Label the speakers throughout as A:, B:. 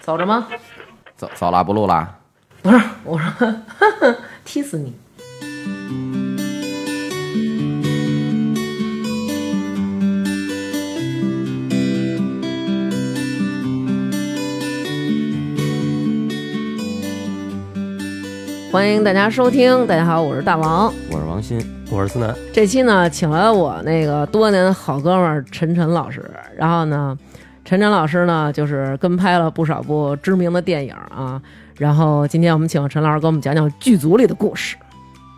A: 走着吗？
B: 走走了，不录了。
A: 不是，我说 呵呵踢死你！欢迎大家收听，大家好，我是大王。
B: 我是王鑫，
C: 我是思南，
A: 这期呢，请来了我那个多年的好哥们儿陈晨老师。然后呢，陈晨老师呢，就是跟拍了不少部知名的电影啊。然后今天我们请陈老师给我们讲讲剧组里的故事。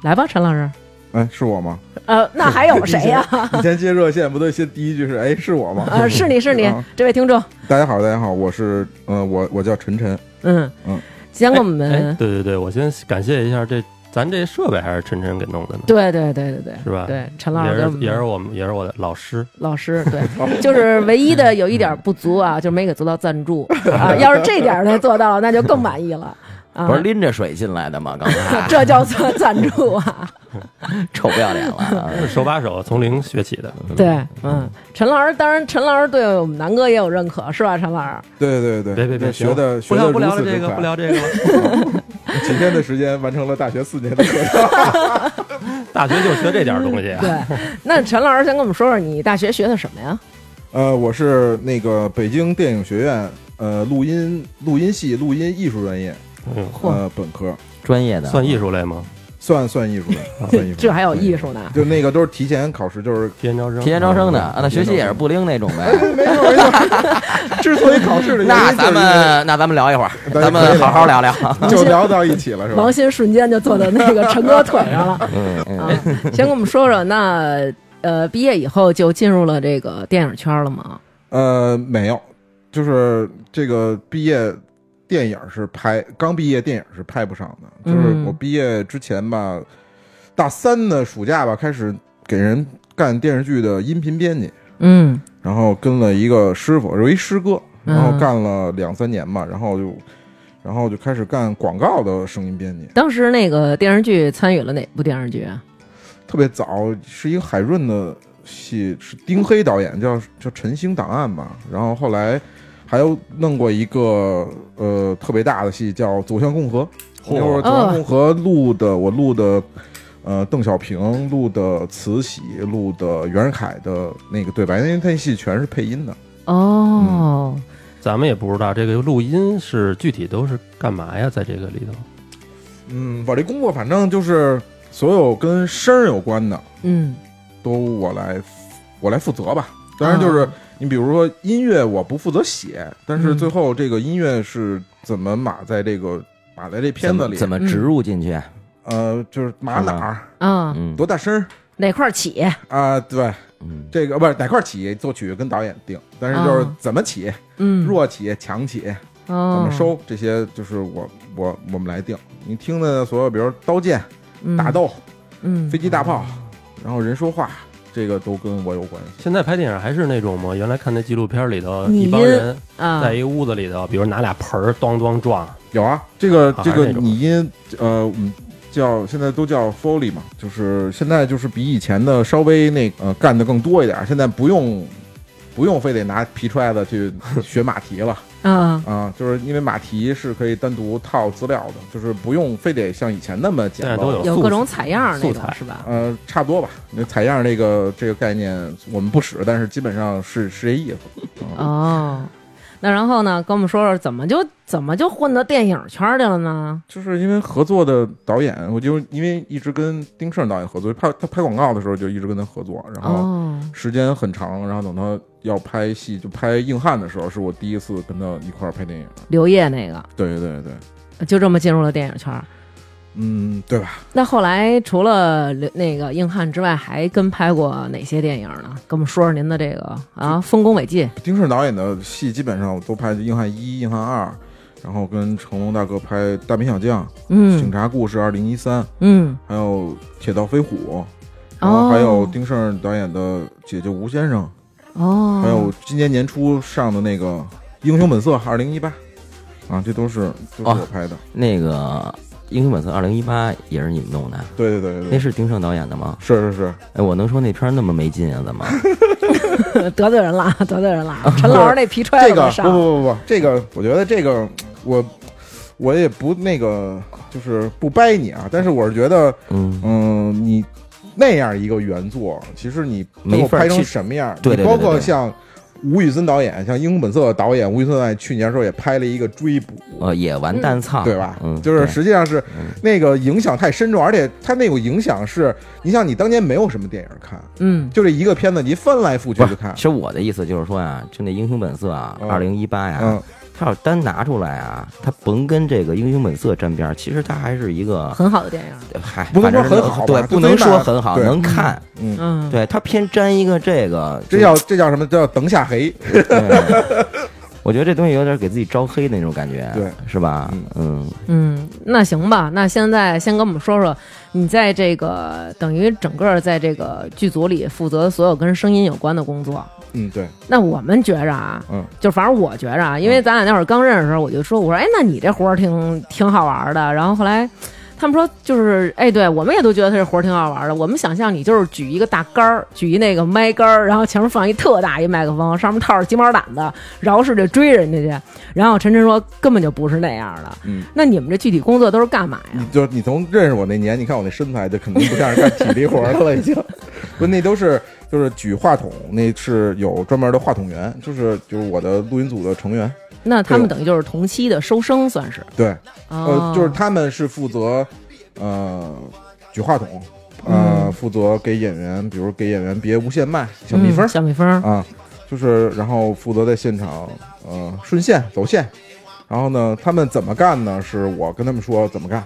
A: 来吧，陈老师。
D: 哎，是我吗？
A: 呃，那还有谁 呀、啊？
D: 以前接热线不对，先第一句是哎，是我吗？
A: 是你是你
C: 嗯
D: 啊，
A: 这位听众，
D: 大家好，大家好，我是呃，我我叫晨晨，
A: 嗯
D: 嗯，
A: 先给我
C: 哎，
A: 们，
C: 对对对，我先感谢一下这咱这设备还是晨晨给弄的呢，
A: 对对对对对，
C: 是吧
A: 对，陈老师给我
C: 啊也是也是
A: 们
C: 我们也是我的老师，
A: 老师，对，就是唯一的有一点不足 啊，就没给做到赞助啊。要是这点儿他做到了，那就更满意了啊
B: 不。是拎着水进来的吗？刚 才
A: 这叫做赞助 啊！
B: 臭不要脸了啊。
C: 手把 手从零学起的。
A: 对，嗯，陈老师，当然陈老师对我们南哥也有认可，是吧？陈老师，
D: 对对对，
C: 别别别，
D: 学的
C: 行
D: 学
C: 了
D: 的
C: 不聊不
D: 如
C: 聊了
D: 此
C: 这
D: 之
C: 个，不
D: 快，
C: 聊这 个了，
D: 几天的时间完成了大学四年的课程。
C: 大学就学这点东西啊。
A: 对，那陈老师先跟我们说说你大学学的什么呀？
D: 呃，我是那个北京电影学院呃录音录音系录音艺术专业
C: 嗯，
A: 嚯，
D: 呃本科，
B: 专业的
C: 算艺术类吗？
D: 算算艺术类， 算艺术，
A: 这还有艺，术呢，
D: 就那个都是提前考试，就是
C: 提前招生，嗯
B: 提前招生的，啊那学
D: 提前招
B: 习也
D: 生
B: 是布丁那种呗。
D: 没错没错。 之所以考试的原因，
B: 那咱们那咱们聊一会儿，
D: 咱
B: 咱们好好聊聊。
D: 就聊到一起了，是吧
A: 王？鑫瞬间就坐到那个陈哥腿上 了
B: 嗯
A: 啊
B: 嗯，！
A: 先跟我们说说，那呃，毕业以后就进入了这个电影圈了吗？
D: 呃，没有，就是这个毕业电影是拍，刚毕业电影是拍不上的。就是
A: 嗯
D: 我毕业之前吧，大三的暑假吧，开始给人干电视剧的音频编辑，
A: 嗯
D: 然后跟了一个师傅，有一师哥，
A: 嗯
D: 然后干了两三年吧，然后就。然后就开始干广告的声音编辑，
A: 当时那个电视剧参与了哪部电视剧啊？
D: 特别早，是一个海润的戏，是丁黑导演，叫叫《晨星档案》嘛。然后后来还有弄过一个呃特别大的戏，叫《走向共和》。那会儿《走向共和》录的，我录的。呃，邓小平录的呃慈禧，录的袁世凯的那个对白，因为他那戏全是配音的。
A: 哦，
C: 咱们也不知道这个录音是具体都是干嘛呀，在这个里头。
D: 嗯，我这工作反正就是所有跟声儿有关的，
A: 嗯
D: 都我来我来负责吧。当然就是、
A: 嗯
D: 你比如说音乐，我不负责写，但是最后这个音乐是怎么码在这个码在这片子里？
B: 怎么植入进去？啊
D: 呃，就是码哪儿、
A: 啊，
B: 嗯
D: 多大声儿
A: 哪块儿起？
D: 啊、对，
B: 嗯，
D: 这个不是哪块儿起，作曲跟导演定，但是就是
A: 啊
D: 怎么起，
A: 嗯，
D: 弱起、强起，怎
A: 哦
D: 么收，这些就是我我我们来定。你听的所有，比如刀剑、打，斗、
A: 嗯嗯
D: 飞机大炮，然后人说话，这个都跟我有关系。
C: 现在拍电影还是那种吗？原来看那纪录片里头，
A: 拟
C: 一帮
A: 音
C: 人
A: 啊，
C: 在一屋子里头，比如拿俩盆儿咣咣撞，
D: 有啊，这个
C: 啊
D: 这
C: 还是
D: 个
C: 那种
D: 拟音，呃，我们叫现在都叫 Foley 嘛，就是现在就是比以前的稍微那呃干的更多一点，现在不用不用非得拿皮揣子去学马蹄了
A: 啊，
D: 啊，就是因为马蹄是可以单独套资料的，就是不用非得像以前那么简
C: 现在
D: 陋。
C: 都有
A: 有
C: 素
A: 各
C: 材
A: 种采样儿那
C: 素
A: 种
C: 材
A: 是吧？
D: 呃，差不多吧。那采样这个这个概念我们不使，但是基本上是是这意思。啊
A: 哦，那然后呢，跟我们说说怎么就怎么就混到电影圈儿去了呢？
D: 就是因为合作的导演，我就因为一直跟丁晟导演合作，拍他拍广告的时候就一直跟他合作，然后
A: 哦，
D: 时间很长，然后等他要拍戏就拍《硬汉》的时候，是我第一次跟他一块儿拍电影。
A: 刘烨那个
D: 对对对，
A: 就这么进入了电影圈儿。
D: 嗯，对吧？
A: 那后来除了刘那个硬汉之外，还跟拍过哪些电影呢？跟我们说说您的这个啊，《丰功伟绩
D: 丁晟导演的戏基本上我都拍《硬汉一》《硬汉二》，然后跟成龙大哥拍《大兵小将》》。警
A: 嗯
D: 察故事》二零一三，
A: 嗯，
D: 还有《铁道飞虎》，然后
A: 哦，
D: 还有丁晟导演的《姐姐吴先生》，
A: 哦，
B: 嗯
D: 还有今年年初上的那个《英雄本色》二零一八，啊，这都是都是
B: 哦
D: 我拍的。
B: 那个英雄本色二零一八》也是你们弄的，
D: 对对对
B: 那
D: 对，
B: 是丁晟导演的吗？
D: 是是是，
B: 哎，我能说那片儿那么没劲啊？怎 么？
A: 得罪人了，得罪人了。陈老师那皮揣
D: 啊这
A: 子都
D: 个
A: 上
D: 不不不不，这个我觉得这个我我也不那个，就是不掰你啊，但是我是觉得，
B: 嗯，
D: 嗯，你那样一个原作，其实你最后
B: 没法
D: 拍成
B: 去
D: 什么样，
B: 对对对
D: 你包
B: 对
D: 括
B: 对
D: 像吴宇森导演，像《英雄本色》导演吴宇森导演去年的时候也拍了一个《追捕》，
B: 呃，也完蛋操，
D: 对吧？
B: 嗯，
D: 就是
B: 对
D: 实际上是
B: 嗯
D: 那个影响太深重，而且它那个影响是，你像你当年没有什么电影看，
A: 嗯，
D: 就这一个片子，你翻来覆去
B: 不
D: 的
B: 是
D: 看，
B: 其实我的意思就是说啊，就那《英雄本色》啊，
D: 嗯
B: 二零一八呀，
D: 嗯，
B: 他要是单拿出来啊，他甭跟这个《英雄本色》沾边儿，其实他还是一个，
A: 很好的电影。
B: 嗨，
D: 不
B: 反
D: 能
B: 正
D: 说很
B: 能
D: 好吧
B: 对，
D: 就
B: 不能
D: 最起码
B: 说很好，
D: 对
B: 能看，
D: 嗯，
A: 嗯，
B: 对他偏沾一个这个，
D: 这叫这叫什么？这叫灯下黑，
B: 对 我觉得这东西有点给自己招黑的那种感觉，
D: 对，
B: 是吧
D: 嗯？
B: 嗯，
A: 嗯，那行吧。那现在先跟我们说说，你在这个等于整个在这个剧组里负责所有跟声音有关的工作。
D: 嗯，对，
A: 那我们觉着啊，
D: 嗯，
A: 就反正我觉着啊，因为咱俩那会儿刚认识的时候，我就说，我说，哎，那你这活儿挺挺好玩儿的。然后后来他们说，就是，哎，对，我们也都觉得他这活儿挺好玩儿的。我们想象你就是举一个大杆儿，举一那个麦杆儿，然后前面放一特大一麦克风，上面套着鸡毛掸子，饶是这追人家去。然后晨晨说，根本就不是那样的。
D: 嗯，
A: 那你们这具体工作都是干嘛
B: 嗯
A: 呀
D: 你？就你从认识我那年，你看我那身材，就肯定不像是干体力活的 了，已经。不，那都是就是举话筒，那是有专门的话筒员，就是就是我的录音组的成员。
A: 那他们等于就是同期的收声，算是。
D: 对，
A: 哦
D: 呃，就是他们是负责呃举话筒，呃，
A: 嗯
D: 负责给演员，比如给演员别无限麦、小蜜蜂
A: 嗯、小蜜蜂儿。
D: 啊，就是然后负责在现场呃顺线走线。然后呢，他们怎么干呢？是我跟他们说怎么干，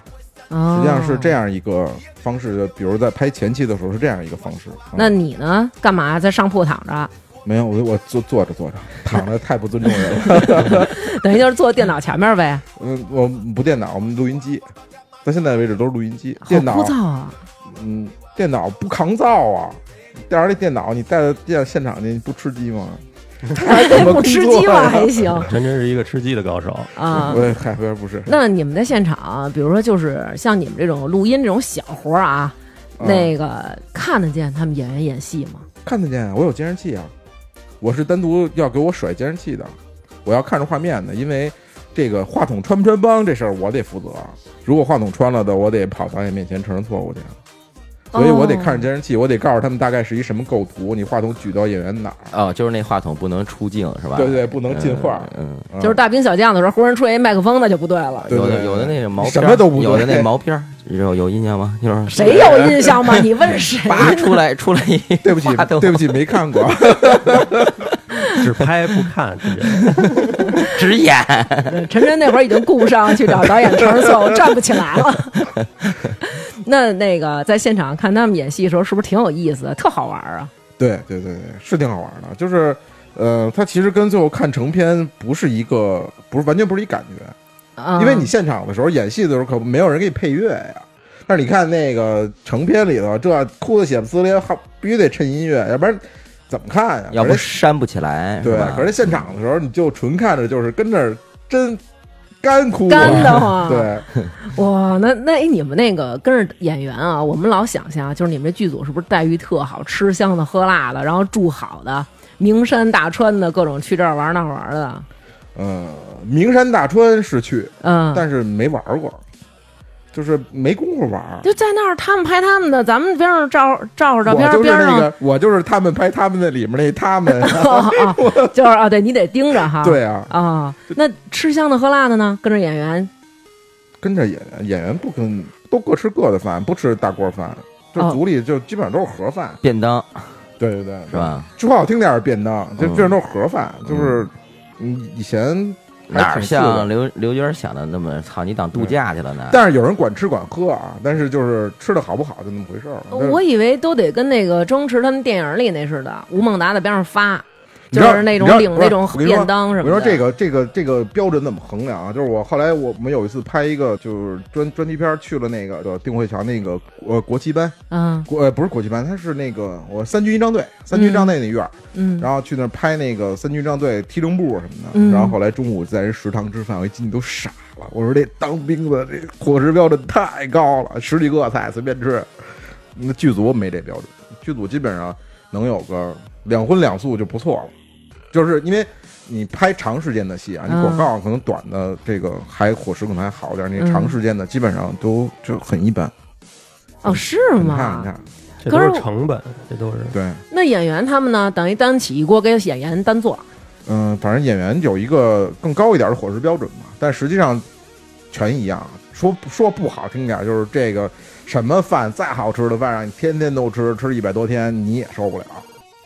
A: 哦
D: 实际上是这。样一个方式。就比如在拍前期的时候是这样一个方式。啊
A: 那你呢？干嘛在上铺躺着？
D: 没有，我我坐坐着坐着，躺着太不尊重人了。
A: 等于就是坐电脑前面呗，
D: 嗯，我们不电脑，我们录音机，到现在为止都是录音机。
A: 好
D: 电脑
A: 枯，燥啊！
D: 嗯，电脑不抗造啊。带着这电脑，你带到电现场去，你不吃 鸡吗？还怎么
A: 哎不吃鸡
D: 工作呀
A: 吧还 行
C: 陈真是一个吃鸡的高手，
A: 啊。
D: 我也嗨，不是不是，
A: 那你们在现场，比如说就是像你们这种录音这种小活儿啊，
D: 嗯
A: 那个看得见他们演员演戏吗？
D: 看得见啊，我有监视器啊，我是单独要给我甩监视器的，我要看着画面的，因为这个话筒穿不穿帮这事儿我得负责啊。如果话筒穿了的，我得跑导演面前承认错误去啊，所以我得看着
A: 哦。
D: 监视器，我得告诉他们大概是一什么构图，你话筒举到演员哪儿，
B: 哦，就是那话筒不能出镜，是吧？
D: 对对，不能进画儿，
B: 嗯，嗯，
A: 哦就是大兵小将的时候，忽然出现一麦克风，那就不对了。
D: 对
B: 有
D: 对
B: 的
D: 对
B: 有的那个毛片儿
D: 什么都不对
B: 有的那毛 片儿有有印象吗？就是
A: 谁有印象吗？你问谁？
B: 拔出来出来一，
D: 对 不 起
B: 话，筒
D: 对不起，没看过。
C: 只拍不看，这人
B: 直演，
A: 陈真那会儿已经顾不上去找导演 承认错误，站不起来了。 那那个在现场看他们演戏的时候，是不是挺有意思的，特好玩儿啊？
D: 对对对对，是挺好玩的，就是呃，它其实跟最后看成片不是一个，不是完全不是一感觉。
A: 啊，
D: 因为你现场的时候演戏的时候可没有人给你配乐呀。但是你看那个成片里头，这哭的血不呲咧，还必须得衬音乐，要不然怎么看呀？
B: 要不
D: 可是
B: 扇不起来，
D: 对
B: 是吧，
D: 可是现场的时候你就纯看着就是跟那儿真干哭、啊，
A: 干得慌
D: 对，
A: 哇，那那哎你们那个跟着演员啊，我们老想象，就是你们这剧组是不是待遇特好，吃香的喝辣的，然后住好的，名山大川的各种去这儿玩儿那儿玩儿的，
D: 呃，名山大川是去，
A: 嗯，
D: 但是没玩过，就是没工夫玩。
A: 就在那儿他们拍他们的，咱们边上照照照
D: 我
A: 片儿
D: 就是
A: 边
D: 那
A: 上。
D: 个，我就是他们拍他们那里面那他 们，
A: 啊 啊，就是啊，对你得盯着哈。
D: 对啊，
A: 啊，那吃香的喝辣的呢？跟着演员
D: 跟着演员，演员不跟都各吃各的饭，不吃大锅饭，就
A: 哦
D: 组里就基本上都是盒饭。
B: 便当
D: 对对对，
B: 是？吧？
D: 说好听点是便当，就
B: 嗯
D: 基本上都是盒饭，就是嗯以前
B: 哪
D: 还
B: 儿
D: 挺次的嗯
B: 像刘刘娟想的那么操？你当度假去了呢？
D: 但是有人管吃管喝啊，但是就是吃的好不好就那么回事儿了。但是
A: 我以为都得跟那个周星驰他们电影里那似的，吴孟达在边上发，
D: 你
A: 就
D: 知道
A: 是那种
D: 你知道
A: 领
D: 不
A: 那
D: 是
A: 种
D: 我跟你
A: 便
D: 说
A: 当什
D: 我
A: 么的。
D: 说这个这个这个标准怎么衡量啊？就是我后来我们有一次拍一个就是专专题片儿去了那个呃丁慧乔那个呃国旗班
A: 嗯
D: 国呃不是国旗班，他是那个我三军仪仗队三军仪仗队那院儿，
A: 嗯，
D: 然后去那儿拍那个三军仪仗队踢正步什么的，
A: 嗯
D: 然后后来中午在人食堂吃饭，我一进去都傻了，我说这当兵的这伙食标准太高了，十几个菜随便吃。那剧组没这标准，剧组基本上能有个两荤两素就不错了，就是因为。你拍长时间的戏啊，你
A: 嗯
D: 广告可能短的这个还伙食可能还好点儿，你
A: 嗯
D: 长时间的基本上都就很一般。
A: 哦，是
D: 你看，你
A: 吗？
D: 看，
C: 这都
A: 可
C: 是
A: 是
C: 成本，这都是
D: 对，
A: 那演员他们呢，等于单起一锅给演员单做。
D: 嗯，反正演员有一个更高一点的伙食标准嘛，但实际上全一样。说说不好听点，就是这个什么饭再好吃的饭，让你天天都吃，吃一百多天你也受不了。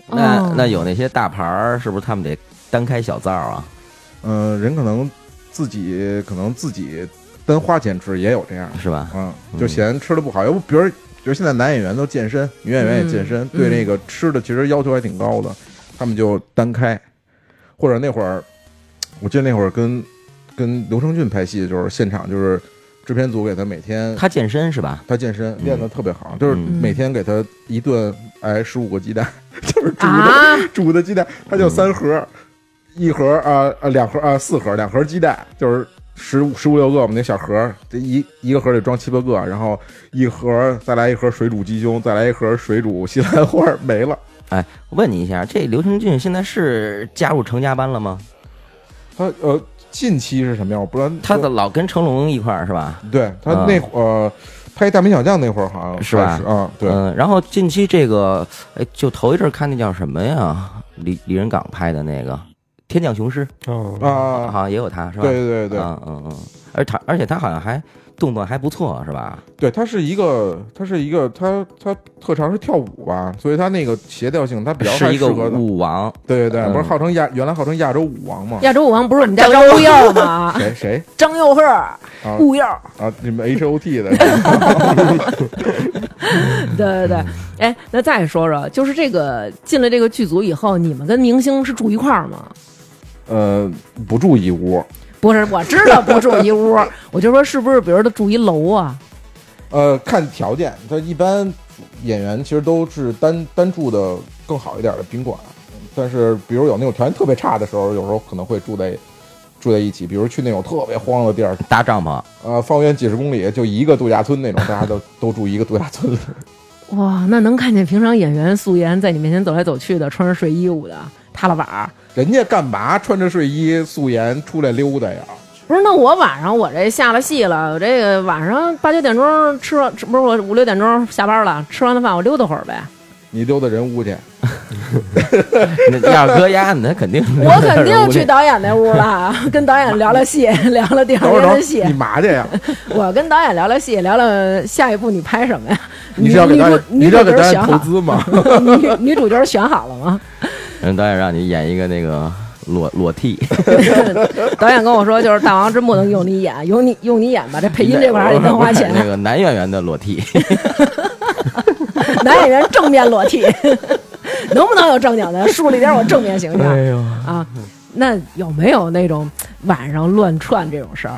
B: 那
A: 哦
B: 那有那些大牌儿，是不是他们得单开小灶啊？
D: 嗯、人可能自己可能自己单花钱吃也有这样的，
B: 是吧？
D: 嗯，就嫌吃的不好。要不，比如比如现在男演员都健身，女演员也健身，
A: 嗯
D: 对那个吃的其实要求还挺高的，他们就单开，或者那会儿，我记得那会儿跟跟刘承俊拍戏，就是现场就是制片组给他每天
B: 他健身是吧？
D: 他健身练得特别好，就是
B: 嗯
D: 每天给他一顿挨十五个鸡蛋， 就是煮的、
A: 啊，
D: 煮的鸡蛋，他就三盒，
B: 嗯
D: 一盒啊啊两盒啊四盒，两盒鸡蛋就是十五十五六个，我们那小盒，这一一个盒得装七八个，然后一盒再来一盒水煮鸡胸，再来一盒水煮西兰花，没了。
B: 问你一下，这刘承俊现在是加入成家班了吗？
D: 他呃近期是什么样？我不知道
B: 他的老跟成龙一块儿是吧？
D: 对他
B: 啊
D: 那会儿、呃拍《大明小将》那会儿好像
B: 是吧
D: 开始啊，对，
B: 嗯，然后近期这个，哎，就头一阵儿看那叫什么呀？李李仁港拍的那个《天降雄狮》，
C: 嗯
B: 好
D: 啊，
B: 像也有他是吧？
D: 对对对对、
B: 嗯嗯嗯，而他而且他好像还动作还不错是吧？
D: 对，他是一个他是一个他他特长是跳舞吧，所以他那个协调性他比较还
B: 是一个
D: 适合他
B: 舞王，
D: 对对对，
B: 嗯
D: 不是号称亚原来号称亚洲舞王吗？
A: 亚洲舞王不是我们家张佑佑 吗？
D: 谁谁
A: 张佑赫、
D: 啊
A: 顾佑，
D: 啊？你们 H O T 的嗯
A: 对对对。哎，那再说说，就是这个进了这个剧组以后，你们跟明星是住一块儿吗？
D: 呃不住一屋，
A: 不是，我知道不住一屋，我就说是不是，比如他住一楼啊？
D: 呃看条件，他一般演员其实都是单单住的更好一点的宾馆，但是比如有那种条件特别差的时候，有时候可能会住在住在一起，比如去那种特别荒的地儿，
B: 搭帐篷，
D: 呃，方圆几十公里就一个度假村那种，大家都都住一个度假村里。
A: 哇，那能看见平常演员素颜在你面前走来走去的，穿着睡衣舞的，塌了板儿。
D: 人家干嘛穿着睡衣素颜出来溜达呀？
A: 不是，那我晚上我这下了戏了，我这个晚上八九点钟吃完，不是我五六点钟下班了，吃完了饭我溜达会儿 呗。
D: 你溜达人屋去，
B: 那要是搁丫那肯定
A: 我肯 定去导演那屋 了，跟导演聊聊戏，聊聊第二
D: 等会
A: 天
D: 儿等会
A: 的戏
D: 儿你。嘛去呀？
A: 我跟导演聊聊戏，聊聊下一步你拍什么呀？
D: 你是要给
A: 女
D: 导演，
A: 女
D: 你是要给
A: 主
D: 导
A: 角
D: 演
A: 选
D: 投
A: 好，
D: 资 吗？
A: 女女主角选好了吗？
B: 人嗯导演让你演一个那个裸裸替，
A: 导演跟我说，就是《大王之墓》能用你演，用你用你演吧，这配 音这块儿还得单花钱。啊
B: 那个男演员的 裸替，
A: 男演员正面裸替， 能不能有正经的树立点我正面形
C: 哎
A: 象
B: 呦，
A: 啊？那有没有那种晚上乱窜这种事儿？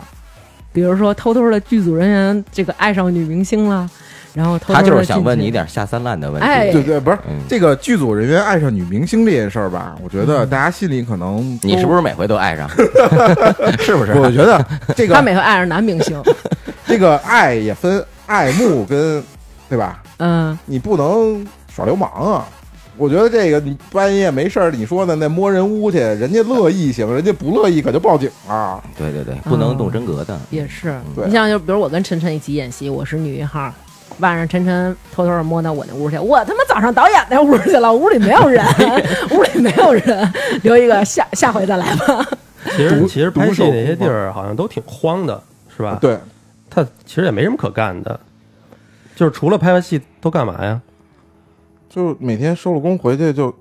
A: 比如说偷偷的剧组人员这个爱上女明星了，然后偷偷
B: 他
A: 的
B: 就是想问你点下三滥的问题。
A: 哎
D: 对对，不是
B: 嗯
D: 这个剧组人员爱上女明星这件事儿吧？我觉得大家心里可能
B: 你是不
D: 嗯是？
B: 是每回都 爱上？是不是？
D: 我觉得这
A: 他
D: 个
A: 每回爱上男明 星，
D: 这个爱也分爱慕跟对吧？
A: 嗯，
D: 你不能耍流氓啊！我觉得这个你半夜没事儿，你说呢？那摸人屋去，人家乐意行，人家不乐意可就报警啊了。
B: 对对对，不能动真格的。
A: 嗯也是。
D: 对
A: 你像就比如我跟晨晨一起演戏，我是女一号。晚上晨晨偷偷的摸到我那屋去，我他妈早上导演那屋去了，屋里没 有人，屋里没有人，留一个下下回再来吧。
C: 其实
D: 独
C: 其实拍
D: 独
C: 戏
D: 守
C: 那些
D: 孤
C: 地
D: 芳
C: 儿好像都挺荒的，是吧？，
D: 对，
C: 他其实也没什么可干的，就是除了拍完戏都干嘛呀？
D: 就每天收了工回去就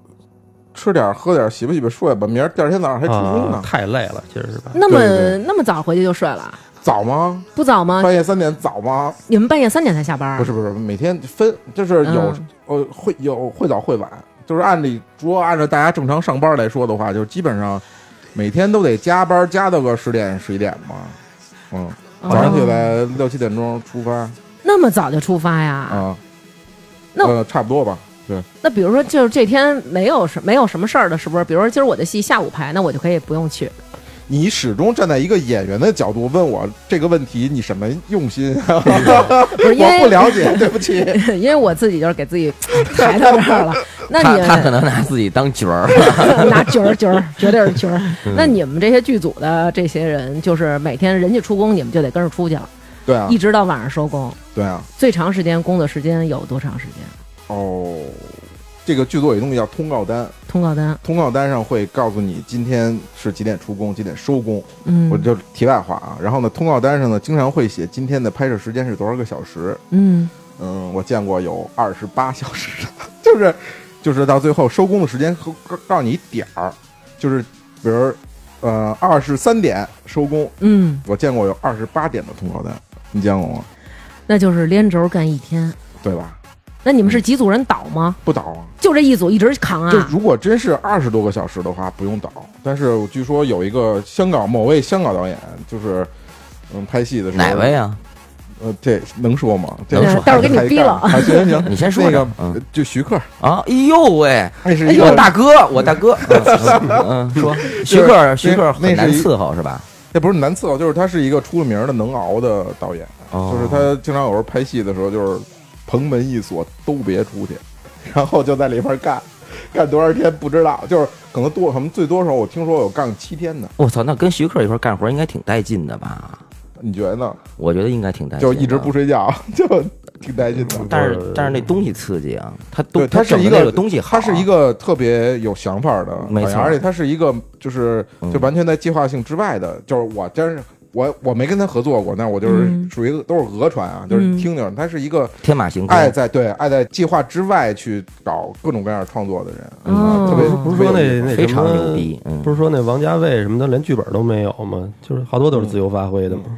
D: 吃点儿喝点儿，洗吧洗吧睡吧，明儿第二天早上还出工呢
C: 啊，，太累了，其实是吧？
A: 那么
D: 对对
A: 那么早回去就睡了，
D: 早吗？
A: 不早吗？
D: 半夜三点早吗？
A: 你们半夜三点才下班啊？
D: 不是不是，每天分就是有
A: 嗯
D: 呃会有会早会晚，就是按理如果按照大家正常上班来说的话，就基本上每天都得加班，加到个十点十一点嘛。
A: 哦
D: 嗯，早上起来六七点钟出发
A: 那么早就出发呀？
D: 啊，
A: 那
D: 呃差不多吧。
A: 那比如说，就是这天没有什没有什么事儿的，是不是？比如说今儿我的戏下午排，那我就可以不用去。
D: 你始终站在一个演员的角度问我这个问题，你什么用心？啊
A: 不是因
D: 我不
A: 为
D: 了解，对不起。
A: 因为我自己就是给自己排到这儿了。那
B: 他
A: 你
B: 他可能拿自己当角儿，
A: 拿角儿角儿，绝对是角儿。那你们这些剧组的这些人，就是每天人家出工，你们就得跟着出去了，
D: 对啊
A: 一，直到晚上收工。
D: 对啊。
A: 最长时间工作时间有多长时间？
D: 哦，这个剧组有一东西叫通告单，
A: 通告单，
D: 通告单上会告诉你今天是几点出工，几点收工。
A: 嗯，
D: 我就题外话啊。然后呢，通告单上呢经常会写今天的拍摄时间是多少个小时。
A: 嗯，
D: 嗯，我见过有二十八小时的，就是就是到最后收工的时间告告告诉你一点儿，就是比如呃二十三点收工，
A: 嗯，
D: 我见过有二十八点的通告单，你见过吗？
A: 那就是连轴干一天。
D: 对吧？
A: 那你们是几组人倒吗？
D: 不倒啊。
A: 就这一组一直扛
D: 就
A: 啊？
D: 如果真是二十多个小时的话，不用倒。但是我据说有一个香港某位香港导演，就是嗯拍戏的时候，
B: 哪位？啊？
D: 呃，这能说吗？这
B: 能说
A: 待会儿给你
D: 还
A: 逼了
D: 还行行行，
B: 你先说
D: 那
B: 着
D: 个
B: 嗯
D: 呃就徐克，
B: 啊！哎呦喂！
D: 那是
B: 哎
D: 一
B: 呦，
D: 个
B: 大哥，我大 哥，嗯，嗯说徐克，徐克很难伺候是吧？
D: 那不是难伺候，就是他是一个出了名的能熬的导演，
B: 哦
D: 就是他经常有时候拍戏的时候，就是棚门一锁都别出去，然后就在里边干，干多少天不知道，就是可能多什么最多时候我听说有干七天的，
B: 我操，那跟徐克一块儿干活应该挺带劲的吧？
D: 你觉得呢？
B: 我觉得应该挺带劲
D: 就
B: 的，
D: 一直不睡觉， 就挺带劲的。
B: 但是但是那东西刺激啊，他都
D: 对，他是
B: 整
D: 一
B: 的那
D: 个
B: 个东西好，啊
D: 他是一个特别有想法的，
B: 没错
D: 而且他是一个就是
B: 嗯
D: 就完全在计划性之外的，就是我真是。我我没跟他合作过，那我就是
A: 嗯
D: 属于都是讹传啊，就是
A: 嗯
D: 听听他是一个
B: 天马行空。
D: 爱在对爱在计划之外去搞各种各样的创作的人，
A: 哦
D: 啊特别
C: 不是说
D: 特别有意
C: 那
D: 思
C: 那
B: 非
C: 什
B: 常牛
C: 么，
B: 逼，嗯，
C: 不是说那王家卫什么的连剧本都没有吗？就是好多都是自由发挥的嘛。
D: 嗯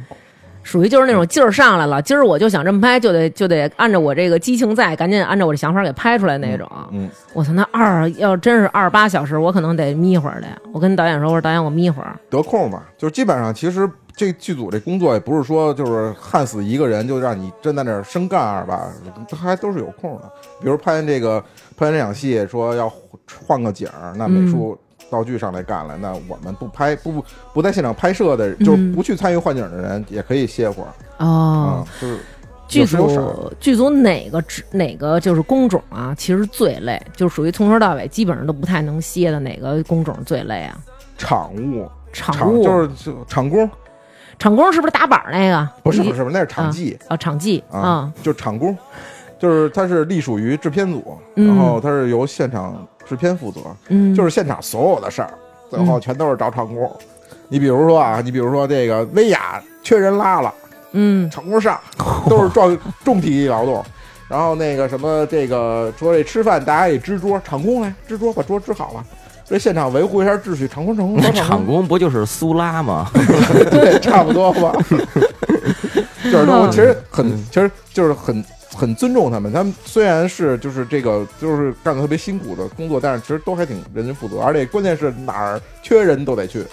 A: 属于就是那种劲儿上来了，今儿我就想这么拍，就得就得按照我这个激情在，赶紧按照我这想法给拍出来那种。
D: 嗯，
A: 我操，那二要真是二十八小时，我可能得眯会儿的呀。我跟导演说，我说导演，我眯会儿。
D: 得空吧，就是基本上其实这剧组这工作也不是说就是焊死一个人就让你真在那儿生干二吧，还都是有空的。比如拍完这个拍完这场戏，说要换个景儿，那
A: 嗯
D: 美术道具上来干了，那我们不拍不不在现场拍摄的，就是不去参与换景的人也可以歇会儿
A: 嗯哦
D: 啊，，就是
A: 剧
D: 有时候少
A: 组剧组哪个职哪个就是工种啊，其实最累，就属于从头到尾基本上都不太能歇的哪个工种最累啊？
D: 场务
A: 场
D: 场
A: 务
D: 就是就场工，
A: 场工是不是打板儿那个？
D: 不是
A: 一
D: 不是不是，那是场记。
A: 啊，场记
D: 啊，就是场工，就是它是隶属于制片组，
A: 嗯
D: 然后它是由现场制片负责，
A: 嗯，
D: 就是现场所有的事儿，最后全都是找场工。你比如说啊，你比如说这个薇娅缺人拉了，
A: 嗯
D: 场工上，都是重重体力劳动。然后那个什么，这个说这吃饭大家得支桌，场工来支桌，把桌支好了。这现场维护一下秩序，场工场工
B: 那
D: 找
B: 场
D: 场工，
B: 工不就是苏拉吗？
D: 对，差不多吧。 嗯就是说，其实很，其实就是很很尊重他们。他们虽然是就是这个就是干的特别辛苦的工作，但是其实都还挺认真负责，而且关键是哪儿缺人都得去。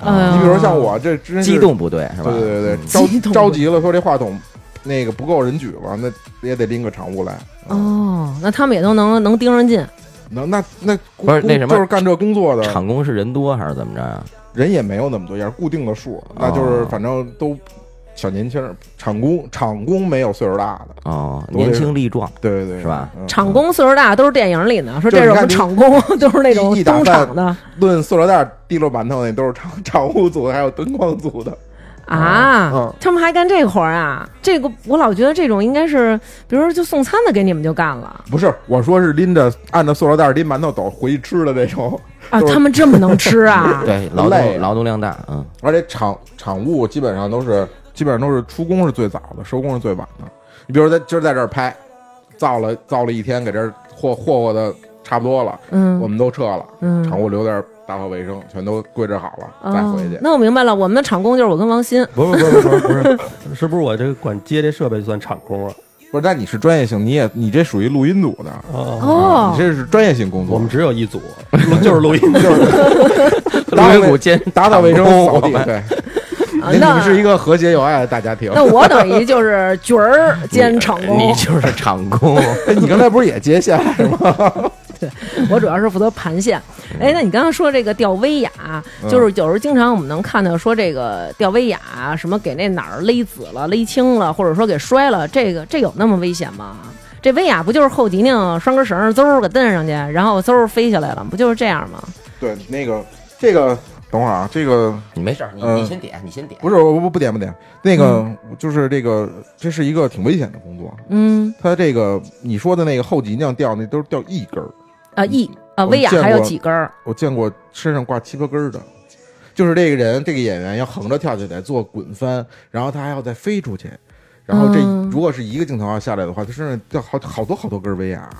A: 哎呦
D: 你比如说像我这之前是
B: 机，动部队是吧？
D: 嗯对对对
B: 嗯
D: 对，
A: 激动
D: 着着急了，说这话筒那个不够人举了，那也得拎个场务来。嗯，
A: 哦，那他们也都能能盯上劲，
D: 那那那
B: 不是那什么
D: 就是干这工作的
B: 场嗯工是人多还是怎么着啊？
D: 人也没有那么多，也是固定的数，那就是
B: 哦
D: 反正都小年轻儿，厂工厂工没有岁数大的，
B: 哦，
D: 都得
B: 年轻力壮，
D: 对对对，
B: 是吧
D: 嗯？
A: 场工岁数大都是电影里呢，说这
D: 就是是
A: 我们
D: 你看
A: 场工， 都是那种
D: 一一打
A: 东
D: 扮
A: 厂的
D: 论塑料袋儿、滴落馒头那都是 厂厂务组还有灯光组的，
A: 啊。
D: 嗯
A: 他们还干这活儿啊？这个我老觉得这种应该是，比如说就送餐的给你们就干了
D: 不是我说是拎着按着塑料袋儿拎馒头走回去吃的那种，
A: 啊？
D: 就是
A: 他们这么能吃 啊？
B: 对，劳
D: 累
B: 动
D: 啊
B: 劳动量大，嗯，
D: 而且厂厂务基本上都是基本上都是出工是最早的，收工是最晚的。你比如说在今儿在这儿拍，造了造了一天，给这儿霍霍霍的差不多了，我
A: 嗯
D: 们都撤了，厂
A: 嗯。
D: 务留点儿打扫卫生，全都归置好了再
A: 哦
D: 回去，。
A: 那我明白了，我们的场工就是我跟王鑫，
C: 不是不是不是不是不是，是不是我这个管接这设备就算场工啊？
D: 不是，那你是专业性，你也你这属于录音组的，
C: 哦，
A: 哦
D: 你，这是专业性工
C: 我
D: 作
C: 们，只有一 组，就是录音组。
D: 打
B: 龙尾
D: 扫
B: 骨尖，
D: 打扫卫生、扫地，对，
A: 啊
D: 你们
A: 那
D: 是一个和谐有爱的大家庭。
A: 那我等于就是角儿兼场
D: 哦
B: 你
A: 工，
B: 就是场工。
D: 哎，你刚才不是也接下来了吗？
A: 我主要是负责盘线。哎，那你刚刚说这个吊威亚，
D: 嗯
A: 就是有时候经常我们能看到说这个吊威亚啊什么给那哪儿勒紫了、勒青了，或者说给摔了，这个这有那么危险吗？这威亚不就是后脊梁拴根绳儿，嗖儿给蹬上去，然后嗖儿飞下来了，不就是这样吗？
D: 对，那个这个，等会儿啊，这个
B: 你没事儿，你
D: 嗯
B: 你先点，你先点。
D: 不是我不不点不点，那个、就是这个，这是一个挺危险的工作。
A: 嗯
D: 它这个你说的那个后脊梁吊那都是吊一根儿，
A: 啊一啊
D: 我
A: 威亚
D: 见
A: 还有
D: 过
A: 几根儿？
D: 我见过身上挂七八根儿的。就是这个人，这个演员要横着跳起来做滚翻，然后他还要再飞出去，然后这
A: 嗯
D: 如果是一个镜头要下来的话，他身上吊好好多好多根威亚，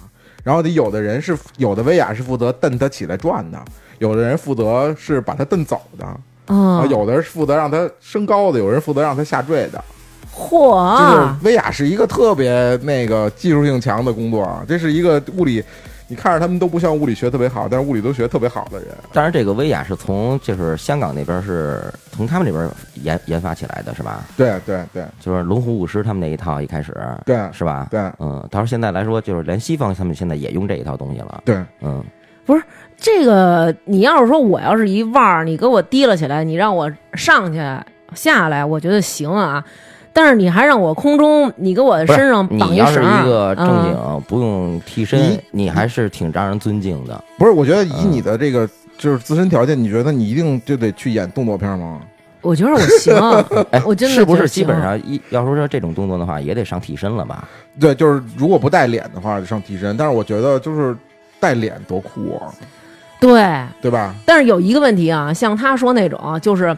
D: 然后得有的人是有的威亚是负责蹬他起来转的，有的人负责是把他蹬走的，然
A: 啊
D: 后，有的人是负责让他升高的，有人负责让他下坠的，
A: 嚯
D: 就是
A: 啊！
D: 威亚是一个特别那个技术性强的工作啊，这是一个物理，你看着他们都不像物理学特别好，但是物理都学特别好的人。
B: 当然，这个威亚是从就是香港那边是从他们那边研研发起来的，是吧？
D: 对对对
B: 就是龙虎舞狮他们那一套一开始，
D: 对
B: 是吧？
D: 对
B: 嗯，到时候现在来说，就是连西方他们现在也用这一套东西了。
D: 对，
B: 嗯，
A: 这个你要是说我要是一腕儿，你给我提了起来，你让我上去下来，我觉得行啊。但是你还让我空中，你给我
B: 不是
A: 身上绑
B: 你要是
A: 绳儿，
B: 一个正
A: 啊
B: 经不用替身
D: 你，
B: 你还是挺让人尊敬的。
D: 不是，我觉得以
B: 嗯
D: 你的这个就是自身条件，你觉得你一定就得去演动作片吗？
A: 我觉得我行，
B: 哎，
A: 我真的
B: 是不
A: 觉得
B: 是基本
A: 行
B: 上一要说说这种动作的话，也得上替身了吧？
D: 对，就是如果不带脸的话，就上替身。但是我觉得就是带脸多酷啊，
A: 对。
D: 对吧？
A: 但是有一个问题啊，像他说那种，就是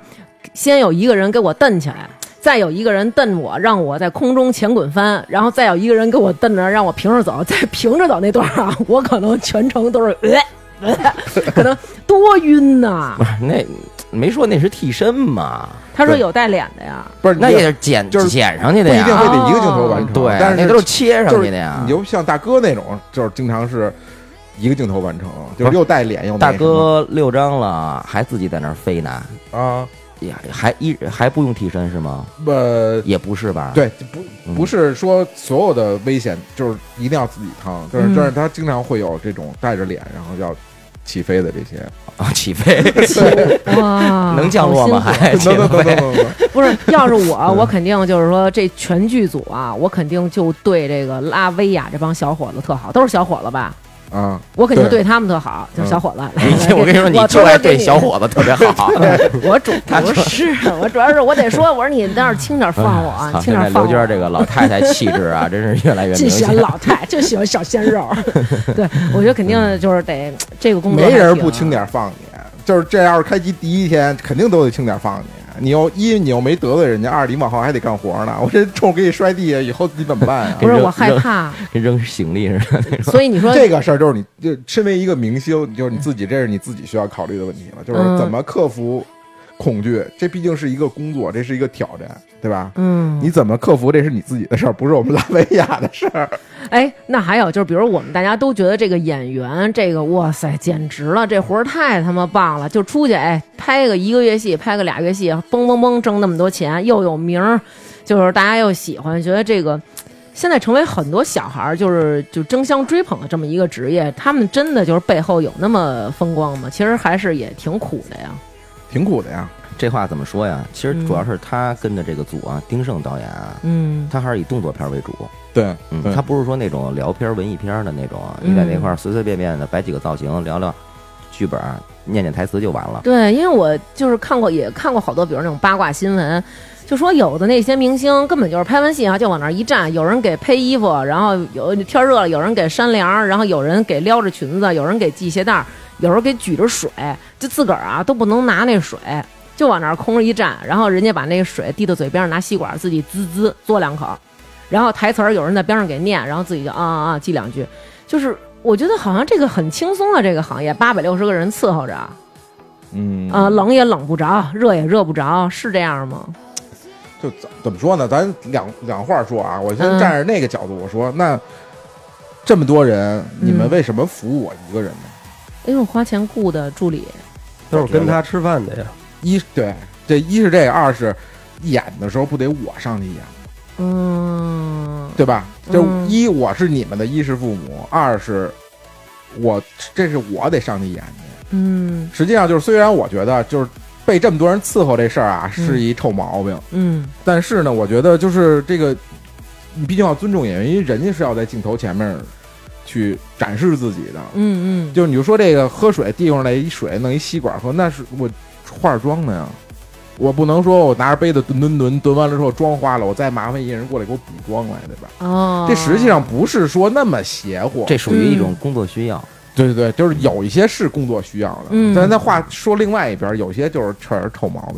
A: 先有一个人给我蹬起来，再有一个人蹬我，让我在空中前滚翻，然后再有一个人给我蹬着，让我平着走，再平着走那段啊，我可能全程都是 呃。呃可能多晕呐、
B: 不是，那没说那是替身嘛？
A: 他说有带脸的呀，
D: 不是，
B: 那
D: 你
B: 也是剪
D: 就是
B: 剪上去
D: 不
B: 的
D: 一定非
B: 呀。
D: 得一个镜头完成，
B: 对，
D: 但是
B: 那都是切上
D: 就
B: 去
D: 是
B: 的呀。
D: 你就像大哥那种，就是经常是一个镜头完成，
B: 不
D: 就是
B: 是
D: 又带脸又那
B: 大
D: 什么
B: 哥六张了，还自己在那儿飞呢，
D: 啊，
B: 呀，还一还不用替身是吗？
D: 呃，
B: 也不是吧？，
D: 对，不
B: 嗯
D: 不是说所有的危险就是一定要自己趟，但
A: 嗯
D: 是但是他经常会有这种带着脸然后要起飞的这些，
B: 啊，起飞
A: 哇，
B: 能降落吗？
A: 啊好辛苦
B: 还起
D: 等等等等
B: 飞？
D: 等等，
A: 不是，要是我，我肯定就是说这全剧组啊，我肯定就对这个拉维亚这帮小伙子特好，都是小伙子吧？
D: 啊，
A: 我肯定
D: 对
A: 对他们特好，就是小伙子。
B: 你
A: 来来
B: 嗯 我跟你说，你
A: 我
B: 就
A: 偷
B: 爱
A: 偷
B: 对
A: 给你
B: 小，伙子特别好。
A: 我主不是，我主要是我得说，我说你在那儿轻点放我
D: 哎
A: 啊，
B: 操
A: 轻
B: 现在
A: 点放
B: 刘
A: 我。
B: 娟这个老太太气质啊，真是 越来越
A: 尽
B: 明
A: 显
B: 显。
A: 老太，就喜欢小鲜肉。对，我觉得肯定就是得这个工作，
D: 没人不轻。点放你，就是这要是开机第一天肯定都得轻点放你。你又一你又没得罪人家，二你往后还得干活呢。我这冲给你摔地下，以后你怎么办呀、
A: 不是
B: 扔
A: 我害怕，
B: 跟扔行李似的。
A: 所以你说
D: 这个事儿就是你，就身为一个明星，就是你自己，这是你自己需要考虑的问题了，就是
A: 嗯
D: 怎么克服恐惧。这毕竟是一个工作，这是一个挑战，对吧？
A: 嗯，
D: 你怎么克服，这是你自己的事儿，不是我们拉维亚的事儿。
A: 哎，那还有就是，比如我们大家都觉得这个演员，这个哇塞，简直了，这活儿太他妈棒了！就出去哎，拍个一个月戏，拍个俩月戏，嘣嘣嘣挣那么多钱，又有名儿，就是大家又喜欢，觉得这个嗯现在成为很多小孩儿就是就争相追捧的这么一个职业，他们真的就是背后有那么风光吗？其实还是也挺苦的呀。
D: 挺苦的呀，
B: 这话怎么说呀？其实主要是他跟着这个组啊，丁晟导演啊，
A: 嗯
B: 他还是以动作片为主。
D: 对，
B: 嗯，
D: 对
B: 他不是说那种聊片儿、文艺片儿的那种，啊你在那
A: 嗯
B: 块儿随随便便的摆几个造型，聊聊剧本儿，念念台词就完了。
A: 对，因为我就是看过，也看过好多，比如那种八卦新闻，就说有的那些明星根本就是拍完戏啊，就往那儿一站，有人给披衣服，然后有天热了，有人给扇凉儿，然后有人给撩着裙子，有人给系鞋带儿，有人给举着水，就自个儿啊都不能拿那水，就往那儿空着一站，然后人家把那个水递到嘴边上，拿吸管自己滋滋嘬两口，然后台词儿有人在边上给念，然后自己就啊啊啊记两句，就是我觉得好像这个很轻松啊，这个行业八百六十个人伺候着啊。
D: 嗯
A: 呃啊，冷也冷不着，热也热不着，是这样吗？
D: 就怎怎么说呢？咱两两话说啊，我先
A: 嗯
D: 站着那个角度我说，那这么多人，你们
A: 嗯
D: 为什么服务我一个人呢？
A: 因为我哎花钱雇的助理，
C: 都是跟他吃饭的呀。
D: 一对，这一是这个，二是演的时候不得我上去演，
A: 嗯，
D: 对吧？就
A: 嗯
D: 一我是你们的衣食父母，二是我这是我得上去演去。
A: 嗯
D: 实际上就是，虽然我觉得就是被这么多人伺候这事儿啊
A: 嗯
D: 是一臭毛病，
A: 嗯
D: 但是呢，我觉得就是这个，你毕竟要尊重演员，因为人家是要在镜头前面去展示自己的。
A: 嗯嗯，
D: 就是你就说这个喝水地方来一水弄一吸管喝，那是我化着妆的呀，我不能说我拿着杯子吨吨吨吨完了之后妆花了，我再麻烦一人过来给我补妆来，对吧？
A: 哦，
D: 这实际上不是说那么邪乎，
B: 这属于一种
A: 嗯
B: 工作需要。
D: 对对对，就是有一些是工作需要的，
A: 嗯
D: 但是那话说另外一边，有些就是确实臭毛病，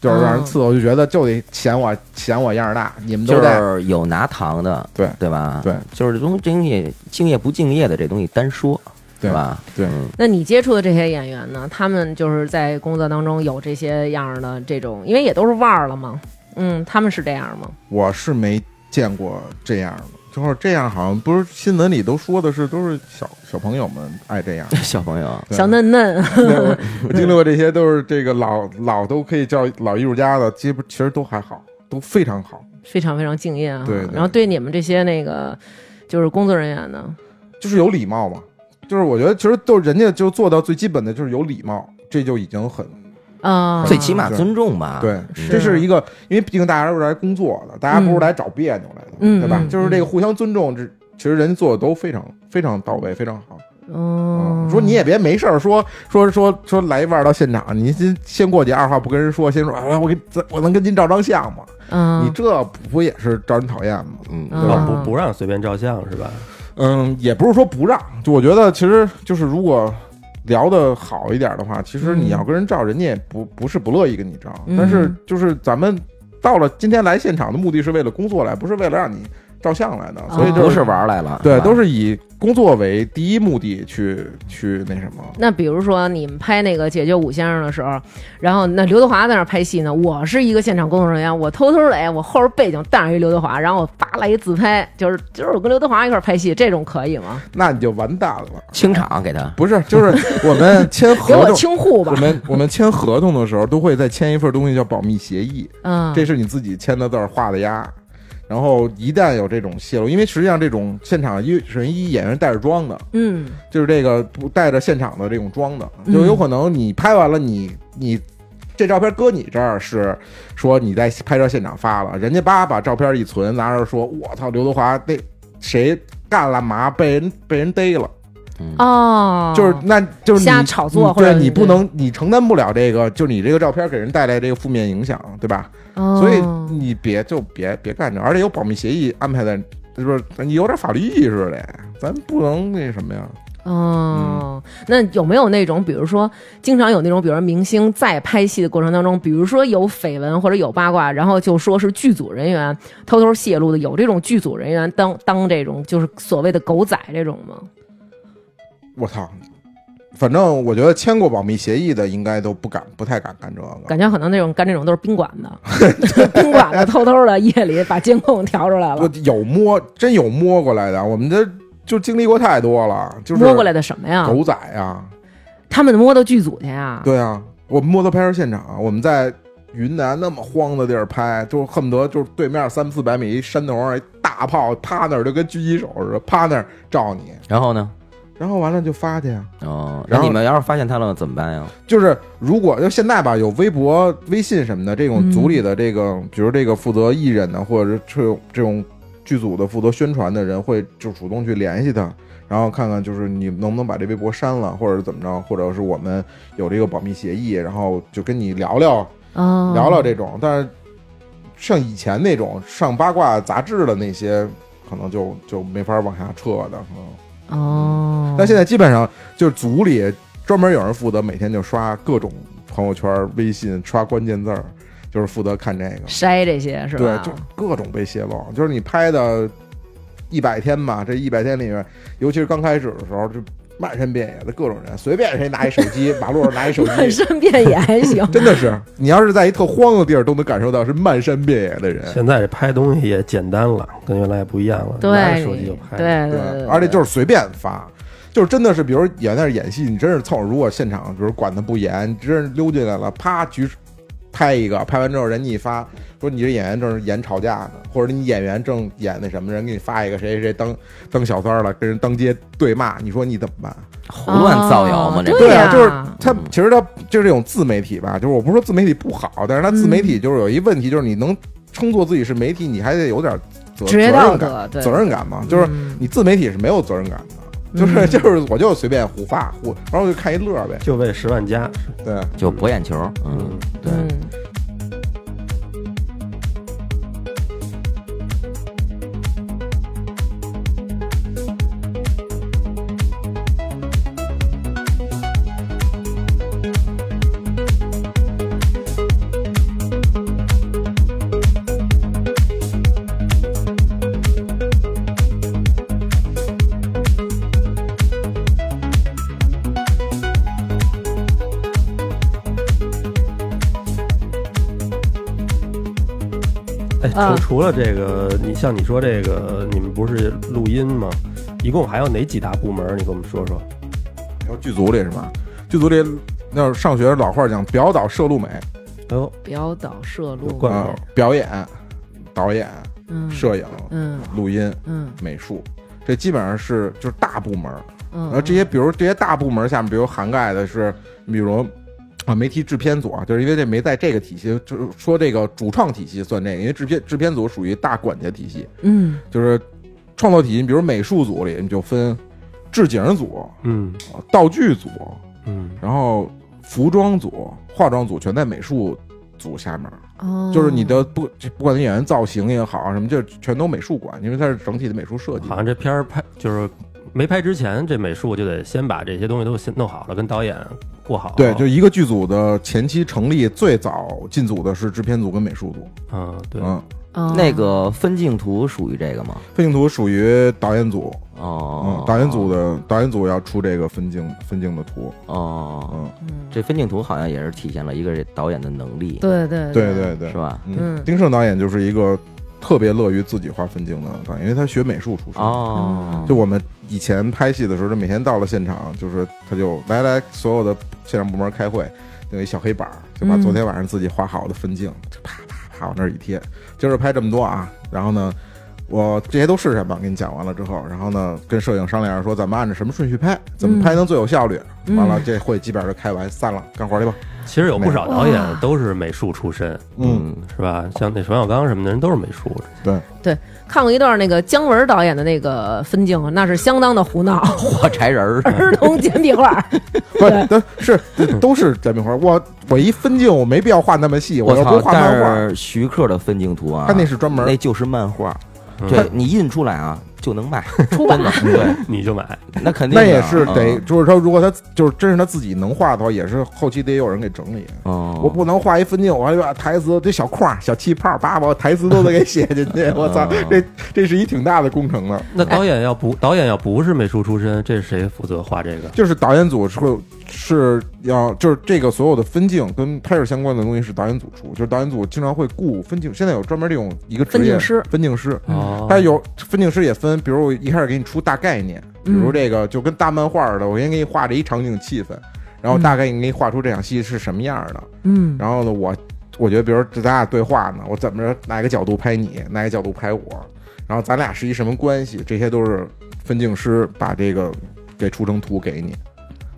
D: 就是让人
A: 哦
D: 伺候就觉得就得嫌我嫌我样儿大，你们
B: 就
D: 都在
B: 是有拿糖的，
D: 对
B: 对吧？
D: 对，
B: 就是这东这东西敬业不敬业的这东西单说，
D: 对
B: 吧？
D: 对
B: 嗯
A: 那你接触的这些演员呢？他们就是在工作当中有这些样儿的这种，因为也都是腕儿了嘛。嗯，他们是这样吗？
D: 我是没见过这样的，就是这样好像不是新闻里都说的是都是小小朋友们爱这样。
B: 小朋友，
D: 对
A: 小嫩嫩，
D: 对我我经历过这些都是这个老老都可以叫老艺术家的，基本其实都还好，都非常好。
A: 非常非常敬业啊。
D: 对对
A: 然后对你们这些那个就是工作人员呢，
D: 就是有礼貌嘛。就是我觉得其实都人家就做到最基本的就是有礼貌，这就已经很
A: 啊，
B: 最起码
D: 对
B: 尊重吧。嗯
D: 对。
A: 是
D: 这是一个，因为毕竟大家都是来工作的，大家不是来找别扭来的，
A: 嗯
D: 对吧
A: 嗯？
D: 就是这个互相尊重，这其实人家做的都非常非常到位，非常好。
A: 哦
D: 嗯，说你也别没事儿说说说说来一腕儿到现场，你先先过去，二话不跟人说，先说哎我给咱我能跟您照张相吗？
A: 啊，
D: 你这不也是招人讨厌吗？
B: 嗯，
A: 嗯
D: 对吧
C: 啊，不不让随便照相是吧？
D: 嗯，也不是说不让，就我觉得其实就是如果聊得好一点的话，其实你要跟人照，人家也不不是不乐意跟你照，
A: 嗯
D: 但是就是咱们到了今天来现场的目的是为了工作来，不是为了让你照相来的，所以
A: 哦
D: 就
B: 不
D: 是、
B: 是玩儿来了，
D: 对，
B: 吧
D: 都是以工作为第一目的去去那什么。
A: 那比如说你们拍那个《解救武先生》的时候，然后那刘德华在那儿拍戏呢，我是一个现场工作人员，我偷偷的，哎，我后边背景带上一刘德华，然后我叭来一自拍，就是就是我跟刘德华一块儿拍戏，这种可以吗？
D: 那你就完蛋了。
B: 清场给他。
D: 不是，就是 我们签
A: 给
D: 合
A: 我
D: 同，
A: 清户吧
D: 我，们我们签合同的时候都会再签一份东西叫保密协议，
A: 嗯，
D: 这是你自己签的字儿画的押。然后一旦有这种泄露，因为实际上这种现场因为人一演员带着妆的，
A: 嗯
D: 就是这个不带着现场的这种妆的，
A: 嗯
D: 就有可能你拍完了你你这照片搁你这儿是说你在拍摄现场发了，人家叭把照片一存，拿着说我操刘德华那谁干了嘛被人被人逮了，
B: 嗯
A: 哦，
D: 就是那就是你
A: 瞎炒作
D: 你
A: 或者
D: 对你不
A: 对
D: 能你承担不了这个，就你这个照片给人带来这个负面影响，对吧？
A: 哦，
D: 所以你别就别别干这，而且有保密协议安排在，是不是？你有点法律意识得，咱不能那什么呀？
A: 哦，那有没有那种，比如说，经常有那种，比如说明星在拍戏的过程当中，比如说有绯闻或者有八卦，然后就说是剧组人员偷偷泄露的，有这种剧组人员当当这种就是所谓的狗仔这种吗？
D: 我操！反正我觉得签过保密协议的，应该都不敢，不太敢干这个。
A: 感觉可能那种干这种都是宾馆的，宾馆的偷偷的夜里把监控调出来
D: 我
A: 了，
D: 有摸，真有摸过来的，我们这就经历过太多了，就是
A: 摸过来的啊什么呀？
D: 狗仔呀，
A: 他们摸到剧组去呀？
D: 对啊，我们摸到拍摄现场，我们在云南那么荒的地儿拍，就恨不得就是对面三四百米一山头上一大炮趴那儿，就跟狙击手似的，趴那儿照你，
B: 然后呢？
D: 然后完了就发去呀。
B: 哦，那
D: 然后
B: 你们要是发现他了怎么办呀？
D: 就是如果就现在吧，有微博、微信什么的这种
A: 嗯
D: 组里的这个，比如这个负责艺人的，或者是这种这种剧组的负责宣传的人，会就主动去联系他，然后看看就是你能不能把这微博删了，或者是怎么着，或者是我们有这个保密协议，然后就跟你聊聊
A: 哦，
D: 聊聊这种。但是像以前那种上八卦杂志的那些，可能就就没法往下撤的，可能。
A: 哦，
D: 但现在基本上就是组里专门有人负责每天就刷各种朋友圈、微信，刷关键字儿，就是负责看这个。
A: 筛这些是啊
D: 对
A: 吧？，
D: 就各种被泄露，就是你拍的一百天吧，这一百天里面，尤其是刚开始的时候，就漫山遍野的各种人，随便谁拿一手机，马路上拿一手
A: 漫
D: 机，，
A: 山遍野还行
D: 真的是，你要是在一特荒的地儿，都能感受到是漫山遍野的人。
C: 现在这拍东西也简单了，跟原来也不一样了，
A: 对
C: 拿着手机就拍。
A: 对，对
D: 对
A: 对，
D: 而且就是随便发，就是真的是，比如演那儿演戏，你真是凑，如果现场比如管的不严，你真是溜进来了，啪举拍一个，拍完之后人家一发说你这演员正演吵架呢，或者你演员正演那什么，人给你发一个谁谁谁当当小三儿了，跟人当街对骂，你说你怎么办？
B: 胡乱造谣嘛，
A: 哦
B: 这
A: 对
D: 啊，
A: 呀嗯
D: 就是他其实他就是这种自媒体吧，就是我不是说自媒体不好，但是他自
A: 嗯
D: 媒体就是有一问题，就是你能称作自己是媒体，你还得有点责责
A: 职业道
D: 任
A: 德
D: 感，
A: 对
D: 责任感嘛，就是
A: 嗯
D: 你自媒体是没有责任感的，就是、
A: 嗯
D: 就是我就随便胡发胡，然后就看一乐呗。
C: 就为十万加，
D: 对，
B: 就博眼球，嗯
C: 嗯，
B: 对，
A: 嗯
C: 哎，
A: 啊
C: 除除了这个，你像你说这个，你们不是录音吗？一共还有哪几大部门？你跟我们说说。
D: 然后剧组里是吧？剧组里那上学老话讲，表导摄录美
C: 哎呦，
A: 表导摄录
C: 有关
D: 啊、
C: 哦
D: 表演、导演、
A: 嗯
D: 摄影、
A: 嗯
D: 录音、
A: 嗯
D: 美术，这基本上是就是大部门。
A: 嗯，
D: 然后这些，比如这些大部门下面，比如涵盖的是，比如啊媒体制片组啊，就是因为这没在这个体系，就是说这个主创体系算这个，因为制片制片组属于大管家体系，
A: 嗯
D: 就是创作体系，你比如美术组里你就分置景组、
C: 嗯
D: 啊道具组，
C: 嗯，
D: 然后服装组、化妆组全在美术组下面，
A: 哦，
D: 就是你的不不管你演员造型也好啊什么，就全都美术管，因为它是整体的美术设计
C: 好。像这片儿拍就是没拍之前，这美术就得先把这些东西都先弄好了，跟导演过好。
D: 对，就一个剧组的前期成立，最早进组的是制片组跟美术组。
C: 嗯对，
D: 嗯，
A: 哦
B: 那个分镜图属于这个吗？
D: 分镜图属于导演组，
B: 哦
C: 啊
D: 嗯，，导演组的导演组要出这个分镜分镜的图，
B: 哦，
D: 嗯，
A: 嗯
B: 这分镜图好像也是体现了一个这导演的能力，
A: 对对
D: 对对对
B: 是，吧？
A: 嗯
D: 丁晟导演就是一个特别乐于自己画分镜的导演，因为他学美术出身。
B: 哦
A: 嗯，
D: 就我们以前拍戏的时候，就每天到了现场，就是他就来来所有的现场部门开会，弄一小黑板儿，就把
A: 嗯
D: 昨天晚上自己画好的分镜，就啪啪啪往那儿一贴。今儿就拍这么多啊，然后呢，我这些都是什么？给你讲完了之后，然后呢，跟摄影商量着说，咱们按照什么顺序拍，怎么拍能最有效率。
A: 嗯
D: 完了，这会基本上就开完，散了，干活去吧。
C: 其实有不少
A: 美
C: 导演
A: 哇
C: 都是美术出身，
D: 嗯，
C: 是吧？像那冯小刚什么的人都是美术。
D: 对，
A: 看过一段那个姜文导演的那个分镜，那是相当的胡闹，
B: 画柴人 儿，
A: 儿童简笔画，
D: 不，但是这都是煎饼花。我我一分镜，我没必要画那么细，我
B: 我
D: 又不
B: 操
D: 是！画漫画，
B: 但是徐克的分镜图啊，
D: 他那是专门
B: 那就是漫画，
C: 嗯
B: 对你印出来啊就能卖，
A: 出版
B: 真的， 对，
C: 你就买，
B: 那肯定
D: 那
B: 的
D: 也是得，
B: 嗯
D: 就是说，如果他就是真是他自己能画的话，也是后期得有人给整理。
B: 哦，
D: 我不能画一分镜，我还把台词这小框、小气泡，把我台词都得给写进 去。我
B: 哦
D: 操，这这是一挺大的工程呢。
C: 那导演要不导演要不是美术出身，这是谁负责画这个？
D: 就是导演组是会是要就是这个所有的分镜跟拍摄相关的东西是导演组出，就是导演组经常会雇分镜，现在有专门这种一个职
A: 分
D: 业
A: 镜师
D: 分镜师。
B: 嗯
C: 哦，
D: 他嗯有分镜师也分，比如我一开始给你出大概念，比如这个就跟大漫画似的，我先给你画这一场景气氛，然后大概你给你画出这场戏是什么样的，
A: 嗯
D: 然后呢，我我觉得，比如这咱俩对话呢，我怎么着哪个角度拍你，哪个角度拍我，然后咱俩是一什么关系，这些都是分镜师把这个给出成图给你，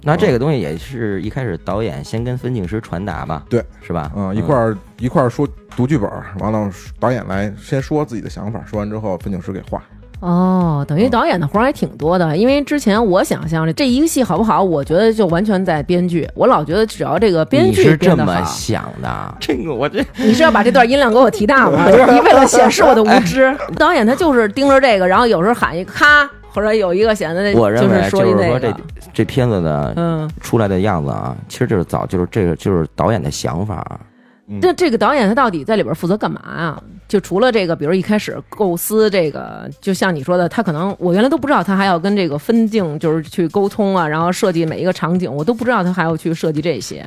B: 那这个东西也是一开始导演先跟分镜师传达吧，
D: 对，
B: 是吧？
D: 嗯，一块儿、一块儿说读剧本，完了导演来先说自己的想法，说完之后分镜师给画，
A: 哦，等
D: 嗯
A: 于导演的活儿还挺多的，因为之前我想象的这一个戏好不好，我觉得就完全在编剧，我老觉得只要这个编
B: 你
A: 剧
B: 是
A: 编
B: 这
A: 得
B: 么
A: 好，
B: 想 的？啊这个我这
A: 你是要把这段音量给我提大吗？就是你为了显示我的无知，导演他就是盯着这个，然后有时候喊一个咔，或者有一个显得
B: 我认
A: 呃就
B: 为啊
A: 是
B: 就
A: 说一
B: 是
A: 那个
B: 说这，这片子的
A: 嗯，
B: 出来的样子啊，其实就是早就是这个就是导演的想法，
D: 嗯
A: 那这个导演他到底在里边负责干嘛啊？就除了这个，比如一开始构思这个，就像你说的，他可能我原来都不知道他还要跟这个分镜就是去沟通啊，然后设计每一个场景，我都不知道他还要去设计这些。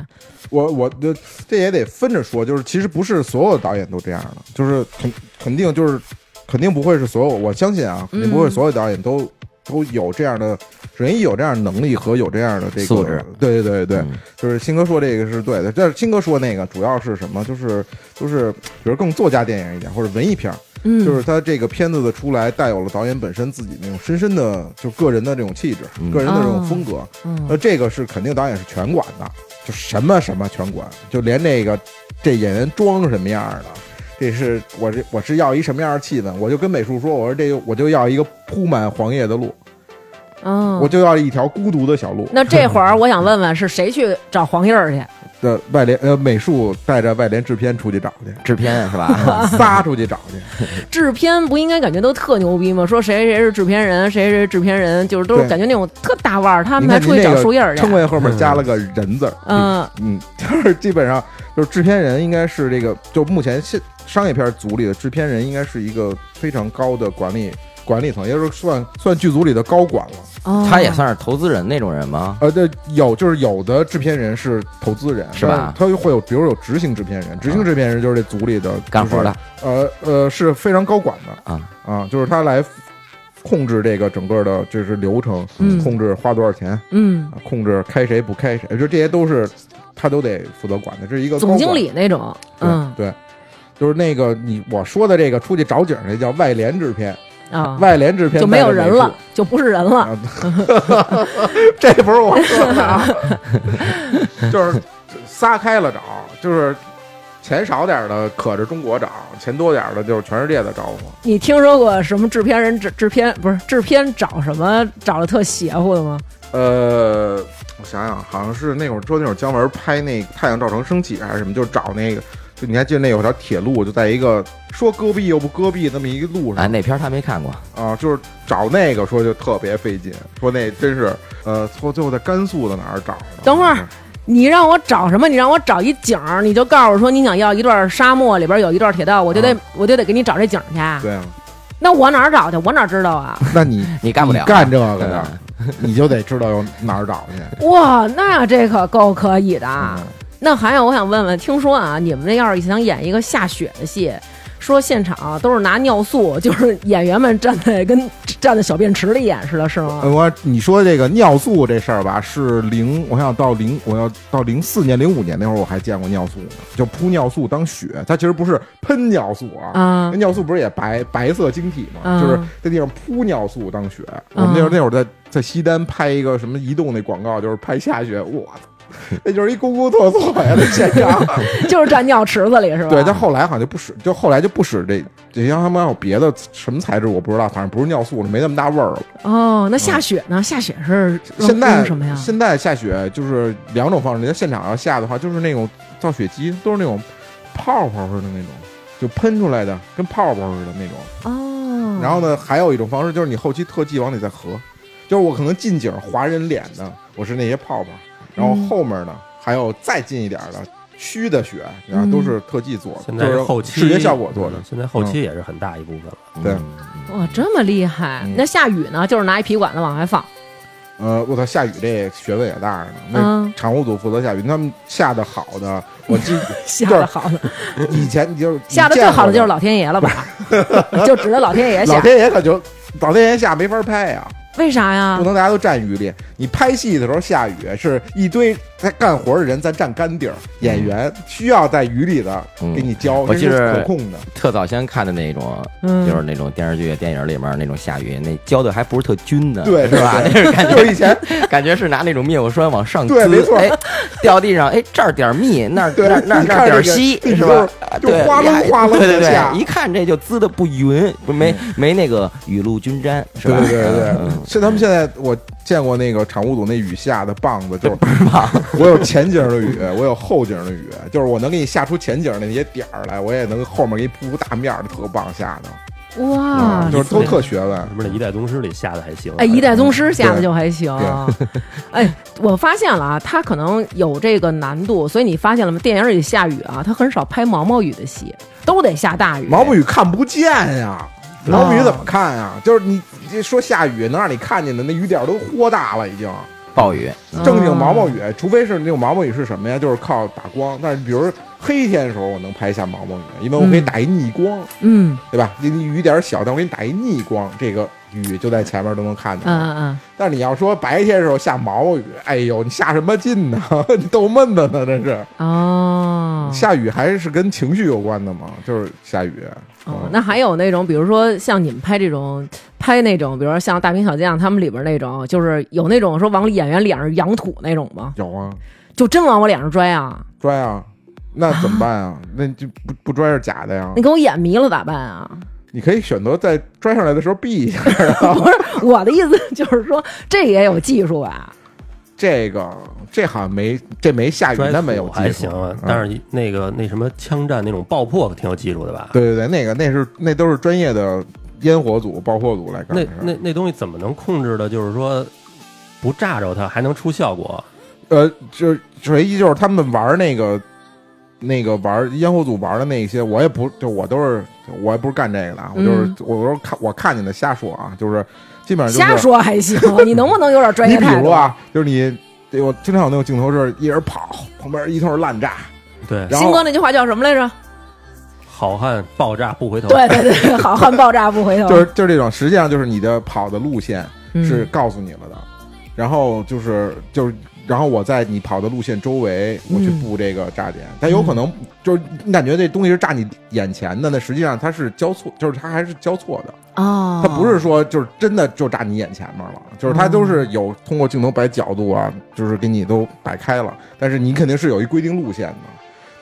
D: 我我这这也得分着说，就是其实不是所有导演都这样的，就是肯肯定就是肯定不会是所有，我相信啊，肯定
A: 嗯
D: 不会所有导演都、都有这样的，首先有这样的能力和有这样的这个
B: 素质，
D: 对对对对，
B: 嗯
D: 就是新哥说这个是对的，但是新哥说那个主要是什么？就是就是比如更作家电影一点，或者文艺片儿，
A: 嗯，
D: 就是他这个片子的出来带有了导演本身自己那种深深的就个人的这种气质，
B: 嗯
D: 个人的这种
A: 哦
D: 风格。
A: 嗯
D: 那这个是肯定导演是全管的，就什么什么全管，就连这个这演员装什么样的，这是我这我是要一什么样的气氛，我就跟美术说，我说这个我就要一个铺满黄叶的路，
A: 哦，
B: 嗯
D: 我就要一条孤独的小路。
A: 那这会儿我想问问是谁去找黄印儿去？
D: 的外联呃美术带着外联制片出去找去，
B: 制片是吧？
A: 啊
D: 仨出去找去，
A: 制片不应该感觉都特牛逼吗？说谁谁是制片人，谁谁是制片人，就是都是
D: 对
A: 感觉那种特大腕儿，他们
D: 你
A: 才
D: 看
A: 出去
D: 您
A: 找
D: 那个
A: 树叶儿去
D: 称。谓后面加了个人字儿，
A: 嗯
D: 嗯，就是基本上就是制片人应该是这个，就目前现商业片组里的制片人应该是一个非常高的管理管理层，也就是算算剧组里的高管了。
A: 哦
B: 他也算是投资人那种人吗？
D: 呃，对，有就是有的制片人是投资人，
B: 是吧嗯
D: 但他会有，比如有执行制片人，执行制片人就是这组里的
B: 干活的，
D: 就是呃呃是非常高管的
B: 啊
D: 啊，就是他来控制这个整个的就是流程，
A: 嗯
D: 控制花多少钱，
A: 嗯，
D: 啊控制开谁不开谁，就这些都是他都得负责管的，这是一个高
A: 总经
D: 管
A: 理那种。嗯
D: 对，对，就是那个你我说的这个出去找景儿那叫外联制片，
A: 啊，
D: 外联制片
A: 就没有
D: 带着
A: 人
D: 美术
A: 了，就不是人了。
D: 啊， 这不是我说 的啊，就是撒开了找，就是钱少点儿的可着中国找，钱多点儿的就是全世界的招呼。
A: 你听说过什么制片人制制片不是制片找什么找的特邪乎的吗？
D: 呃，我想想，好像是那会儿说那会儿姜文拍那个《太阳照常升起》还是什么，就找那个，就你还记得那有条铁路，就在一个说戈壁又不戈壁那么一个路上
B: 哎，，那片儿他没看过，
D: 啊，就是找那个说就特别费劲，说那真是，呃，最最后在甘肃的哪儿找的？
A: 等会儿，你让我找什么？你让我找一景儿，你就告诉我说你想要一段沙漠里边有一段铁道，我就得、
D: 嗯
A: 我就得给你找这景儿去。
D: 对啊，
A: 那我哪儿找去？我哪儿知道啊？
D: 那你
B: 你干不了啊
D: 你。干这个
B: 对
D: 的，你就得知道有哪儿找去。
A: 哇，那这可够可以的啊！
D: 嗯
A: 那还有，我想问问，听说啊，你们这要是想演一个下雪的戏，说现场啊都是拿尿素，就是演员们站在跟站在小便池里演似的，是
D: 呃
A: 吗？
D: 我你说这个尿素这事儿吧，是零，我想到零，我要到零四年、零五年那会儿，我还见过尿素呢，就铺尿素当雪，它其实不是喷尿素啊，
A: 啊
D: 那尿素不是也白白色晶体嘛，
A: 嗯
D: 就是在地上铺尿素当雪。我们那会儿那会儿在在西单拍一个什么移动那广告，就是拍下雪，我操， 那就是一公共厕所呀，那现场。
A: 就是站尿池子里是吧？
D: 呃对，但后来好像就不使，就后来就不使这，这像他们还有别的什么材质我不知道，反正不是尿素了，没那么大味儿了。
A: 哦，那下雪呢？下雪是用
D: 现在
A: 用什么呀？
D: 现在下雪就是两种方式，你在现场要下的话，就是那种造雪机，都是那种泡泡似的那种，就喷出来的，跟泡泡似的那种。
A: 哦，
D: 然后呢，还有一种方式就是你后期特技往里再合，就是我可能近景划人脸的，我是那些泡泡，然后
A: 嗯
D: 后面呢还有再近一点的虚的雪，
A: 嗯
D: 然后都是特技做的，
C: 现
D: 就
C: 在
D: 是
C: 是后期
D: 视觉效果做的
C: 嗯。现在后期也是很大一部分了。
D: 对
B: 嗯，
A: 哇，这么厉害！
D: 嗯
A: 那下雨呢？就是拿一皮管子往外 放。
D: 呃，我操，下雨这学问也大着呢。
A: 嗯
D: 那常务组负责下雨，他们下的好的，我 记
A: 下的好的，
D: 以前你就是
A: 下的最好的就是
D: 老
A: 老天爷了吧？ 就指着老天爷
D: 老
A: 下，
D: 天爷可就老天爷下没法拍呀、
A: 为啥呀
D: 不？能大家都站雨里。你拍戏的时候下雨，是一堆在干活的人在站干地儿，演员需要在雨里的
B: 嗯
D: 给你浇，
B: 我
D: 这
B: 记
D: 是
B: 着
D: 可控的。
B: 特早先看的那种，
A: 嗯
B: 就是那种电视剧、电影里面那种下雨，那浇的还不是特均的，
D: 对
B: 是吧？
D: 对
B: 那是感
D: 就是
B: 觉
D: 以前
B: 感觉是拿那种灭火栓往上滋，
D: 对没错
B: 哎，掉地上，哎，这儿点儿密，那儿
D: 对
B: 那儿 那儿
D: 你
B: 那
D: 看
B: 儿点儿
D: 这个
B: 稀，
D: 地
B: 是
D: 球
B: 吧？
D: 就
B: 对
D: 哗楞
B: 哎
D: 哗楞
B: 对对
D: 地下
B: 对，一看这就滋的不匀，不没没那个雨露均沾，是
D: 对
B: 吧？
D: 对对对
B: 嗯，
D: 是他们现在我见过那个场务组那雨下的棒子，就是 我有前景的雨，我有后景的雨，啊就是我能给你下出前景的那些点儿来，我也能后面给你铺大面儿的，特棒下的。嗯
A: 哇
D: 就是都特学问
C: 什。么的《一代宗师》里下的还行。
A: 哎，一代宗师下的就还行
D: 对。
A: 哎，我发现了啊，他可能有这个难度，所以你发现了吗？电影里下雨啊，他很少拍毛毛雨的戏，都得下大雨。
D: 毛毛雨看不见呀，
A: 对
D: 毛毛雨怎么看呀？就是你这说下雨能让你看见的那雨点儿都豁大了，已经
B: 暴雨，
A: 嗯
D: 正经毛毛雨，除非是那种毛毛雨是什么呀？就是靠打光。但是比如黑天的时候，我能拍一下毛毛雨，因为我可以
A: 嗯
D: 打一逆光，
A: 嗯
D: 对吧？你你雨点儿小，但我给你打一逆光，这个雨就在前面都能看
A: 嗯
D: 见。
A: 嗯嗯，
D: 但是你要说白天的时候下毛毛雨，哎呦，你下什么劲呢？ 你逗闷子呢？这是
A: 嗯哦，
D: 下雨还是跟情绪有关的嘛？就是下雨。
A: 哦
D: 嗯，
A: 那还有那种，比如说像你们拍这种，拍那种，比如说像《大兵小将》他们里边那种，就是有那种说往演员脸上扬土那种吗？
D: 有啊，
A: 就真往我脸上拽啊！
D: 拽啊，那怎么办啊？那就不不拽是假的呀
A: 你。给我演迷了咋办啊？
D: 你可以选择在拽上来的时候避一下。
A: 不是我的意思，就是说这也有技术啊吧？
D: 这个这好像没这没下雨
C: 摔
D: 那么有
C: 死我
D: 技术，
C: 还行啊
D: 嗯，
C: 但是那个那什么枪战那种爆破挺有技术的吧？
D: 对对对，那个那是那都是专业的烟火组、爆破组来干
C: 那
D: 的事儿。
C: 那那东西怎么能控制的？就是说不炸着它还能出效果？
D: 呃，就是唯一就是他们玩那个那个玩烟火组玩的那些，我也不就我都是我也不是干这个的啊，我就是、
A: 嗯
D: 我都是看我看见的瞎说啊，就是基本上就是
A: 瞎说还行，你能不能有 点专
D: 你
A: 业
D: 比
A: 态
D: 如
A: 度？
D: 啊，就是你对我经常有那种镜头是一人跑，旁边一通是烂炸，
C: 对，
D: 然
A: 新
D: 后
A: 哥那句话叫什么来着？
C: 好汉爆炸不回头。
A: 对对对，好汉爆炸不回头。
D: 就是就是这种，实际上就是你的跑的路线
A: 嗯
D: 是告诉你了的，然后就是就是。然后我在你跑的路线周围，我去
A: 嗯
D: 布这个炸点，但有可能就是你感觉这东西是炸你眼前的，那实际上它是交错，就是它还是交错的，
A: 哦，
D: 它不是说就是真的就炸你眼前面了，就是它都是有通过镜头摆角度啊，就是给你都摆开了，但是你肯定是有一规定路线的。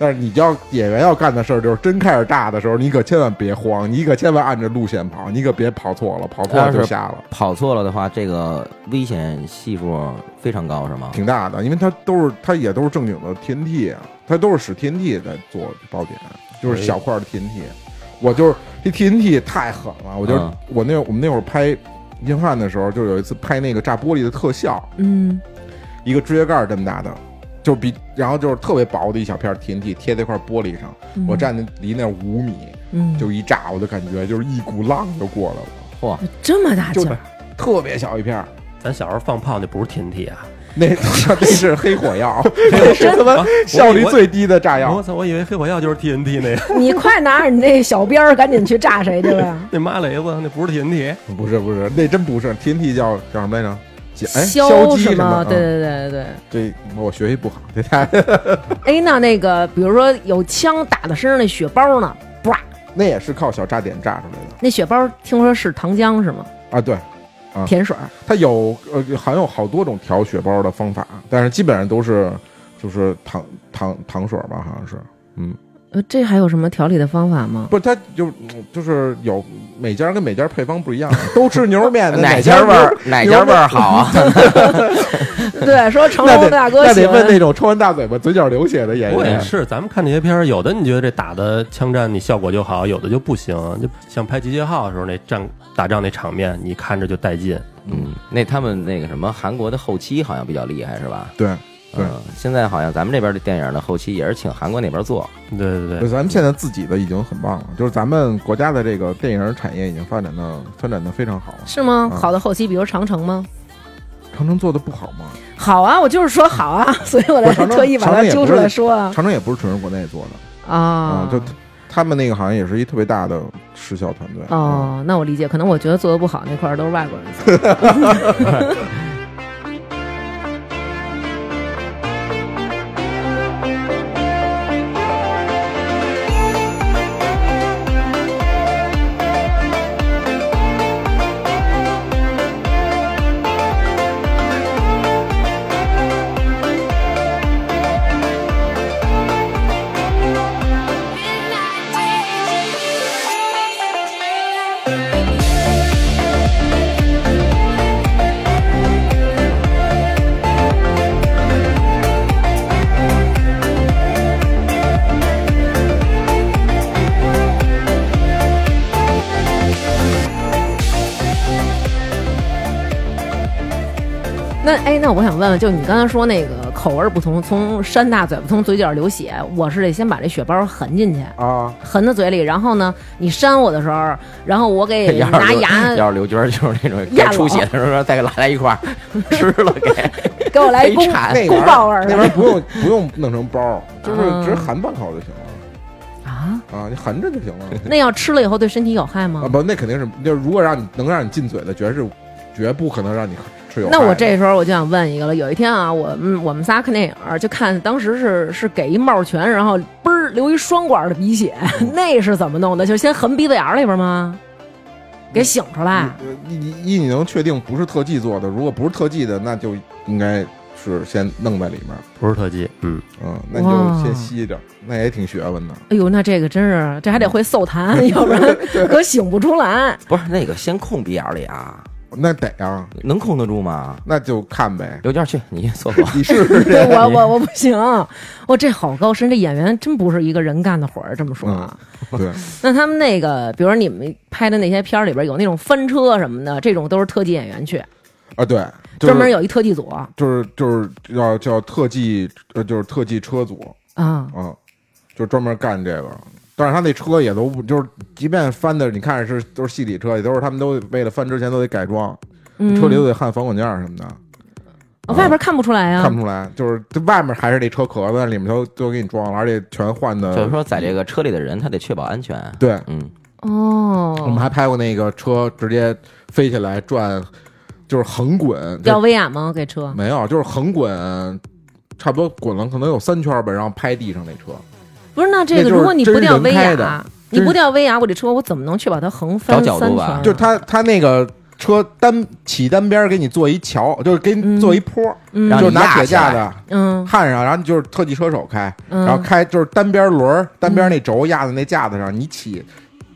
D: 但是你要演员要干的事儿，就是真开始炸的时候，你可千万别慌，你可千万按着路线跑，你可别跑错了，跑错了
A: 哎
D: 就瞎了，
B: 跑错了的话，这个危险系数非常高，是吗？
D: 挺大的，因为它都是它也都是正经的 TNT 啊，它都是使 TNT 在做爆点，就是小块的 TNT。我就是这 TNT 太狠了，我就、
B: 嗯
D: 我那我们那会儿拍硬汉的时候，就有一次拍那个炸玻璃的特效，
A: 嗯
D: 一个指甲盖儿这么大的，就比然后就是特别薄的一小片 TNT 贴在一块玻璃上，
A: 嗯
D: 我站在离那儿五米，
A: 嗯，
D: 就一炸，我就感觉就是一股浪就过来了，
B: 嚯，
A: 这么大
D: 就
A: 劲儿，
D: 特别小一片儿，
C: 咱小时候放炮那不是 TNT 啊！
D: 那那是黑火药，那是他妈
C: 啊
D: 效率最低的炸药
C: 我。操！我以为黑火药就是 TNT 那个，
A: 你快拿着你那小鞭儿，赶紧去炸谁去吧。
C: 那麻雷子那不是 TNT。
D: 不是不是，那真不是 TNT 叫叫什么来着？解 哎，
A: 消
D: 击
A: 什
D: 么？
A: 对
D: 嗯
A: 对对对对。
D: 对，我学习不好，对大家
A: 哎，那那个，比如说有枪打到身上那血包呢？
D: 那也是靠小炸点炸出来的
A: 那血包听说是糖浆是吗？
D: 啊。对，啊
A: 甜水儿。
D: 它有呃，好像有好多种调血包的方法，啊但是基本上都是就是糖糖糖水吧，好像是。
A: 呃，这还有什么调理的方法吗？
D: 不是，它就就是有每家跟每家配方不一样，啊都吃牛肉面的
B: 哪
D: 家
B: 家味儿哪家味儿好 啊？
A: 对，说成
D: 牛
A: 龙
D: 肉面
A: 大
D: 那
A: 哥
D: 得
A: 喜
D: 那得问
A: 欢。
D: 那种抽完大嘴巴嘴角流血的
A: 啊
D: 演
C: 我也
D: 员。
C: 是，咱们看这些片儿，有的你觉得这打的枪战你效果就好，有的就不行。就像拍《集结号》的时候那战打仗那场面，你看着就带劲。
B: 嗯，那他们那个什么韩国的后期好像比较厉害，是吧？
D: 对，
B: 嗯，
D: 对
B: 现在好像咱们这边的电影的后期也是请韩国那边做，
C: 对对
D: 就
C: 对，
D: 咱们现在自己的已经很棒了，就是咱们国家的这个电影产业已经发展的发展的非常好了。
A: 是吗？
D: 嗯
A: 好的后期，比如长城吗？
D: 长城做的不好吗？
A: 好啊，我就是说好啊， 所以我
D: 不
A: 才
D: 是长城
A: 特意把它揪出来说啊。
D: 长城也不是纯是国内做的
A: 啊
D: 啊，就他们那个好像也是一特别大的视效团队。嗯
A: 哦，那我理解，可能我觉得做的不好那块儿都是外国人做的。
E: Thank you.
A: 那哎，那我想问问，就你刚才说那个口味儿不同，从山大嘴不通，嘴角流血，我是得先把这血包含进去，
D: 啊，
A: 含到嘴里，然后呢，你扇我的时候，然后我给
B: 要
A: 拿
B: 是刘
A: 牙
B: 要是刘娟就是那种
A: 压
B: 该
A: 了
B: 出血的时候再给拉在一块儿 吃了给，
A: 给我来一
B: 一
A: 公
B: 铲
D: 那
A: 公
D: 玩意
A: 报味
D: 儿
A: 儿
D: 那玩意儿不用不用弄成包，就是
A: 啊
D: 直接含半口就行了
A: 啊，
D: 啊，你含着就行了
A: 那要吃了以后对身体有害吗
D: 啊，？不，那肯定是就是如果让你能让你进嘴的，绝是绝不可能让你吃有害
A: 那
D: 的。
A: 我这时候我就想问一个了，有一天啊，我们我们仨看电影儿，就看当时是是给一帽拳，然后嘣儿流一双管的鼻血， 那是怎么弄的？就是先横鼻子眼儿里边吗？给醒出来？
D: 你你一你能确定不是特技做的，如果不是特技的，那就应该是先弄在里面，
C: 不是特技，嗯，
D: 嗯，那
A: 哇
D: 就先吸着，那也挺学问的。
A: 哎呦，那这个真是，这还得会搜痰，要不然可醒不出来。
B: 不是那个先控鼻眼里啊，
D: 那得啊，
B: 能控得住吗？
D: 那就看呗。，
B: 刘娟去你厕所
D: 你试试去。
A: 对我我我不行，我这好高深，这演员真不是一个人干的活儿。这么说啊，
D: 对，
A: 那他们那个，比如说你们拍的那些片儿里边有那种翻车什么的，这种都是特技演员去，
D: 啊对，就
A: 专门
D: 是
A: 有一特技组啊。
D: 就是就是要叫特技，呃，就是特技车组啊，就专门干这个。但是他那车也都不，就是即便翻的，你看是都是系里车，也都是他们都为了翻之前都得改装，
A: 嗯，
D: 车里都得焊防滚架什么的。啊
A: 哦外边看不出来呀、
D: 看不出来，就是这外面还是那车壳子，里面都都给你装了，而且全换的。
B: 就是说在这个车里的人他得确保安全。
D: 对，
B: 嗯，
D: 我们
A: 哦，
D: 还拍过那个车直接飞起来转，就是横滚，就
A: 吊威亚吗？给车
D: 没有，就是横滚，差不多滚了可能有三圈吧，然后拍地上那车。
A: 嗯不是？那这
D: 那
A: 个
D: 就是
A: 如果你不吊威
D: 真人开
A: 亚
D: 的，
A: 你不
D: 真
A: 吊威亚，我这车我怎么能确保它横翻
B: 找角
A: 三
B: 度吧
A: 圈？啊
D: 就，他他那个车单起单边给你做一桥，就是给你做一坡，
A: 嗯
B: 让
D: 就是
B: 你
D: 拿
B: 压
D: 铁
B: 起来
D: 架的
A: 嗯
D: 焊上，然后就是特技车手开，
A: 嗯，
D: 然后开就是单边轮儿，单边那轴压在那架子上，你起，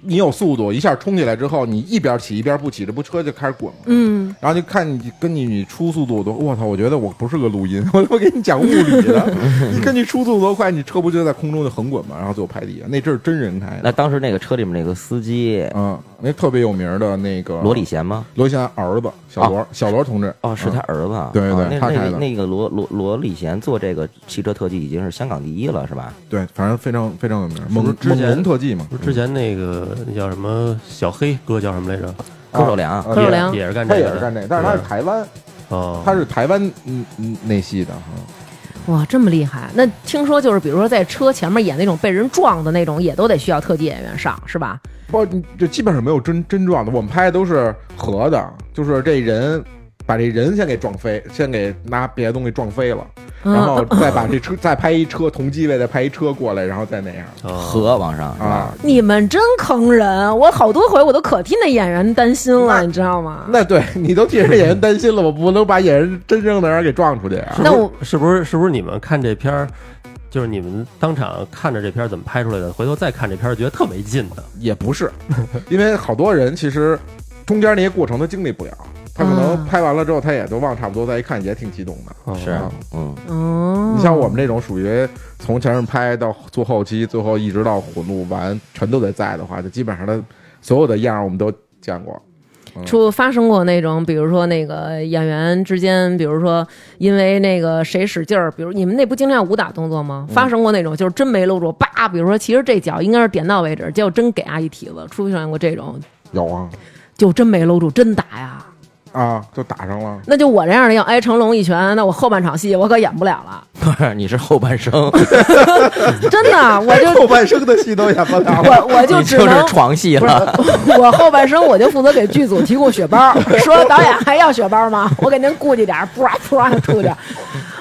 D: 你有速度，一下冲起来之后，你一边起一边不起，这不车就开始滚了。
A: 嗯，
D: 然后就看你根据你出速度多，我操！我觉得我不是个录音， 我他妈给你讲物理的。 你根据出速度多快，你车不就在空中就横滚吗？然后最后拍地下，那阵儿真人开
B: 那
D: 的。
B: 当时那个车里面那个司机
C: 哎
D: 嗯，那特别有名的那个
B: 罗礼贤吗？
D: 罗翔儿子小
C: 啊
D: 罗、小罗同志嗯
B: 哦，是他儿子啊。
D: 对对
B: 哦那
D: 他
B: 那
D: 开
B: 个
D: 的
B: 那个罗罗罗礼贤做这个汽车特技已经是香港第一了，是吧？
D: 对，反正非常非常有名，
C: 不是
D: 猛
C: 之
D: 猛
C: 前
D: 龙特技嘛
C: 不。是之前那个那叫什么小黑哥叫什么来着？
B: 柯受良，
D: 啊
A: 柯受良
C: 也是干
D: 他
C: 这
D: 也
C: 个
D: 是
C: 的，
D: 干这，但是他是
C: 对
D: 台湾，
C: 哦，
D: 他是台湾嗯嗯那系的哈。
A: 哇，这么厉害！那听说就是，比如说在车前面演那种被人撞的那种，也都得需要特技演员上，是吧？
D: 不，你就基本上没有真真撞的，我们拍的都是合的，就是这人把这人先给撞飞，先给拿别的东西撞飞了，
A: 嗯
D: 然后再把这车 再拍一车同机位，再拍一车过来，然后再那样
C: 和
B: 河往上是吧？嗯
D: 啊。
A: 你们真坑人！我好多回我都可替那演员担心
D: 那
A: 了，你知道吗？
D: 那对 你都替人演员担心了，我不能把演员真正的人给撞出去啊！
A: 那我
C: 是不是是不是你们看这片儿？就是你们当场看着这片儿怎么拍出来的，回头再看这片儿觉得特没劲的。
D: 也不是， 因为好多人其实中间那些过程他经历不了，他可能
A: 啊
D: 拍完了之后他也都忘差不多，再一看也挺激动的。
C: 哦
B: 是
D: 啊，
B: 嗯，
A: 嗯，
D: 你像我们这种属于从前面拍到做后期，最后一直到混录完，全都得在的话，就基本上的所有的样儿我们都见过。
A: 出发生过那种，比如说那个演员之间，比如说因为那个谁使劲儿，比如你们那不经常有武打动作吗？发生过那种就是真没搂住，叭，比如说其实这脚应该是点到为止，结果真给阿姨蹄子，出现过这种
D: 有啊
A: 就真没搂住，真打呀。
D: 啊，就打上了。
A: 那就我这样的要挨成龙一拳，那我后半场戏我可演不了了，
B: 不
D: 哦
B: 是， 你是后半生，
A: 真的，我就
D: 后半生的戏都演不了了。
A: 我我就
B: 你
A: 只
B: 就是
A: 能
B: 床戏
A: 不是
B: 了。
A: 我后半生我就负责给剧组提供血包，说导演还要血包吗？我给您顾忌点儿，噗啊噗啊出去。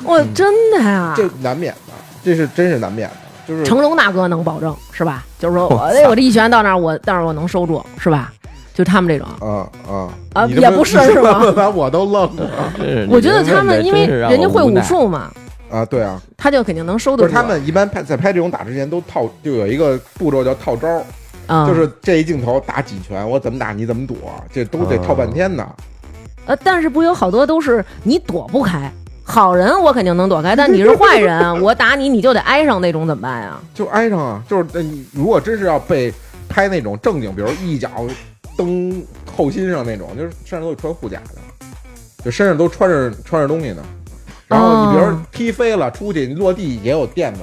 A: 我
B: 嗯
A: 真的呀，
D: 这难免的，这是真是难免的，就是
A: 成龙大哥能保证是吧？就是说我
B: 我
A: 哎，我这一拳到那儿，我但是我能收住是吧？就他们这种，
D: 啊啊
A: 啊
D: 你这
A: 也不是是吧
D: 问完我都愣 了
B: 是
A: 我觉得
B: 你这
A: 他们
B: 问的
A: 因为
B: 真是让
A: 人家
B: 我
A: 会
B: 无
A: 武
B: 奈，
A: 术嘛，
D: 啊！对啊，
A: 他就肯定能收
D: 不
A: 得
D: 是
A: 住。
D: 他们一般拍在拍这种打之前都套，就有一个步骤叫套招儿，
A: 啊，
D: 就是这一镜头打几拳，我怎么打你怎么躲，这都得套半天呢。
A: 呃，但是不有好多都是你躲不开。好人我肯定能躲开，但你是坏人，我打你你就得挨上那种怎么办呀？
D: 就挨上啊，就是呃你如果真是要被拍那种正经，比如一脚蹬后心上那种，就是身上都是穿护甲的，就身上都穿着穿着东西呢。然后你比如说
A: 哦
D: 踢飞了出去，你落地也有垫子，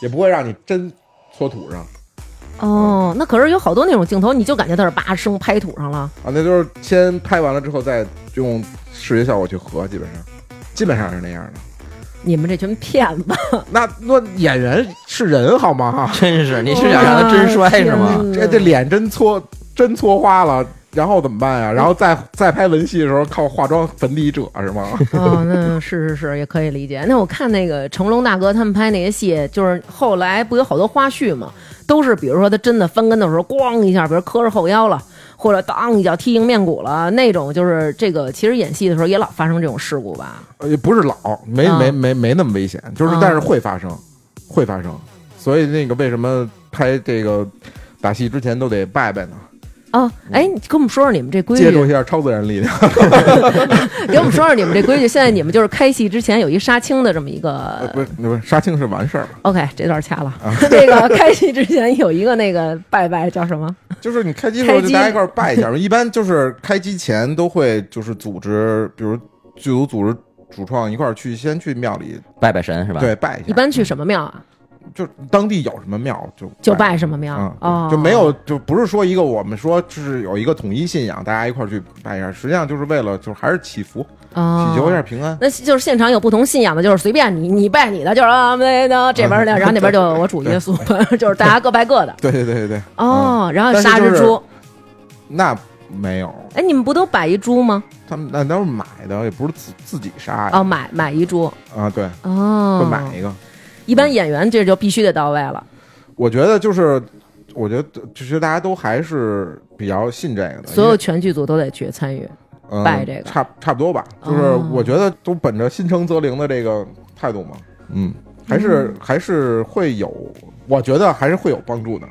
D: 也不会让你真搓土上
A: 哦，那可是有好多那种镜头，你就感觉它是叭生拍土上了。
D: 啊。那都是先拍完了之后再用视觉效果去合，基本上基本上是那样的。
A: 你们这群骗子！
D: 那那演员是人好吗？哈，
B: 真 是，你是想让他真
A: 哦
B: 摔是吗？
D: 这这脸真搓真搓花了，然后怎么办呀？然后再再拍文戏的时候靠化妆粉底者是 吗？
A: 哦，那是是是，也可以理解。那我看那个成龙大哥他们拍那些戏，就是后来不有好多花絮嘛，都是比如说他真的翻跟的时候，咣一下，比如磕着后腰了，或者当一脚踢迎面骨了，那种就是这个。其实演戏的时候也老发生这种事故吧？
D: 呃，也不是老，嗯没
A: 啊
D: 没没没那么危险，就是
A: 啊
D: 但是会发生，会发生。所以那个为什么拍这个打戏之前都得拜拜呢？
A: 哦，哎，你跟我们说说你们这规
D: 借助一
A: 矩，
D: 下超自然力量。
A: 给我们说说你们这规矩。现在你们就是开戏之前有一杀青的这么一
D: 呃
A: 个
D: 不是 不是，杀青是完事儿了，
A: ，OK，这段掐了。
D: 啊
A: 这个开戏之前有一个那个拜拜叫什 么？
D: 就是你开机的时候
A: 开
D: 就
A: 机
D: 大家一块儿拜一 下。一般就是开机前都会就是组织，比如剧组组织主创一块儿去先去庙里
B: 拜拜神是吧？
D: 对拜一下。
A: 一般去什么庙啊？
D: 就当地有什么庙就
A: 就拜什么庙？
D: 嗯
A: 哦，
D: 就没有就不是说一个我们说就是有一个统一信仰，大家一块儿去拜一下，实际上就是为了就是还是祈福，
A: 哦
D: 祈求一下平安。
A: 那就是现场有不同信仰的，就是随便你，你拜你的，就是啊，没呢，这边 的，然后那边就我主耶稣， 就是大家各拜各的。
D: 对对对对对，
A: 哦，然后
D: 啊但是
A: 杀只
D: 就是
A: 猪，
D: 那没有，
A: 哎，你们不都摆一猪吗？
D: 他们那都是买的，也不是自自己杀呀。
A: 哦，买买一猪，
D: 啊，对，会
A: 哦，
D: 买一个。
A: 一般演员这就必须得到位了，
D: 我觉得就是，我觉得就是大家都还是比较信这个的，
A: 所
D: 因
A: 有
D: 为
A: 全剧组都得去参与。
D: 嗯
A: 拜这个
D: 差差不多吧。就是
A: 哦
D: 我觉得都本着心诚则灵的这个态度嘛，嗯，还是还是会有，我觉得还是会有帮助的。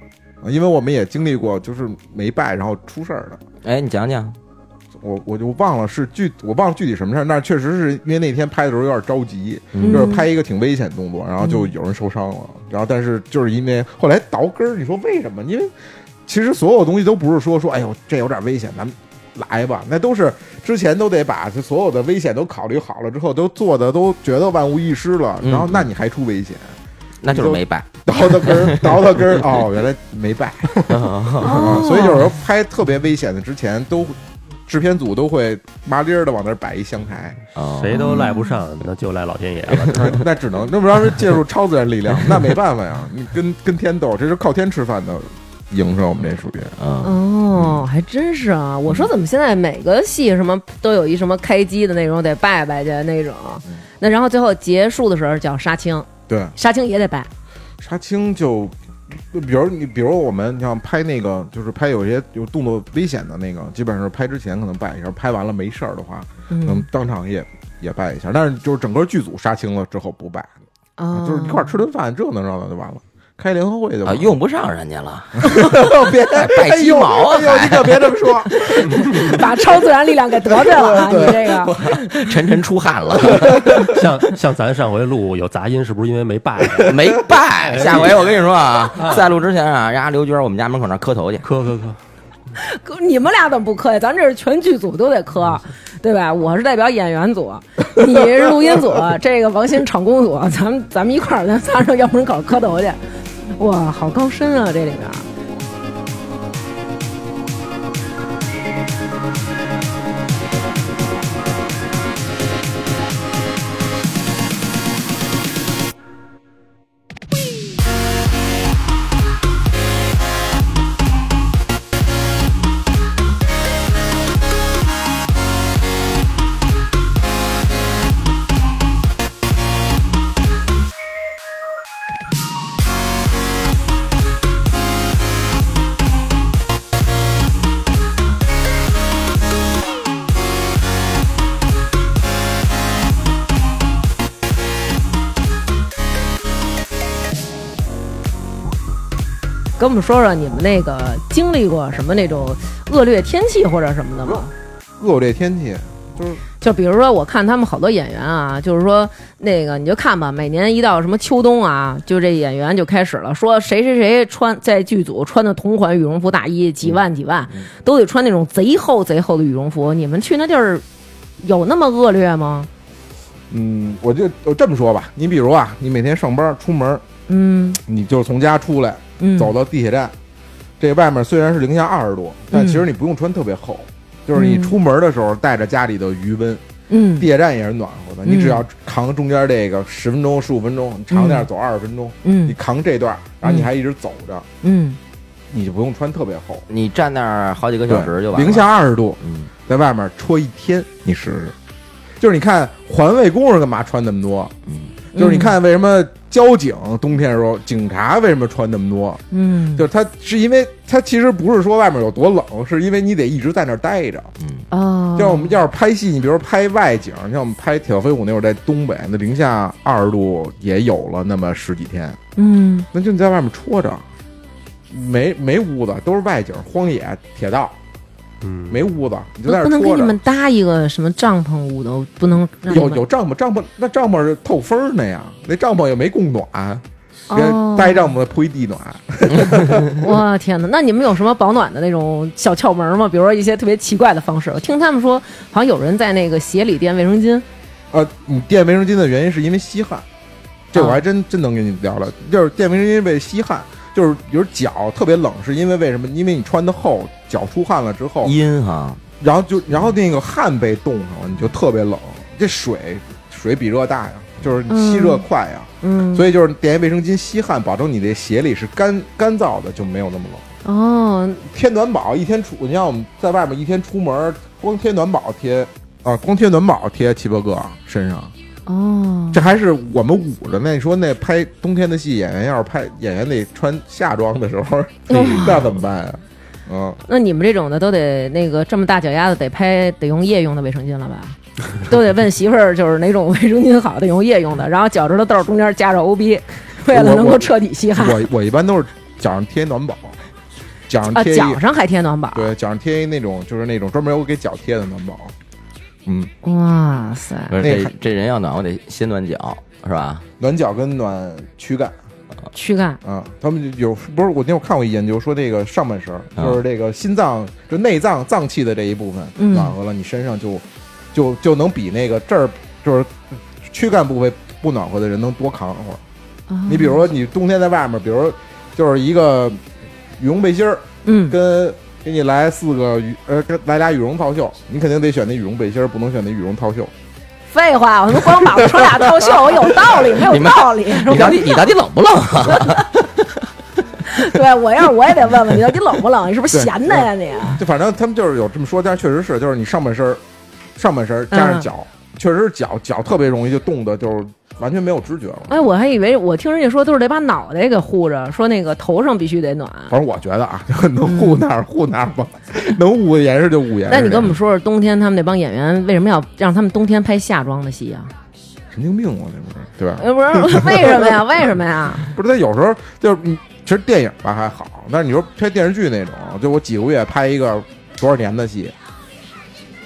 D: 因为我们也经历过，就是没拜然后出事儿的，
B: 哎，你讲讲，
D: 我我就忘了是具我忘了具体什么事儿，但是确实是因为那天拍的时候有点着急，
A: 嗯
D: 就是拍一个挺危险的动作，然后就有人受伤了，然后但是就是因为后来倒根儿，你说为什么？因为其实所有东西都不是说说，哎呦这有点危险，咱们来吧，那都是之前都得把这所有的危险都考虑好了之后，都做的都觉得万无一失了，
B: 嗯
D: 然后那你还出危险，
B: 那就是没拜。
D: 倒到根儿，倒到根儿，哦，原来没败。
A: 哦
D: 啊， 所以有时候拍特别危险的之前，都制片组都会麻利儿的往那儿摆一香台，
B: 哦
C: 谁都赖不上，那就赖老天爷了。
D: 那那只能那不然是借助超自然力量，那没办法呀，你跟跟天斗，这是靠天吃饭的营生，我们这属于。
B: 嗯，
A: 哦，还真是啊！我
D: 嗯
A: 说怎么现在每个戏什么都有一什么开机的那种得拜拜去那种，那然后最后结束的时候叫杀青，
D: 嗯对，
A: 杀青也得拜。
D: 杀青就，比如你，比如我们像拍那个，就是拍有一些有动作危险的那个，基本上是拍之前可能拜一下，拍完了没事儿的话，可能
A: 嗯，
D: 当场也也拜一下，但是就是整个剧组杀青了之后不拜，
A: 哦，
D: 嗯就是一块儿吃顿饭，这能让他就完了。开联欢会就
B: 啊，
D: 完了
B: 用不上人家 了，
D: 别
B: 哎拜鸡毛啊
D: 哎呦哎呦，你可别这么说，
A: 把超自然力量给得罪了啊！你这个，
B: 晨晨出汗 了，
C: 像像咱上回录有杂音，是不是因为没拜呀？
B: 没拜。下回我跟你说
D: 哎
B: 啊，在录之前啊，让刘娟儿我们家门口那儿磕头去。
C: 磕磕磕，
A: 可你们俩怎么不磕呀？咱这是全剧组都得磕，对吧？我是代表演员组，你是录音组， 这个王鑫场工组，咱们咱们一块儿，咱仨上校门口磕头去。哇，好高深啊，这里边儿。跟我们说说你们那个经历过什么那种恶劣天气或者什么的吗？
D: 恶劣天气就是
A: 就比如说，我看他们好多演员啊，就是说那个你就看吧，每年一到什么秋冬啊，就这演员就开始了，说谁谁谁穿在剧组穿的同款羽绒
D: 嗯
A: 服大衣，几万几万，都得穿那种贼厚贼厚的羽绒服。你们去那地儿有那么恶劣吗？
D: 嗯，我就我这么说吧，你比如啊，你每天上班出门，
A: 嗯
D: 你就是从家出来，
A: 嗯，
D: 走到地铁站，这外面虽然是零下二十度，但其实你不用穿特别厚，就是你
A: 嗯
D: 出门的时候带着家里的余温，
A: 嗯
D: 地铁站也是暖和的，
A: 嗯
D: 你只要扛中间这个十分钟、十五分钟，你长点儿走二十分钟，你
A: 嗯
D: 扛这段儿，然后你还一直走着，
A: 嗯
D: 你就不用穿特别厚。
B: 你站那儿好几个
D: 对
B: 小时就完了。
D: 零下，二十度，
B: 嗯，
D: 在外面戳一天，你试试。就是你看环卫工人干嘛穿那么多？
A: 嗯，
D: 就是你看为什么交警冬天的时候，警察为什么穿那么多？
A: 嗯，
D: 就是他是因为他其实不是说外面有多冷，是因为你得一直在那儿待着。
A: 哦，
D: 像我们要是拍戏，你比如拍外景，像我们拍《铁道飞舞》那会儿在东北，那零下二十度也有了那么十几天，
A: 嗯
D: 那就你在外面戳着，没没屋子，都是外景、荒野、铁道，
C: 嗯，
D: 没屋子，你就在
A: 那
D: 那
A: 不能
D: 儿
A: 给
D: 戳
A: 你们
D: 着。
A: 搭一个什么帐篷舞的，不能让你
D: 有
A: 们
D: 有帐篷，帐篷那帐篷是透风儿的呀，那帐篷也没供暖，
A: 哦，
D: 搭一帐篷铺一地暖，
A: 我天哪！那你们有什么保暖的那种小窍门吗？比如说一些特别奇怪的方式？我听他们说，好像有人在那个鞋里垫卫生巾。
D: 呃，你垫卫生巾的原因是因为吸汗，这我还真真能跟你聊了。就是垫卫生巾为吸汗，就是比如脚特别冷，是因为为什么？因为你穿的厚，脚出汗了之后，
B: 阴哈，
D: 然后就然后那个汗被冻上了，你就特别冷。这水水比热大呀，就是你吸热快呀，
A: 嗯，
D: 所以就是垫一卫生巾吸汗，保证你这鞋里是干干燥的，就没有那么冷。
A: 哦，
D: 贴暖宝一天出，你像我们在外面一天出门，光贴暖宝贴啊，光贴暖宝贴七八个身上。
A: 哦，
D: 这还是我们捂着呢。你说那拍冬天的戏，演员要是拍演员得穿夏装的时 候， 那怎么办呀？嗯，
A: 那你们这种的都得那个这么大脚丫子得拍得用夜用的卫生巾了吧？都得问媳妇儿就是哪种卫生巾好，得用夜用的，然后脚趾头豆儿中间夹着 O B，为 了
D: 我
A: 能够
D: 我
A: 彻底吸汗。
D: 我我一般都是脚上贴暖宝，脚上
A: 啊，
D: 贴一、
A: 脚上还贴暖宝，
D: 对脚上贴一那种就是那种专门有给脚贴的暖宝。嗯，
A: 哇塞，
B: 不是
D: 那
B: 这这人要暖，我得先暖脚，是吧？
D: 暖脚跟暖躯干
A: 躯干，
D: 啊，他们就有不是我那会儿看过一研究说这个上半身儿
B: 啊
D: 就是这个心脏就内脏脏器的这一部分
A: 嗯
D: 暖和了，你身上就就就能比那个这儿就是躯干部位不暖和的人能多扛会儿。
A: 哦
D: 你比如说，你冬天在外面，比如就是一个羽绒背心儿，
A: 嗯，
D: 跟给你来四个羽呃，跟来俩羽绒套袖，你肯定得选那羽绒背心儿，不能选那羽绒套袖。
A: 废话，我他妈光膀子穿俩套袖，我有道理没有
B: 你们
A: 道理？
D: 哎
B: 你到底你到底冷不冷啊？
A: 对我要是我也得问问你，到底冷不冷？你是不是
D: 对
A: 闲的呀你？啊
D: 就反正他们就是有这么说，但是确实是，就是你上半身儿，上半身儿加上
A: 嗯
D: 脚，确实是脚脚特别容易就冻得就是完全没有知觉了。
A: 哎，我还以为我听人家说都是得把脑袋给护着，说那个头上必须得暖。
D: 反正我觉得啊，能护那儿护那儿吧，能捂严实就捂严实。
A: 嗯那你跟我们说说冬天他们那帮演员为什么要让他们冬天拍夏装的戏啊？
D: 神经病啊，那不是对吧？
A: 呃，不是为什么呀？为什么呀？
D: 不是，他有时候就是你，其实电影吧还好，但是你说拍电视剧那种，就我几个月拍一个多少年的戏，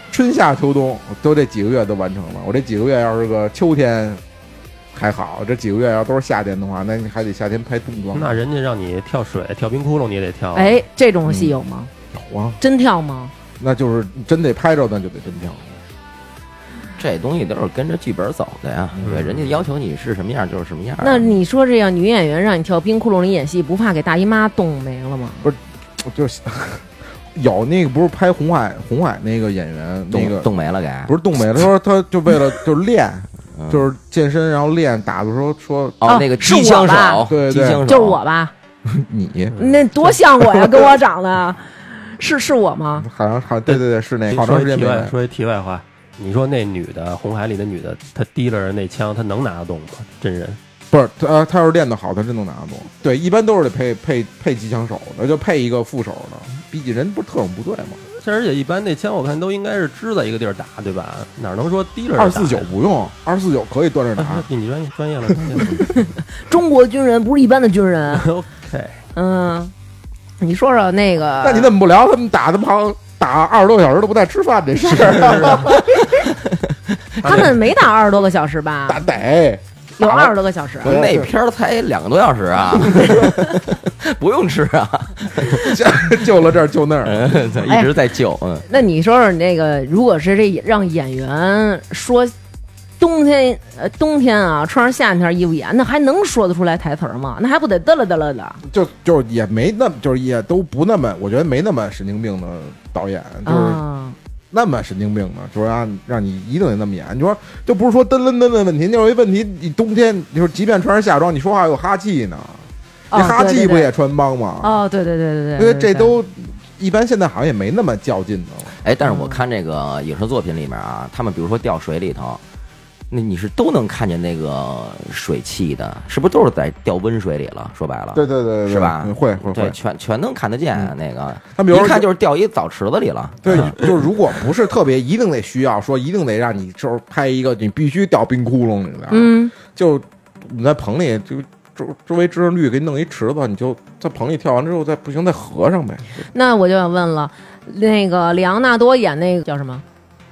D: 春夏秋冬都这几个月都完成了。我这几个月要是个秋天还好，这几个月要都是夏天的话，那你还得夏天拍冬装。
C: 嗯那人家让你跳水、跳冰窟窿，你也得跳。，啊
A: 哎，这种戏有吗？
D: 有啊，
A: 嗯真跳吗？
D: 那就是真得拍着，那就得真跳。
B: 这东西都是跟着剧本走的呀，
D: 嗯
B: 对，人家要求你是什么样就是什么样。啊
A: 那你说这要女演员让你跳冰窟窿里演戏，不怕给大姨妈冻没了吗？
D: 我就是有那个不是拍红海红海那个演员那个
B: 冻冻没了给？
D: 不是冻美了，他说他就为了就是练，
B: 嗯
D: 就是健身，然后练打的时候说
A: 哦
B: 哦，那个
A: 是
B: 机枪
A: 我吧
B: 手，
D: 对
B: 机
D: 对
B: 枪手
A: 就是我吧？
D: 你
A: 那多像我呀， 跟我长得，是是我吗？
D: 好像好像对对对是那个，好长
C: 哎
D: 时
C: 说一
D: 间
C: 题
D: 没
C: 外，
D: 来。
C: 说一题外话，你说那女的，红海里的女的，她提了人那枪，她能拿得动吗？真人
D: 不是他，呃他要是练得好，他真能拿得动。对，一般都是得配配配机枪手的，就配一个副手的。毕竟人不是特种部队嘛，
C: 这而且一般那枪我看都应该是支在一个地儿打，对吧？哪能说提了人
D: 二四九不用，二四九可以端着
C: 打
D: 打
C: 呀？。啊你专业专业了专业了
A: 中国军人不是一般的军 人。
C: ，OK，
A: 嗯，你说说那个，
D: 那你怎么不聊他们打他们好打二十多个小时都不带吃饭这 事儿？
C: 他
A: 他们没打二十多个小时吧？
D: 打得
A: 有二十多个小时啊，
B: 说那片儿才两个多小时 啊，不用吃 啊，
D: 就了这儿就那儿，
A: 哎
B: 一直在救，嗯，
A: 那你说说你那个，如果是这让演员说冬天呃冬天啊穿上夏天衣服演，那还能说得出来台词儿吗？那还不得嘚了嘚了的？
D: 就就也没那么，就是也都不那么，我觉得没那么神经病的导演，就是
A: 啊，
D: 那么神经病的，就是让让你一定得那么演。你说就不是说噔噔噔的问题，就是一问题，你冬天就是即便穿上夏装，你说话有哈气呢，
A: 哦
D: 那哈
A: 对
D: 气
A: 对
D: 不
A: 对
D: 也穿帮吗？
A: 哦，对对对对对，
D: 因为
A: 对
D: 这都一般现在好像也没那么较劲的了。
B: 哎，但是我看这个影视作品里面啊，他们比如说掉水里头，那你是都能看见那个水汽的，是不是都是在掉温水里了？说白了，
D: 对对对对，
B: 是吧
D: 嗯会会
B: 对，
D: 会，
B: 全全能看得见那个。
D: 他比如说
B: 一看就是掉一澡池子里了。
D: 对
B: 嗯，
D: 就是如果不是特别一定得需要说，一定得让你就是拍一个，你必须掉冰窟窿里边，
A: 嗯
D: 就你在棚里就周周围支撑率给你弄一池子，你就在棚里跳完之后再不行再合上呗，《
A: 那我就想问了，那个里昂纳多演那个叫什么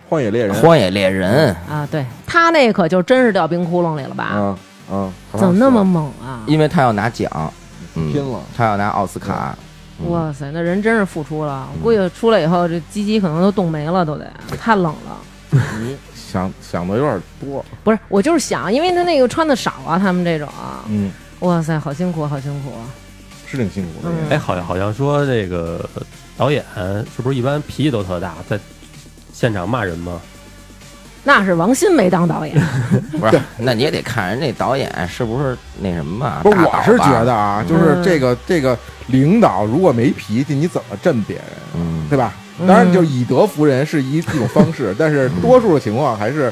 D: 荒野猎人》啊
B: 荒野猎人，
A: 啊？对他那可就真是掉冰窟窿里了吧？
D: 啊啊，好像
A: 怎么那
D: 是
A: 么猛啊？
B: 因为他要拿奖，嗯
D: 拼了？
B: 他要拿奥斯卡。嗯
A: 哇塞，那人真是付出了，
D: 嗯
A: 我估计出来以后这鸡鸡可能都冻没了，都得太冷了。
D: 你嗯想想的有点多，
A: 不是，我就是想，因为他那个穿的少啊，他们这种啊，
D: 嗯，
A: 哇塞，好辛苦，好辛苦。
D: 是挺辛苦的。
A: 嗯
C: 哎，好像好像说这个导演是不是一般脾气都特大，在现场骂人吗？
A: 那是王鑫没当导演，
B: 不是，那你也得看人那导演是不是那什么吧？
D: 不是，
B: 大导
D: 我是
B: 吧
D: 觉得，啊，
A: 嗯
D: 就是这个这个领导如果没脾气，你怎么镇别人，
B: 嗯，
D: 对吧？ 当然，就是以德服人是一一种方式，但是多数的情况还是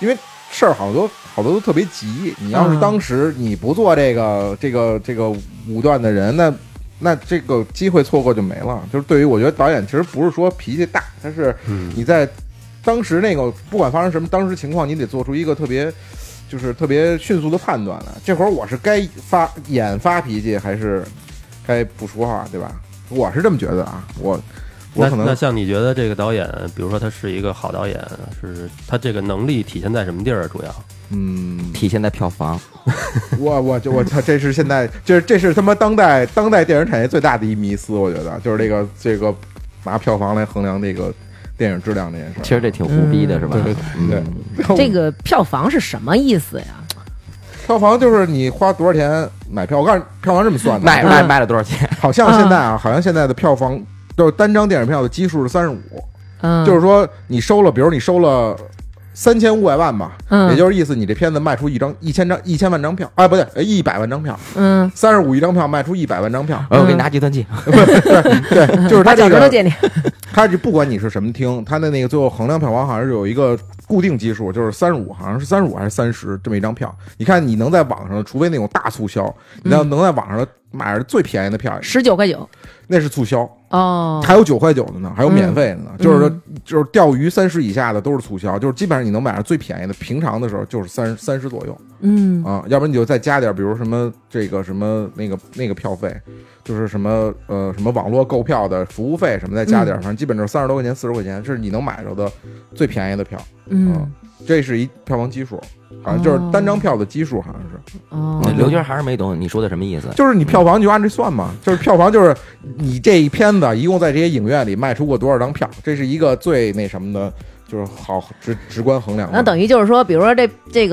D: 因为事儿好多好多都特别急。你要是
A: 嗯
D: 当时你不做这个这个这个武断的人，那那这个机会错过就没了。就是对于我觉得导演其实不是说脾气大，他是
C: 嗯，
D: 你在当时那个不管发生什么当时情况，你得做出一个特别就是特别迅速的判断来。这会儿我是该发演发脾气，还是该不说话，对吧？我是这么觉得啊，我我
C: 那
D: 可
C: 那
D: 能
C: 像你觉得这个导演，比如说他是一个好导演，是他这个能力体现在什么地儿啊？主要
D: 嗯，
B: 体现在票房。
D: 我我就我操，这是现在这这是他妈当代当代电影产业最大的一迷思，我觉得就是这个这个拿票房来衡量这个电影质量这件事儿。
B: 其实这挺胡逼的，是吧？
D: 对对对
B: 嗯
D: 对，
A: 这个票房是什么意思呀？
D: 票房就是你花多少钱买票，我告诉你，票房这么算的，
B: 卖卖卖了多少钱？
D: 好像现在
A: 嗯
D: 啊，好像现在的票房就是单张电影票的基数是三十五，
A: 嗯，
D: 就是说你收了，比如你收了三千五百万吧，
A: 嗯
D: 也就是意思你这片子卖出一张一千张一千万张票，哎，不对，一百万张票，
A: 嗯，
D: 三十五一张票卖出一百万张票，
B: 哎我给你拿计算器。
D: 对， 就是
A: 嗯把
D: 他
A: 脚趾
D: 这
A: 头
D: 个，
A: 借你，
D: 他就不管你是什么厅，他的那个最后衡量票房好像是有一个。固定基数就是三十五，好像是三十五还是三十这么一张票。你看，你能在网上，除非那种大促销，你
A: 嗯
D: 要能在网上买着最便宜的票，
A: 十九块九
D: 那是促销。
A: 哦，
D: 还有九块九的呢，还有免费的呢。就是说
A: 嗯，
D: 就是钓鱼三十以下的都是促销，就是基本上你能买上最便宜的，平常的时候就是三十三十左右
A: 嗯
D: 啊，要不然你就再加点，比如什么这个什么那个那个票费，就是什么呃什么网络购票的服务费什么再
A: 嗯
D: 加点，反正基本就是三十多块钱四十块钱，这是你能买着的最便宜的票，
A: 嗯
D: 这是一票房基数，好像就是单张票的基数，好像是。
A: 哦
D: 嗯，
B: 刘军还是没懂你说的什么意思。
D: 就是你票房你就按这算嘛，就是票房就是你这一片子一共在这些影院里卖出过多少张票，这是一个最那什么的，就是好直直观衡量的。
A: 那等于就是说，比如说这这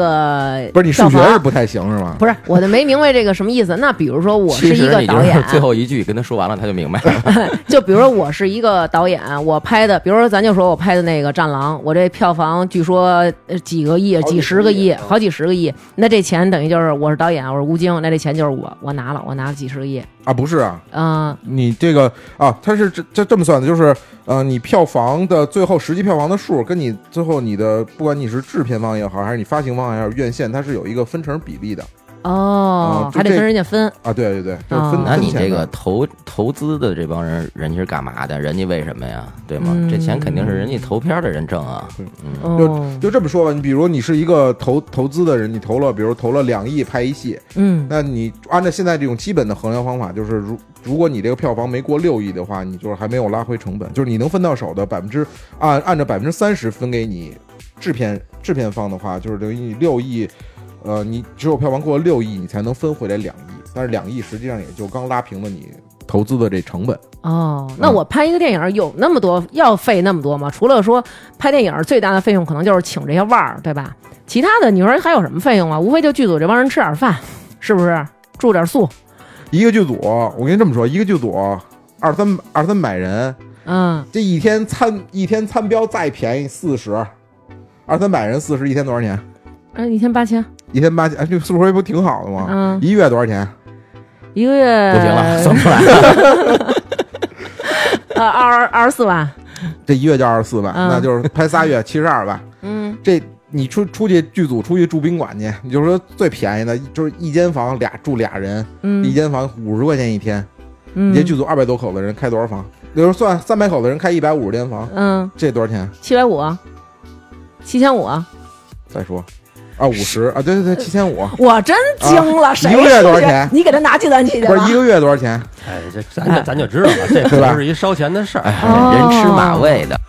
A: 个
D: 不是你数
A: 票
D: 学
A: 房
D: 是不太行是吧？
A: 不是我就没明白这个什么意思。那比如说我
B: 其
A: 是一
B: 实
A: 个
B: 你就
A: 导
B: 是
A: 演，
B: 最后一句跟他说完了，他就明白
D: 嗯
B: 了。
A: 就比如说我是一个导演，我拍的，比如说咱就说我拍的那个《战狼》，我这票房据说呃几个亿、
D: 好几
A: 几十个
D: 个亿
A: 亿、
D: 啊
A: 好几十个亿，那这钱等于就是我是导演，我是吴京，那这钱就是我我拿了，我拿了几十个亿，
D: 啊，不是啊，
A: 嗯、
D: 你这个啊，它是这这这么算的，就是呃，你票房的最后实际票房的数跟你最后你的不管你是制片方也好，还是你发行方也好，院线它是有一个分成比例的
A: 哦
D: 啊，就
A: 还得
D: 这
A: 跟人家分，
D: 啊。对对对，就是分
A: 哦
B: 那你
D: 分
B: 这
D: 钱的
B: 个投投资的这帮人，人家是干嘛的？人家为什么呀？对吗？
A: 嗯
B: 这钱肯定是人家投片的人挣啊。
D: 嗯
A: 哦，
D: 就这么说吧，你比如你是一个投投资的人，你投了，比如投了两亿拍一戏，
A: 嗯
D: 那你按照现在这种基本的衡量方法，就是如如果你这个票房没过六亿的话，你就是还没有拉回成本，就是你能分到手的百分之按按照百分之三十分给你制片制片方的话，就是等于你六亿呃，你只有票房过了六亿，你才能分回来两亿，但是两亿实际上也就刚拉平了你投资的这成本。
A: 哦，那
D: 嗯
A: 我拍一个电影有那么多要费那么多吗？除了说拍电影最大的费用可能就是请这些腕儿，对吧？其他的你说还有什么费用啊？无非就剧组这帮人吃点饭，是不是？住点宿，
D: 一个剧组，我跟你这么说，一个剧组二三二三百人，
A: 嗯，
D: 这一天餐一天餐标再便宜四十，二三百人四十一天多少钱？
A: 嗯，一千八千，
D: 一天八千，哎，这四十回不挺好的吗？
A: 嗯
D: 一月多少钱？
A: 一个月
B: 不行
D: 哎
B: 了，算不出来。
A: 呃，二二十四万，
D: 这一月就二十四万，
A: 嗯
D: 那就是拍仨月七十二万。
A: 嗯
D: 这你出出去剧组出去住宾馆去，你就说最便宜的，就是一间房俩住俩人，一
A: 嗯
D: 间房五十块钱一天。
A: 嗯
D: 你这剧组二百多口的人开多少房？比如算三百口的人开一百五十间房，
A: 嗯
D: 这多少钱？
A: 七百五，七千五，
D: 再说啊，五十啊，对对对，七千五。
A: 我真惊了，谁
D: 啊一个月多少
A: 数学
D: 钱
A: 你给他拿计算器去
D: 不
A: 吧
D: 是一。个月多少钱？
C: 哎，这咱咱就知道了，这
D: 对吧
C: 不是一烧钱的事
B: 哎
C: 儿。
A: 哦
B: 人吃马喂的。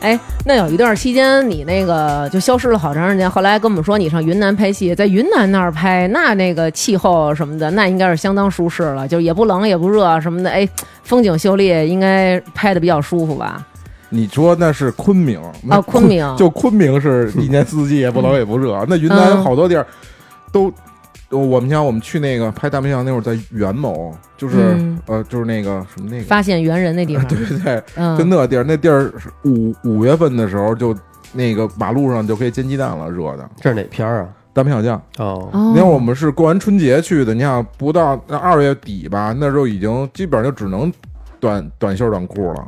A: 哎，那有一段期间你那个就消失了好长时间，后来跟我们说你上云南拍戏，在云南那儿拍，那那个气候什么的，那应该是相当舒适了，就是也不冷也不热什么的，哎，风景秀丽，应该拍的比较舒服吧？哦
D: 你说那是昆明那
A: 昆明
D: 就昆明是一年四季也不冷也不 热。啊那云南有好多地儿都，
A: 嗯
D: 呃我们像我们去那个拍《大明像那会儿，在元谋，就是
A: 嗯
D: 呃，就是那个什么那个，
A: 发现猿人那地方，
D: 啊对对对，就
A: 嗯，
D: 那地儿，那地儿是五五月份的时候就那个马路上就可以煎鸡蛋了，热的。
C: 这是哪片儿啊？
D: 大明小将，
C: 哦，
A: 哦
D: 你看我们是过完春节去的，你想不到那二月底吧，那时候已经基本上就只能短短袖短裤了，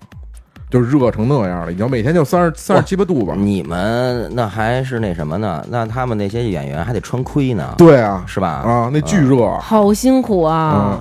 D: 就热成那样了，已经每天就三十三十七八
A: 哦
D: 度吧。
B: 你们那还是那什么呢？那他们那些演员还得穿盔呢，
D: 对啊，
B: 是吧？
D: 啊，那巨热，
A: 好辛苦啊。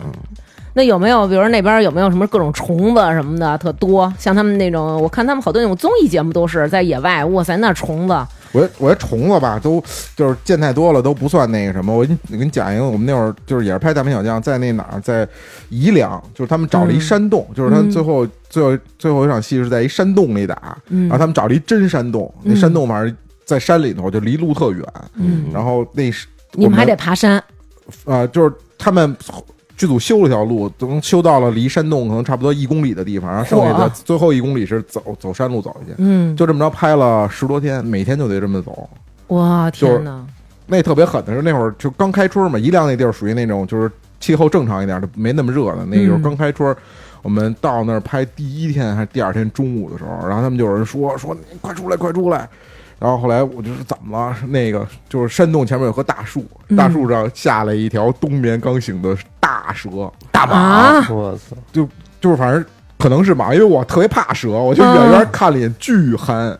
A: 那有没有，比如说那边有没有什么各种虫子什么的特多？像他们那种，我看他们好多那种综艺节目都是在野外，哇塞，那虫子，
D: 我觉我觉得虫子吧，都就是见太多了，都不算那个什么。我给你给你讲一个，我们那会儿就是也是拍《大明小将》，在那哪儿，在宜良，就是他们找了一
A: 嗯
D: 山洞，就是他
A: 嗯
D: 们最后、最后最后一场戏是在一山洞里打，
A: 嗯
D: 然后他们找了一真山洞，那
A: 嗯
D: 山洞反正在山里头，就离路特远，
A: 嗯，
D: 然后那是
A: 你们还
D: 我
A: 得爬山，
D: 呃，就是他们剧组修了条路，能修到了离山洞可能差不多一公里的地方，然后剩下的
A: 嚯
D: 最后一公里是走走山路走下去，
A: 嗯，
D: 就这么着拍了十多天，每天就得这么走。
A: 哇，
D: 就是
A: 天哪，
D: 那特别狠的是那会儿就刚开春嘛，宜良那地儿属于那种就是气候正常一点的，没那么热的。那时候刚开春，我们到那儿拍第一天还是第二天中午的时候，然后他们就有人说说你快出来快出来，然后后来我就说怎么了？那个就是山洞前面有棵大树，
B: 嗯
D: 大树上下来一条冬眠刚醒的大蛇，
B: 大蟒、
A: 啊，
C: 我操！
D: 就是反正可能是吧，因为我特别怕蛇，我就远
B: 嗯
D: 远看了一眼，巨憨，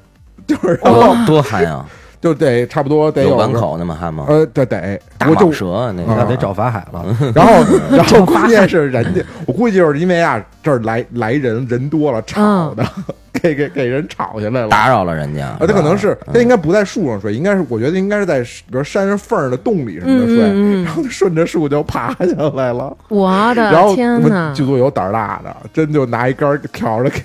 D: 就是然
A: 哦
D: 后
B: 多多憨 啊！
D: 就得差不多得
B: 哦有
D: 有
B: 碗
D: 个
B: 口那么憨吗？
D: 呃，这得，
B: 大
D: 我就
B: 蟒蛇那
D: 啊
C: 那
B: 个
C: 得找法海了。
D: 然后，然后关键是人家，我估计就是因为啊，这儿来来人人多了，
A: 嗯
D: 吵的，给给给人吵下来了。
B: 打嗯扰了人家。
D: 啊，他可能是
B: 吧
D: 他应该不在树上睡，应该是我觉得应该是在比如山上缝儿的洞里什么的睡，
A: 嗯嗯嗯
D: 然后他顺着树就爬下来了。
A: 我
D: 然后
A: 的天哪
D: 我们剧，组有胆儿大的，真就拿一杆儿挑着给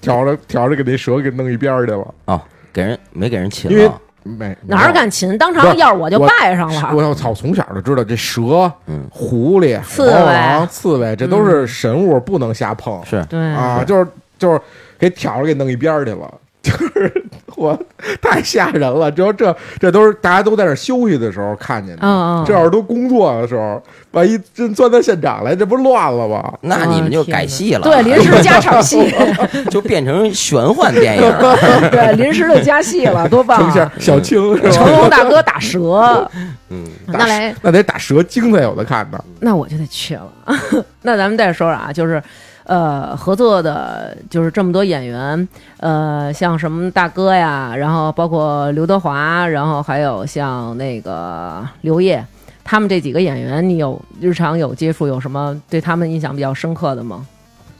D: 挑着挑着给那蛇给弄一边儿去了，
B: 哦，给人没给人擒
D: 因为
B: 了，
D: 没
A: 哪儿敢啊擒？当
D: 不
A: 场
D: 是
A: 要是我就
D: 我
A: 拜上了，
D: 我操！从小就知道这蛇、
B: 嗯
D: 狐狸、
A: 刺猬嗯
D: 黄狼、刺猬，这都是神物，不能瞎碰。
B: 是
A: 对，
D: 啊，就是就是给挑着给弄一边儿去了，就是我太吓人了。只有这这都是大家都在那儿休息的时候看见的，
A: 嗯嗯
D: 这要是都工作的时候，万一真钻到现场来，这不是乱了吗？
B: 那你们就
A: 哦天哪
B: 改戏了，啊
A: 对，临时加场 戏，
B: 就变成玄幻电影了。
A: 对，临时就加戏了，多棒
D: 成
A: 啊！
D: 像小青是
A: 成
D: 吧？
A: 龙大哥打蛇，
B: 嗯，
A: 那来，
D: 那得打蛇精才有的看呢。
A: 那我就得去了。 那咱们再说说啊，就是。呃，合作的就是这么多演员，呃，像什么大哥呀，然后包括刘德华，然后还有像那个刘烨，他们这几个演员，你有日常有接触，有什么对他们印象比较深刻的吗？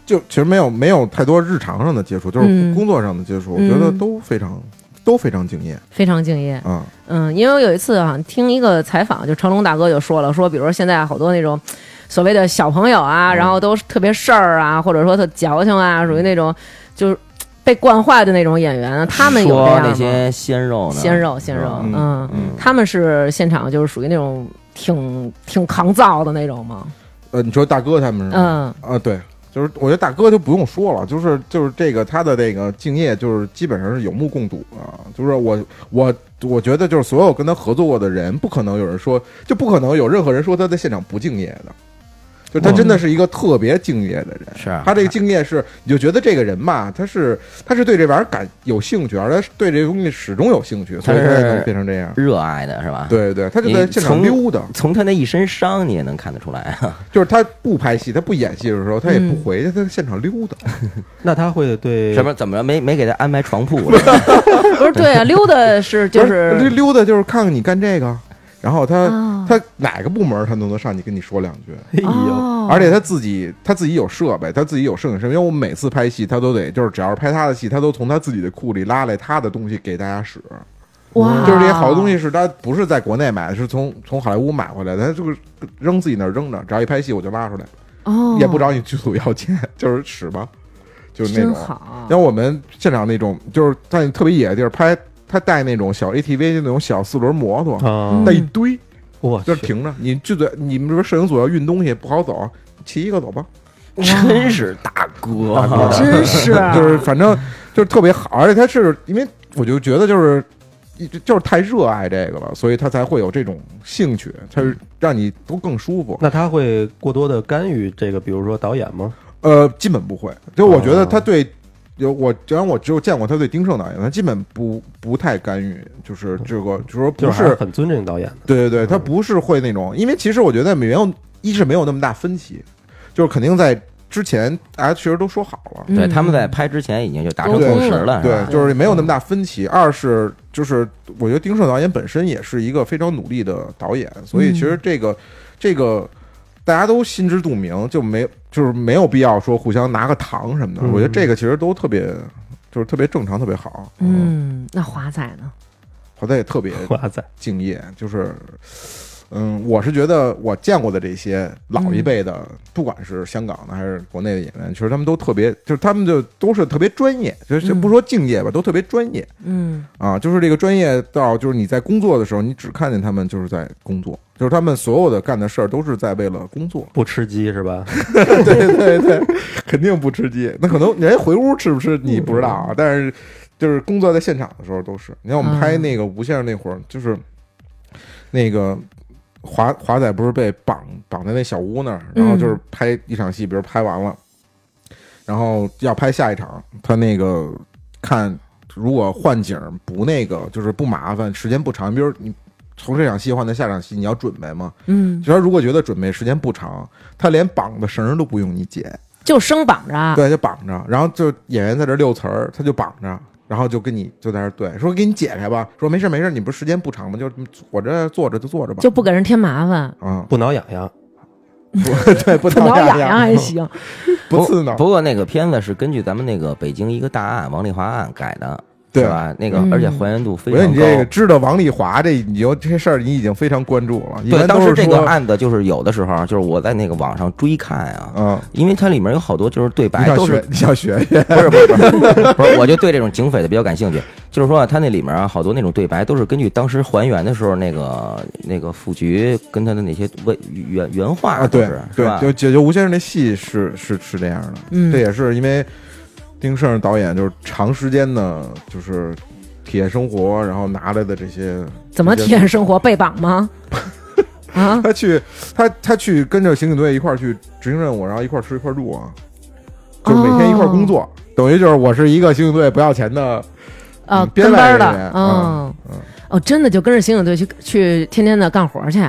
D: 就其实没有没有太多日常上的接触，就是
A: 嗯
D: 工作上的接触，我
A: 嗯
D: 觉得都非常都非常敬业
A: 非常敬业，
D: 啊。
A: 嗯，因为我有一次好像听一个采访，就成龙大哥就说了，说比如说现在好多那种所谓的小朋友
D: 嗯
A: 啊，然后都是特别事儿啊，或者说特矫情啊，属于那种就是被惯坏的那种演员，啊他们有这
B: 说
A: 样
B: 那
A: 吗？
B: 些鲜肉呢？
A: 鲜肉，鲜
B: 是
A: 肉
B: 吧，
A: 嗯，
B: 嗯，
A: 他们是现场就是属于那种挺挺抗造的那种吗？
D: 呃，你说大哥他们是吗？
A: 嗯
D: 啊，对，就是我觉得大哥就不用说了，就是就是这个他的这个敬业，就是基本上是有目共睹啊。就是我我我觉得就是所有跟他合作过的人，不可能有人说，就不可能有任何人说他在现场不敬业的。就他真的是一个特别敬业的人，
B: 是啊
D: 他这个敬业是，你就觉得这个人吧，他是他是对这玩意儿感有兴趣，而他是对这东西始终有兴趣，所以他才能变成这样。
B: 热爱的是吧？，
D: 对对，他就在现场
B: 哎你从
D: 溜达，
B: 从他那一身伤你也能看得出来啊。
D: 就是他不拍戏，他不演戏的时候，他也不回去，他在现场溜达。
C: 那他会对
B: 什么怎么着没没给他安排床铺 呢？
A: 不是对啊，溜达是就
D: 不
A: 是
D: 溜达，就是看看你干这个，然后他、
A: 啊
D: 他哪个部门他都能上去跟你说两句，
C: 哎呦，
A: 哦，
D: 而且他自己他自己有设备，他自己有摄影师，因为我每次拍戏他都得就是只要是拍他的戏，他都从他自己的库里拉来他的东西给大家使，
A: 哇，
D: 就是这些好东西是他不是在国内买的，是从从好莱坞买回来的，他就是扔自己那儿扔着，只要一拍戏我就拉出来，
A: 哦，
D: 也不找你剧组要钱， 就是使吧，就是那
A: 真
D: 种。
A: 好，
D: 像我们现场那种，就是在特别野的地儿拍，他带那种小 ATV 就那种小四轮摩托，
C: 啊
D: 带一堆，
C: 我
D: 就是
C: 去
D: 停着。你剧组，你们这边摄影组要运东西不好走，骑一个走吧。
B: 真是大哥，啊
D: 大哥
A: 真是啊
D: 就是反正就是特别好，而且他是因为我就觉得就是一就是太热爱这个了，所以他才会有这种兴趣，他是让你都更舒服。
C: 那他会过多的干预这个，比如说导演吗？
D: 呃，基本不会，就我觉得他对。有我，然后我只有见过他对丁晟导演，他基本不不太干预，就是这个，就是说
C: 嗯就
D: 不
C: 是还
D: 是
C: 很尊敬导演的。
D: 对对对，他不是会那种，因为其实我觉得没有，一是没有那么大分歧，就是肯定在之前大家其实都说好了，
A: 嗯
B: 对，他们在拍之前已经就达成
A: 沟
B: 共识
D: 通
B: 了，是
D: 对
B: 吧，
D: 就是没有那么大分歧。二是就是我觉得丁晟导演本身也是一个非常努力的导演，所以其实这个、这个大家都心知肚明，就没就是没有必要说互相拿个糖什么的。
C: 嗯
D: 我觉得这个其实都特别就是特别正常，特别好。，
A: 嗯，那华仔呢？
D: 好在也特别
C: 哇塞，，
D: 敬业，就是，嗯，我是觉得我见过的这些老一辈的，不管是香港的还是国内的演员，其实他们都特别，就是他们就都是特别专业，就是
A: 嗯
D: 不说敬业吧，都特别专业
A: 嗯
D: 啊，就是这个专业到就是你在工作的时候，你只看见他们就是在工作，就是他们所有的干的事儿都是在为了工作
C: 不吃鸡是吧？
D: 对对对，肯定不吃鸡，那可能人家回屋吃不吃你不知道啊，但是。就是工作在现场的时候都是，你看我们拍那个吴先生那会儿，就是那个华华仔不是被绑绑在那小屋那儿，然后就是拍一场戏，比如拍完了，然后要拍下一场，他那个看如果换景儿不那个就是不麻烦，时间不长，比如你从这场戏换到下场戏，你要准备嘛。
A: 嗯，
D: 就他如果觉得准备时间不长，他连绑的绳儿都不用你解，
A: 就生绑着，
D: 对，就绑着，然后就演员在这溜词儿，他就绑着，然后就跟你就在那儿对说给你解开吧，说没事没事，你不是时间不长吗？就我这坐着就坐着吧，
A: 就不给人添麻 烦，
D: 啊、
C: 不挠痒痒，
D: 不 对，不
A: 挠
D: 挠
A: 痒啊
D: 痒，
A: 还行。
D: 不刺挠
B: 不。过那个片子是根据咱们那个北京一个大案王丽华案改的，
D: 对
B: 是吧？那个
A: 嗯
B: 而且还原度非
D: 我觉得
B: 常
D: 你
B: 高。
D: 这个知道王丽华这，你就这事儿你已经非常关注了。一
B: 对，
D: 般都
B: 当时
D: 是
B: 这个
D: 说，
B: 案子就是有的时候就是我在那个网上追看啊，
D: 嗯，
B: 因为它里面有好多就是对
D: 你
B: 白
D: 想
B: 都是
D: 学，你想学学，
B: 不是不是不是不是，我就对这种警匪的比较感兴趣。就是说、啊，他那里面啊，好多那种对白都是根据当时还原的时候那个那个副局跟他的那些文原原话
D: 啊，
B: 都
D: 对
B: 是是
D: 对，
B: 吧？
D: 就解决吴先生那戏是是是这样的，
A: 嗯
D: 这也是因为丁晟导演就是长时间的，就是体验生活，然后拿来的这些，
A: 怎么体验生活？被绑 吗？啊，
D: 他去他他去跟着刑警队一块儿去执行任务，然后一块儿吃一块儿住啊，就是每天一块
B: 哦
D: 儿工作，等于就是我是一个刑警队不要钱的，
A: 呃，
D: 嗯
A: 跟
D: 编
A: 班
D: 外
A: 儿
D: 人
A: 的
D: 员，
A: 嗯
D: 嗯，
A: 哦，真的就跟着刑警队去去天天的干活去。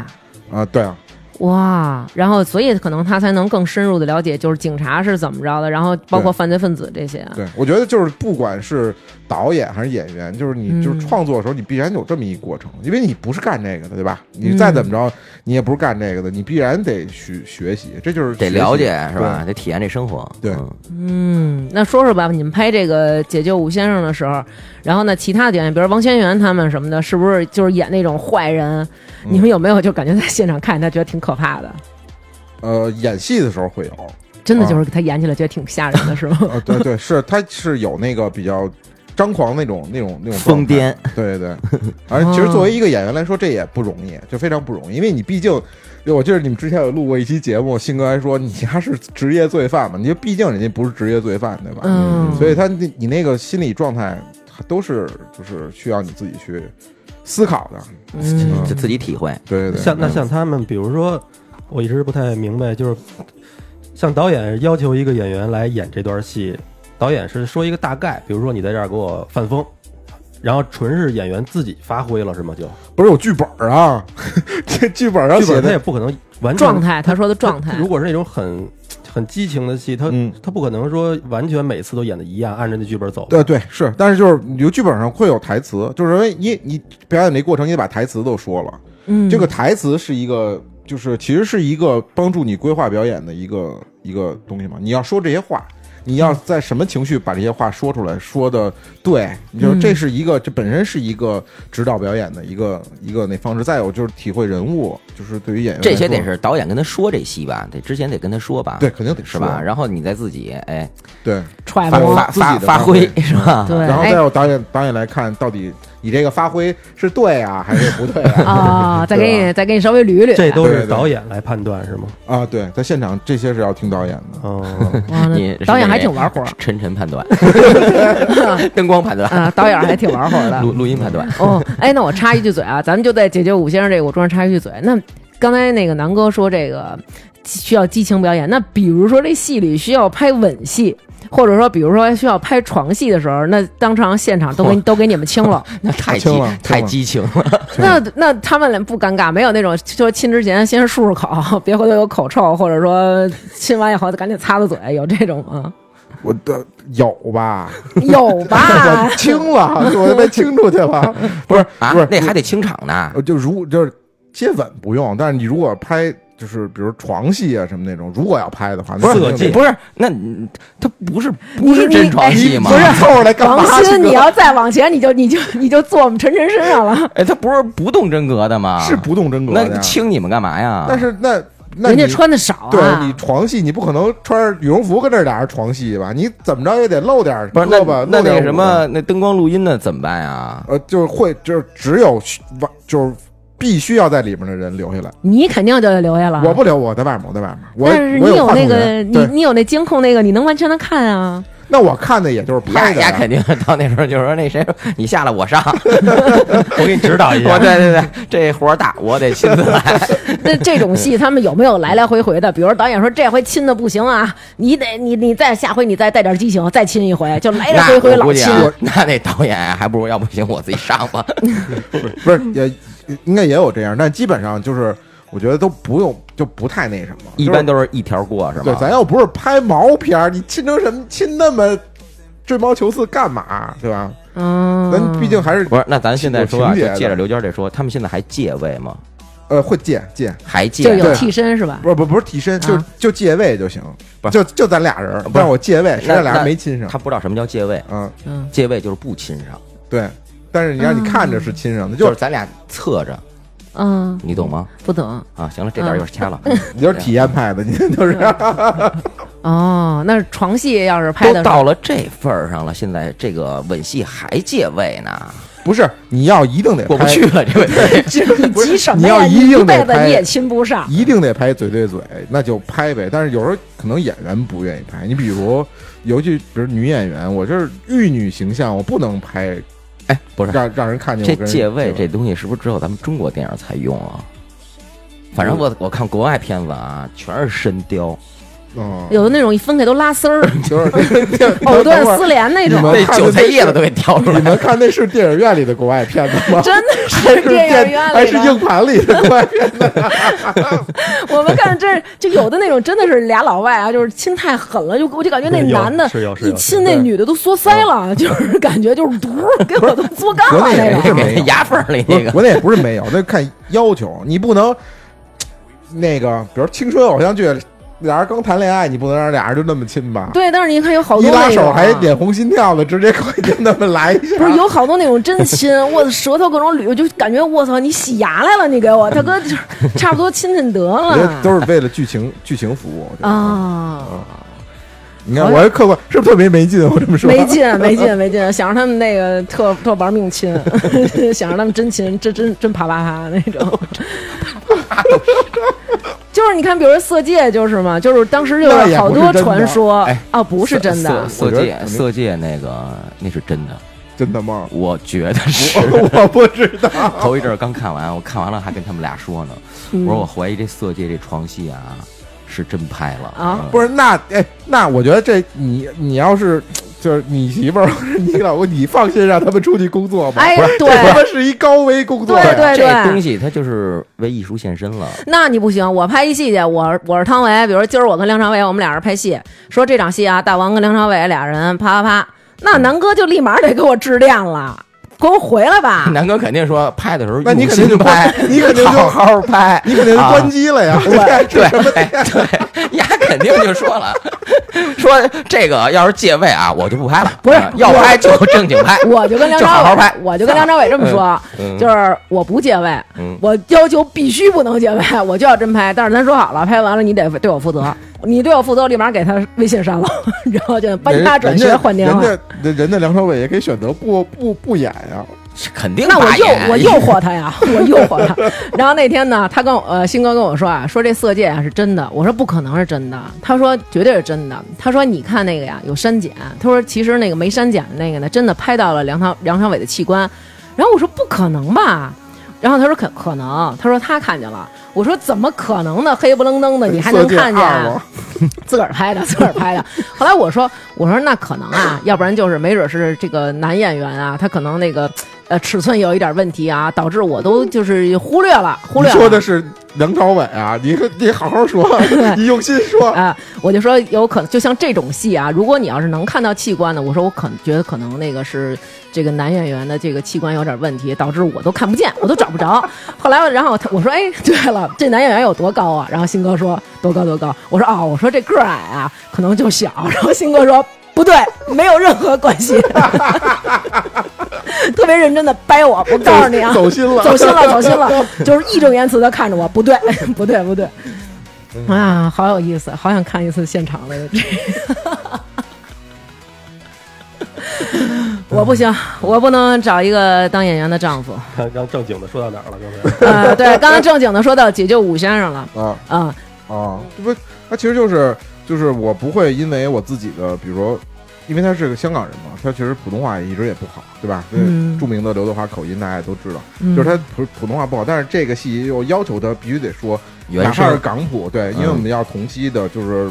D: 啊，对啊，
A: 哇，然后所以可能他才能更深入的了解，就是警察是怎么着的，然后包括
D: 对
A: 犯罪分子这些。啊
D: 对，我觉得就是不管是导演还是演员，就是
A: 嗯
D: 你就是创作的时候，你必然有这么一过程，因为你不是干这个的，对吧？你再怎么着，你也不是干这个的，你必然得学学习，这就是
B: 得
D: 学习
B: 了解是吧？？得体验这生活。
D: 对
B: 嗯
A: 嗯，那说说吧，你们拍这个《解救武先生》的时候，然后呢，其他的演员，比如王千源他们什么的，是不是就是演那种坏人？
D: 嗯
A: 你们有没有就感觉在现场看他觉得挺可怕的？
D: 对呃，演戏的时候会有，
A: 真
D: 啊
A: 的就是他演起来觉得挺吓人的，是吗？
D: 呃，对对，是他是有那个比较张狂那种那种那种
B: 疯
D: 状态
B: 癫，
D: 对对，而其实作为一个演员来说，这也不容易，就非常不容易，因为你毕竟，我记得你们之前有录过一期节目，信哥还说你还是职业罪犯嘛，你就毕竟人家不是职业罪犯，对吧？
A: 嗯，
D: 所以他那你那个心理状态都是就是需要你自己去思考的，
A: 嗯
B: 就自己体会。
D: 对对对，
C: 像那
D: 嗯
C: 像他们，比如说，我一直不太明白，就是像导演要求一个演员来演这段戏，导演是说一个大概，比如说你在这儿给我犯疯，然后纯是演员自己发挥了是吗？就
D: 不是有剧本啊， 这剧本上
C: 剧
D: 写
C: 本他也
D: 的
C: 不可能完全
A: 状态，他说的状态
C: 如，果是那种很很激情的戏，他、
D: 嗯
C: 他不可能说完全每次都演的一样，按着那剧本走。
D: 对对是，但是就是你就剧本上会有台词，就是因为你你表演这过程，你得把台词都说了。
A: 嗯，
D: 这个台词是一个，就是其实是一个帮助你规划表演的一个一个东西嘛。你要说这些话，你要在什么情绪把这些话说出来，说的对，你就
A: 嗯
D: 这是一个，这本身是一个指导表演的一个一个那方式。再有就是体会人物，就是对于演员
B: 这些
D: 来
B: 得
D: 说
B: 是导演跟他说这戏吧，得之前得跟他说吧，
D: 对，肯定得
B: 是
D: 说
B: 吧？？然后你再自己哎
D: 对，
A: 揣
B: 发
D: 我
A: 摩，
B: 发
D: 自己
B: 发
D: 的
B: 发
D: 发挥
B: 挥是吧？
A: 对，
D: 啊然后再
A: 哎
D: 有导演导演来看到底你这个发挥是对啊还是不对 啊？
A: 啊，再给
D: 对
A: 你再给你稍微捋捋，
C: 这都
D: 对
C: 是
D: 对
C: 导演来判断是吗？
D: 啊，对，在现场这些是要听导演的。
C: 嗯，
A: 哇那
B: 你
A: 导演还挺玩火儿
B: 晨晨判断， 灯光判 断，
A: 啊，导演还挺玩火的，
B: 录录音判断，
A: 哦，哎，那我插一句嘴啊，咱们就在解决武先生这个，我专门插一句嘴。那刚才那个南哥说这个需要激情表演，那比如说这戏里需要拍吻戏，或者说比如说需要拍床戏的时候，那当场现场都 给、都给你们清了，
B: 那太
D: 清
B: 激
D: 了
B: 太
D: 清了
B: 激情了。
A: 那那他们俩不尴尬，没有那种就是亲之前先漱漱口，别回头有口臭，或者说亲完以后赶紧擦擦嘴，有这种吗？
D: 我的有吧？
A: 有吧
D: 我？清了，我被清出 去了。不是
B: 啊
D: 不是，
B: 那还得清场呢。
D: 呃，就如就是接吻不用，但是你如果拍就是比如床戏啊什么那种，如果要拍的话，那
C: 不是
D: 肯定
C: 色戒
B: 呃不是，那你他不是不是
A: 你
B: 真床戏
D: 得
B: 吗？
D: 不是凑合来干嘛
A: 王
D: 去？
A: 鑫，
D: 哥
A: 你要再往前，你就你就你就坐我们晨晨身上了。
B: 哎，他不是不动真格的吗？
D: 啊是不动真格的
B: 那
D: 呀，
B: 亲你们干嘛呀？
D: 但是那那
A: 人家
D: 你
A: 穿的少啊，
D: 对你床戏，你不可能穿着羽绒服跟这儿俩人床戏吧？你怎么着也得露点儿
B: 不
D: 胳
B: 是那
D: 膊，
B: 那
D: 露点
B: 那
D: 儿
B: 个什
D: 舞啊
B: 么，那灯光录音的怎么办呀？
D: 呃，就是会就是只有完就是必须要在里面的人留下来，
A: 你肯定就得留下了。
D: 我不留，我在外面，我在外面，我
A: 啊但是你
D: 我有话
A: 那
D: 筒
A: 个，
D: 人
A: 你
D: 对
A: 你有那监控那个，你能完全的看 啊。
D: 那我看的也就是
B: 呀
D: 拍的
B: 呀，
D: 呀，
B: 肯定 到那时候就说那谁，你下来我 上，
C: 我给你指导一
B: 我
C: 下。
B: 对对对，这活儿大，我得亲自来。
A: 那这种戏他们有没有来来回回的？比如导演说这回亲的不行啊，你得你你再下回你再带点激情，再亲一回，就来来哎回
B: 那
A: 回
B: 我
A: 老
B: 估计
A: 亲。
B: 啊，那那导演啊还不如要不行我自己上吧。
D: 不是也应该也有这样，但基本上就是我觉得都不用，就不太那什么。
B: 一般都是啊一条过是
D: 就
B: 吗？
D: 是对，咱要不是拍毛片儿，你亲成什么亲那么追毛求疵干嘛？对吧？
A: 嗯，
D: 咱毕竟还是
B: 不是，那咱现在说啊，
D: 有
B: 就
D: 情节的
B: 借着刘娟这说，他们现在还借位吗？
D: 呃会借借，
B: 还
A: 就
B: 借？
A: 有替身是吧？
D: 不是不是不是替身，就
A: 啊
D: 就借位就行，
B: 不是
D: 就就咱俩人儿，
B: 不是
D: 但是我借位，实
B: 那
D: 在俩
B: 那
D: 人没亲上
B: 他。不知道什么叫借位，
D: 嗯，
A: 嗯，
B: 借位就是不亲上，
D: 对。但是你让你看着是亲上的，
B: 就
D: 就是
B: 咱俩侧着，
A: 嗯，
B: 你懂吗？
A: 不懂
B: 啊，行了，这点儿
A: 嗯
B: 一会儿掐了。
D: 你就是体验派的，你就是
A: 哦。那床戏要是拍
B: 都
A: 的时候
B: 到了这份儿上了，现在这个吻戏还借位呢，
D: 不是你要一 定得
B: 过不
D: 拍
B: 去了，这位。
A: 你急什么
D: 你
A: 呀？
D: 要一
A: 你
D: 定得
A: 辈子
D: 拍
A: 你也亲不上。
D: 一定得拍嘴对嘴，那就拍呗。但是有时候可能演员不愿意拍，你比如，尤其比如女演员，我就是玉女形象，我不能拍
B: 哎，不是，
D: 让让人看见
B: 这
D: 我跟人
B: 借位这东西是不是只有咱们中国电影才用啊？反正我我看国外片子啊，全是神雕，
D: 嗯，
A: 有的那种一分开都拉丝 儿，
D: 就是
A: 藕断
D: 等会儿
A: 丝连那种
D: 你，们
B: 那韭菜叶子都给挑出
D: 你
B: 来。
D: 们看那是电影院里的国外片子 吗？
A: 真的
D: 还
A: 是
D: 是
A: 电影
D: 电还
A: 院里
D: 是
A: 的。
D: 硬盘里的国外片子？
A: 我们看这就有的那种真的是俩老外啊，就是亲太狠了，就我就感觉那
C: 有
A: 男的
C: 是有是有嗯
A: 一亲那
D: 对
A: 女的都缩腮了，就是感觉就是毒给我都嘬干
D: 国
A: 了
D: 内也
A: 那 种。
D: 不是没有
B: 给牙缝儿里
D: 不
B: 那
D: 是，
B: 个，
D: 国内也不是没 有，那看要求，你不能那个，比如青春偶像剧，俩人刚谈恋爱，你不能让俩人就那么亲吧？
A: 对，但是你看有好
D: 一
A: 多那
D: 拉
A: 种
D: 手
A: 啊
D: 还脸红心跳的，直接快就那么来一下。
A: 不是有好多那种真亲，我的舌头各种捋，我就感觉我操，你洗牙来了，你给我大哥就是差不多亲亲得
D: 我觉得
A: 了
D: 都是为了剧情剧情服务。我觉得，
A: 啊。
D: 你看我还客观，是不是特别没劲？我这么说，
A: 没劲，没劲，没劲！想让他们那个特特玩命亲， 想让他们真亲，真真真啪啪啪那种。就是你看，比如说《色戒》，就是嘛，就是当时就
D: 那也
A: 好
D: 不是
A: 多
D: 真的
A: 传说
B: 哎
A: 啊，不是真的，
B: 色
D: 我觉
B: 色
D: 得
B: 戒，色戒那个那是真的，
D: 真的吗？
B: 我觉得是。
D: 我不知道。
B: 头一阵儿刚看完，我看完了还跟他们俩说呢，我说我怀疑这色戒这床戏啊是真拍了
A: 啊
B: 嗯
D: 不是那哎，那我觉得这你你要是就是你媳妇儿或者你老公，你放心让他们出去工作吧。
A: 哎
D: 不是
A: 对
D: 这他妈是一高危工作呀。
A: 对对
B: 这东西它就是为艺术献身了。
A: 那你不行，我拍一戏去，我是我是汤唯，比如说今儿我跟梁朝伟，我们俩人拍戏，说这场戏啊，大王跟梁朝伟俩人啪啪啪，那
D: 嗯
A: 南哥就立马得给我致电了，给我回来吧。
B: 南哥肯定说拍的时候
D: 那你
B: 用
D: 肯
B: 心
D: 定就
B: 拍，
D: 你肯 定就
B: 好好拍，
D: 你肯定是
B: 啊
D: 关机了呀！
B: 对对，丫肯定就说了，说这个要是借位啊，我就不拍了，
A: 不是
B: 啊要拍就正经拍，
A: 我就跟梁朝伟，
B: 就好好拍
A: 我就跟梁朝伟这么说，
B: 嗯
A: 就是我不借位，
B: 嗯
A: 我要求必须不能借位，我就要真拍。但是咱说好了，拍完了你得对我负责，你对我负责，我立马给他微信删了， 然后就搬家转学换电话。
D: 人家人人家梁朝伟也可以选择不不不演呀。
B: 肯定
A: 那我
B: 打
A: 诱
B: 眼
A: 我诱惑他呀，我诱惑他。然后那天呢，他跟我呃新哥跟我说啊，说这色戒啊是真的，我说不可能是真的，他说绝对是真的。他说你看那个呀有删减，他说其实那个没删减的那个呢，真的拍到了梁朝梁朝伟的器官。然后我说不可能吧，然后他说可可能，他说他看见了。我说怎么可能呢？黑不愣登的，你还能
D: 色戒
A: 看见？啊
D: 二吗
A: 自个儿拍的，自个儿拍的。后来我说，我说那可能啊，要不然就是没准是这个男演员啊，他可能那个呃尺寸有一点问题啊，导致我都就是忽略了，忽略
D: 你
A: 了。
D: 说的是梁朝伟啊，你可你好 好说，你用心说。
A: 啊、我就说有可能，就像这种戏啊，如果你要是能看到器官的，我说我可觉得可能那个是这个男演员的这个器官有点问题，导致我都看不见，我都找不着。后来，然后他我说，哎，对了，这男演员有多高啊？然后新哥说多高多高，我说哦，我说这个儿矮啊，可能就小。然后新哥说。不对，没有任何关系， 特别认真的掰我，我告诉你啊，
D: 走走心了
A: 走心了，走心了，就是义正言辞的看着我，不对，不对，不对，
D: 嗯
A: 啊，好有意思，好想看一次现场的这。我不行，我不能找一个当演员的丈夫。
C: 刚刚正经的说到哪儿了？刚才
A: 呃，对，刚才正经的说到解救武先生了
D: 啊
A: 啊、
D: 啊，这不，他其实就是就是我不会因为我自己的，比如说，因为他是个香港人嘛，他其实普通话一直也不好，对吧？
A: 嗯
D: 著名的刘德华口音大家也都知道，
A: 嗯
D: 就是他普普通话不好，但是这个戏又要求他必须得说，哪
B: 原
D: 怕是
B: 声嗯
D: 港普，对，因为我们要同期的，就是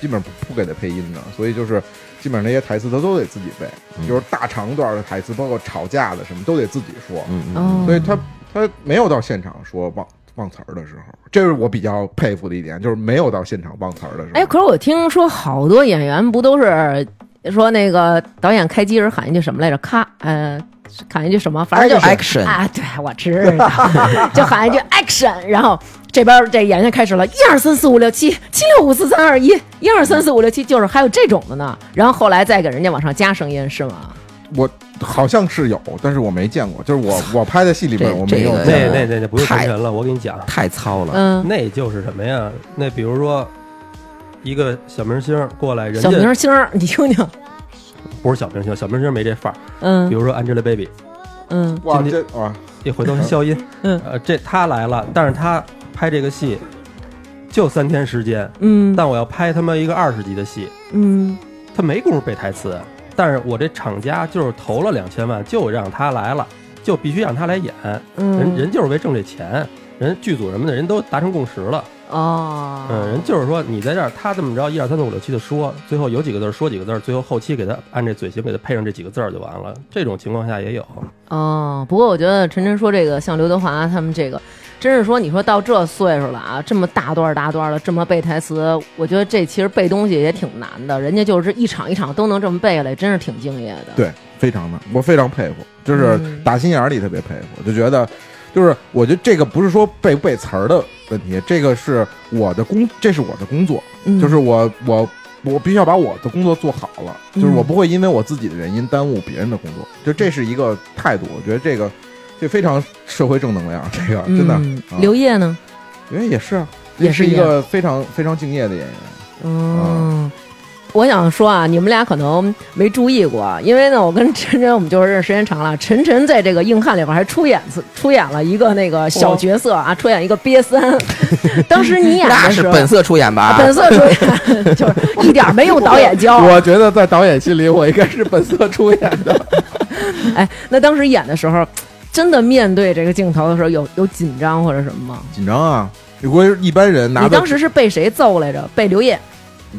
D: 基本上不不给他配音的，所以就是。基本上那些台词他都得自己背，
B: 嗯
D: 就是大长段的台词，包括吵架的什么都得自己说。
B: 嗯嗯
A: 哦，
D: 所以他他没有到现场说忘忘词儿的时候，这是我比较佩服的一点，就是没有到现场忘词儿的时候。
A: 哎，可是我听说好多演员不都是说那个导演开机时喊一句什么来着？咔，呃，喊一句什么？反正就是
B: Action
A: 啊，对我知道， 就喊一句 action，然后这边这演员开始了，一二三四五六七，七六五四三二一，一二三四五六七，就是还有这种的呢。然后后来再给人家往上加声音是吗？
D: 我好像是有，但是我没见过，就 是我我拍的戏里边
B: 这
D: 我没有
B: 这个
D: 见过。
C: 那那那那不用
B: 太
C: 传神了，我给你讲，
B: 太糙了，
A: 嗯，
C: 那就是什么呀？那比如说一个小明星过来，人
A: 小
C: 家
A: 明星儿，你听听，
C: 不是小明星，小明星没这范儿。比
A: 嗯
C: 如说 Angelababy，
A: 嗯
D: 哇，
C: 今
D: 这啊，
C: 一回头消音，
A: 嗯
C: 呃，这她来了，但是她拍这个戏就三天时间，
A: 嗯
C: 但我要拍他妈一个二十集的戏，
A: 嗯，
C: 他没工夫背台词，但是我这厂家就是投了两千万，就让他来了，就必须让他来演，
A: 嗯
C: 人人就是为挣这钱，人剧组什么的人都达成共识了，
A: 哦，
C: 嗯，人就是说你在这儿，他这么着一二三四五六七的说，最后有几个字儿说几个字儿，最后后期给他按这嘴型给他配上这几个字儿就完了。这种情况下也有，
A: 哦，不过我觉得晨晨说这个，像刘德华他们这个，真是说你说到这岁数了啊，这么大段儿大段儿的这么背台词，我觉得这其实背东西也挺难的。人家就是一场一场都能这么背下来，真是挺敬业的。
D: 对，非常的，我非常佩服，就是
A: 嗯
D: 打心眼儿里特别佩服，就觉得，就是我觉得这个不是说背不背词儿的问题，这个是我的工，这是我的工作，
A: 嗯，
D: 就是我我我必须要把我的工作做好了，
A: 嗯
D: 就是我不会因为我自己的原因耽误别人的工作，就这是一个态度，我觉得这个这非常社会正能量，这个真的，
A: 嗯
D: 啊
A: 刘烨呢？
D: 因为也是啊，
A: 也
D: 是
A: 是
D: 一
A: 一样
D: 个非常非常敬业的演员，
A: 嗯，我想说啊，你们俩可能没注意过啊，因为呢，我跟晨晨我们就是认识时间长了。晨晨在这个《硬汉》里边还出演次出演了一个那个小角色啊，出演一个瘪 三。当时你
D: 哎
A: 演
B: 那
A: 的
B: 是
A: 时候，啊
B: 本色出演
D: 啊
B: 吧？
A: 本色出演， 就是 一点儿没用导演教。
D: 我觉得在导演心里，我应该是本色出演的，
A: 哎，那当时演的时候，真的面对这个镜头的时候，有有紧张或者什么吗？
D: 紧张啊。如果一般人拿
A: 你
D: 着
A: 当时是被谁揍来着？被刘烨。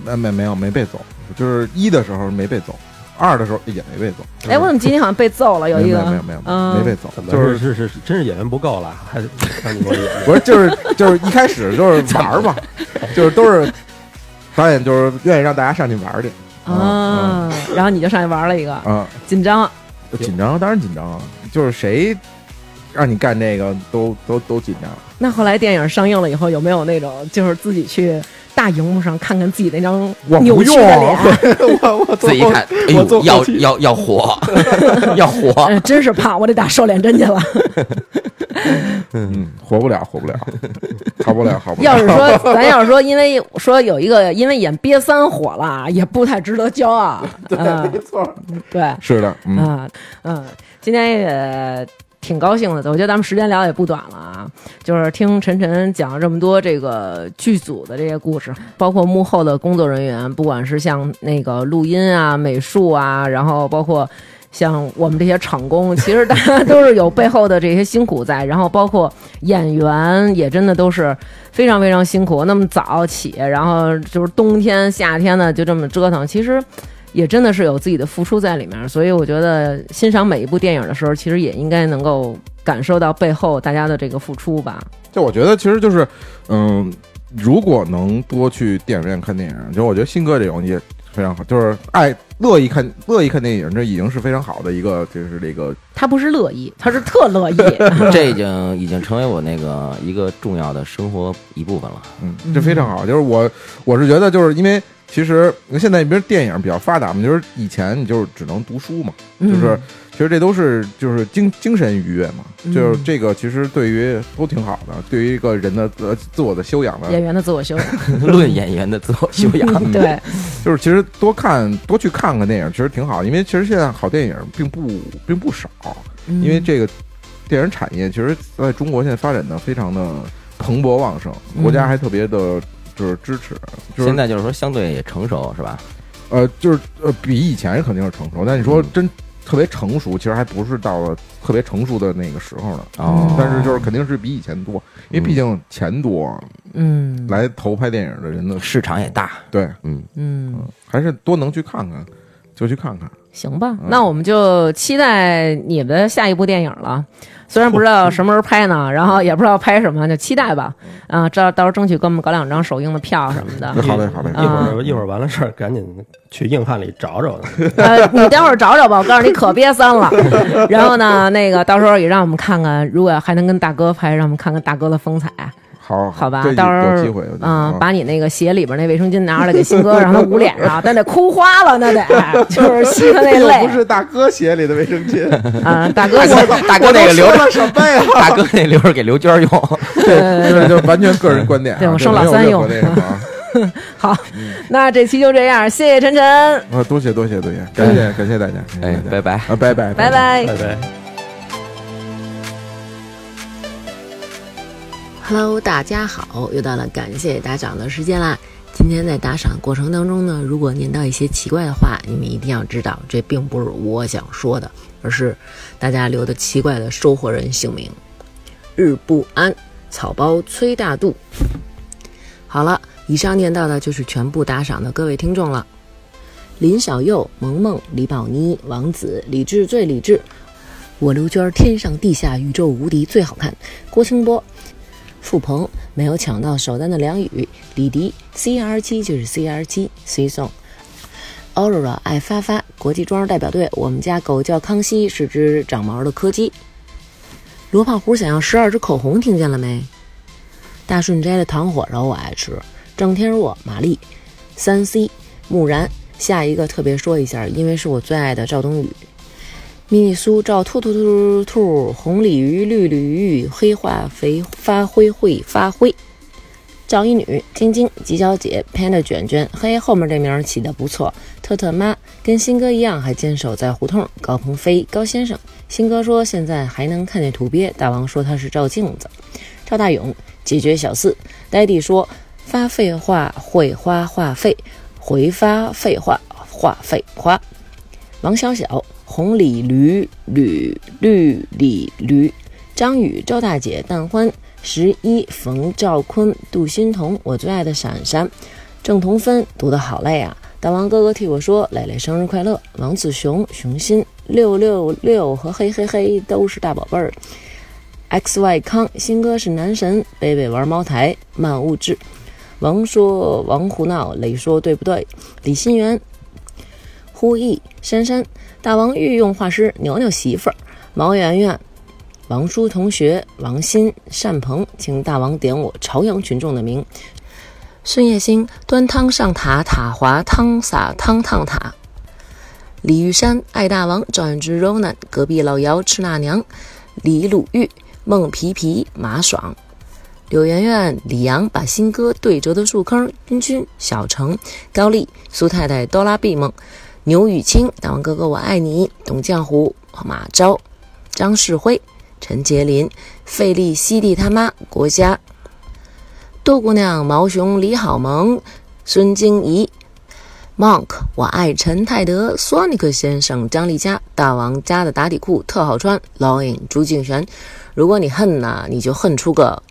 D: 没没没有没被揍，就是一的时候没被揍，二的时候也没被揍。
A: 哎，我怎么今天好像被揍了？有一
D: 嗯没
A: 个
D: 有没有没有没有
A: 嗯
D: 没被揍
C: 怎，么
D: 就是
C: 是是是，真是演员不够了，还让你给我演。
D: 不是就是就是一开始就是玩儿嘛，就是都是导演就是愿意让大家上去玩儿去
A: 啊，然后你就上去玩了一个，
D: 啊，
A: 紧张。
D: 紧张啊当然紧张，就是谁让你干这个都都都紧张。
A: 那后来电影上映了以后，有没有那种就是自己去大荧幕上看看自己那张
D: 我不
A: 扭曲的
D: 用啊
A: 脸，
D: 我我
B: 自 己一看，哎
D: 我
B: 呦
D: 做，
B: 要
D: 后期
B: 要要火， 要火！
A: 呃真是怕，我得打瘦脸针去了。
D: 嗯，活不了活不了，好不了好不了。
A: 要是说咱要是说，因为说有一个因为演瘪三火了，啊也不太值得骄傲。 对，没错，对，
D: 是的，嗯，
A: 啊，嗯，今天也挺高兴的，我觉得咱们时间聊得也不短了啊。就是听晨晨讲了这么多这个剧组的这些故事，包括幕后的工作人员，不管是像那个录音啊、美术啊，然后包括。像我们这些厂工，其实大家 都是有背后的这些辛苦在，然后包括演员也真的都是非常非常辛苦，那么早起，然后就是冬天、夏天的就这么折腾，其实也真的是有自己的付出在里面，所以我觉得欣赏每一部电影的时候，其实也应该能够感受到背后大家的这个付出吧。
D: 就我觉得其实就是，嗯，如果能多去电影院看电影，就我觉得新哥这种也非常好，就是爱乐意看乐意看电影，这已经是非常好的一个，就是这个
A: 他不是乐意，他是特乐 意。
B: 这已经已经成为我那个一个重要的生活一部分了。
D: 嗯，这非常好。就是我我是觉得，就是因为其实现在比如电影比较发达嘛，就是以前你就是只能读书嘛，就是
A: 嗯、
D: 其实这都是就是精精神愉悦嘛，
A: 嗯
D: 就是这个其实对于都挺好的，对于一个人的呃自我的修养呢，
A: 演员的自我修养，
B: 论演员的自我修养，
D: 嗯
A: 对，
D: 就是其实多看多去看看电影，其实挺好，因为其实现在好电影并不并不少，因
A: 嗯
D: 为这个电影产业其实在中国现在发展的非常的蓬勃旺盛，国家
A: 嗯
D: 还特别的就是支持， 就是
B: 现在就是说相对也成熟，是吧？
D: 呃，就是呃，比以前肯定是成熟，但你说
B: 嗯
D: 真特别成熟，其实还不是到了特别成熟的那个时候呢。
B: 哦，
D: 但是就是肯定是比以前多，因为毕竟钱多，
A: 嗯
D: 来投拍电影的人呢，
B: 市场也大，
D: 对，
B: 嗯，
A: 嗯。
D: 还是多能去看看，就去看看。
A: 行吧，
D: 嗯
A: 那我们就期待你们的下一部电影了。虽然不知道什么时候拍呢，然后也不知道拍什么，就期待吧。啊，这到时候争取给我们搞两张首映的票什么的。
D: 好嘞好嘞
C: 一会儿一会儿完了事儿，赶紧去硬汉里找找 去。
A: 呃，你待会儿找找吧，我告诉你可瘪三了。然后呢，那个到时候也让我们看看，如果还能跟大哥拍，让我们看看大哥的风采，
D: 好，
A: 好吧
D: 这？
A: 到时
D: 有
A: 候
D: 机会，有机会
A: 嗯
D: 啊，
A: 把你那个鞋里边那卫生巾拿出来给新哥，让他捂脸上，但得哭花了，那得就是吸的那
D: 又
A: 泪
D: 不哎是大哥鞋里的卫生 巾，
A: 啊。大哥
B: 大，哥大哥那个留
D: 说
B: 着，
D: 了什 么呀？
B: 大哥那留着给刘娟儿用。
D: 对对，就完全个人观点啊，
A: 对我
D: 这
A: 生
D: 没
A: 老
D: 有
A: 三
D: 任
A: 用
D: 何那什么 啊。
A: 好，
D: 嗯
A: 那这期就这样，谢谢晨晨，
D: 啊，多谢多谢多谢，感谢感谢大家，感
B: 哎
D: 谢，大家
B: 拜拜。
D: 啊，拜拜
A: 嗯拜拜
C: 拜。拜。
E: Hello，大家好，又到了感谢打赏的时间啦。今天在打赏过程当中呢，如果念到一些奇怪的话，你们一定要知道，这并不是我想说的，而是大家留的奇怪的收货人姓名。日不安、草包崔大度。好了，以上念到的就是全部打赏的各位听众了。林小佑、萌萌、李宝妮、王子、李志最理智，我刘娟儿天上地下宇宙无敌最好看，郭清波、付鹏没有抢到首单的梁宇、李迪、C R 七就是 C R 七、C 送。Aurora 爱发发国际装饰代表队，我们家狗叫康熙，是只长毛的柯基。罗胖虎想要十二支口红，听见了没？大顺斋的糖火烧我爱吃。郑天若、玛丽、三 C、木然，下一个特别说一下，因为是我最爱的赵冬雨。迷你苏赵兔兔兔兔兔，红鲤鱼绿鲤鱼，黑化肥发灰会发灰。赵一女、晶晶、吉小姐、Panda 卷卷，嘿，后面这名儿起的不错。特特妈跟新哥一样，还坚守在胡同。高鹏飞、高先生，新哥说现在还能看见土鳖。大王说他是照镜子。赵大勇解决小四。呆弟说发废话会花话费，回发废话话费花。王小小、红鲤驴、吕绿鲤驴、张宇、周大姐、蛋欢、十一、冯兆坤、杜欣彤，我最爱的闪闪、郑同芬，读得好累啊！大王哥哥替我说，磊磊生日快乐！王子雄、熊心、六六六和嘿嘿嘿都是大宝贝儿。X Y 康，新哥是男神，贝贝玩猫台，漫物志。王说王胡闹，磊说对不对？李心源，呼毅，珊珊，大王御用画师，牛牛媳妇儿，毛圆圆，王叔同学，王鑫、单鹏，请大王点我朝阳群众的名。孙叶星端汤上塔，塔滑汤洒汤烫塔。李玉山爱大王，赵远之 Ronan，隔壁老姚吃那娘，李鲁豫、孟皮皮、马爽。柳媛媛、李阳把新歌对折的树坑，君君、小程、高丽、苏太太、哆啦 B 梦、牛雨清、大王哥哥我爱你、董江湖、马昭、张世辉、陈杰林、费利西蒂他妈、国家、多姑娘、毛熊、李好萌、孙晶怡、Monk，我爱陈泰德、Sonic 先生、张丽佳、大王家的打底裤特好穿、老影朱敬璇。如果你恨呐、你就恨出个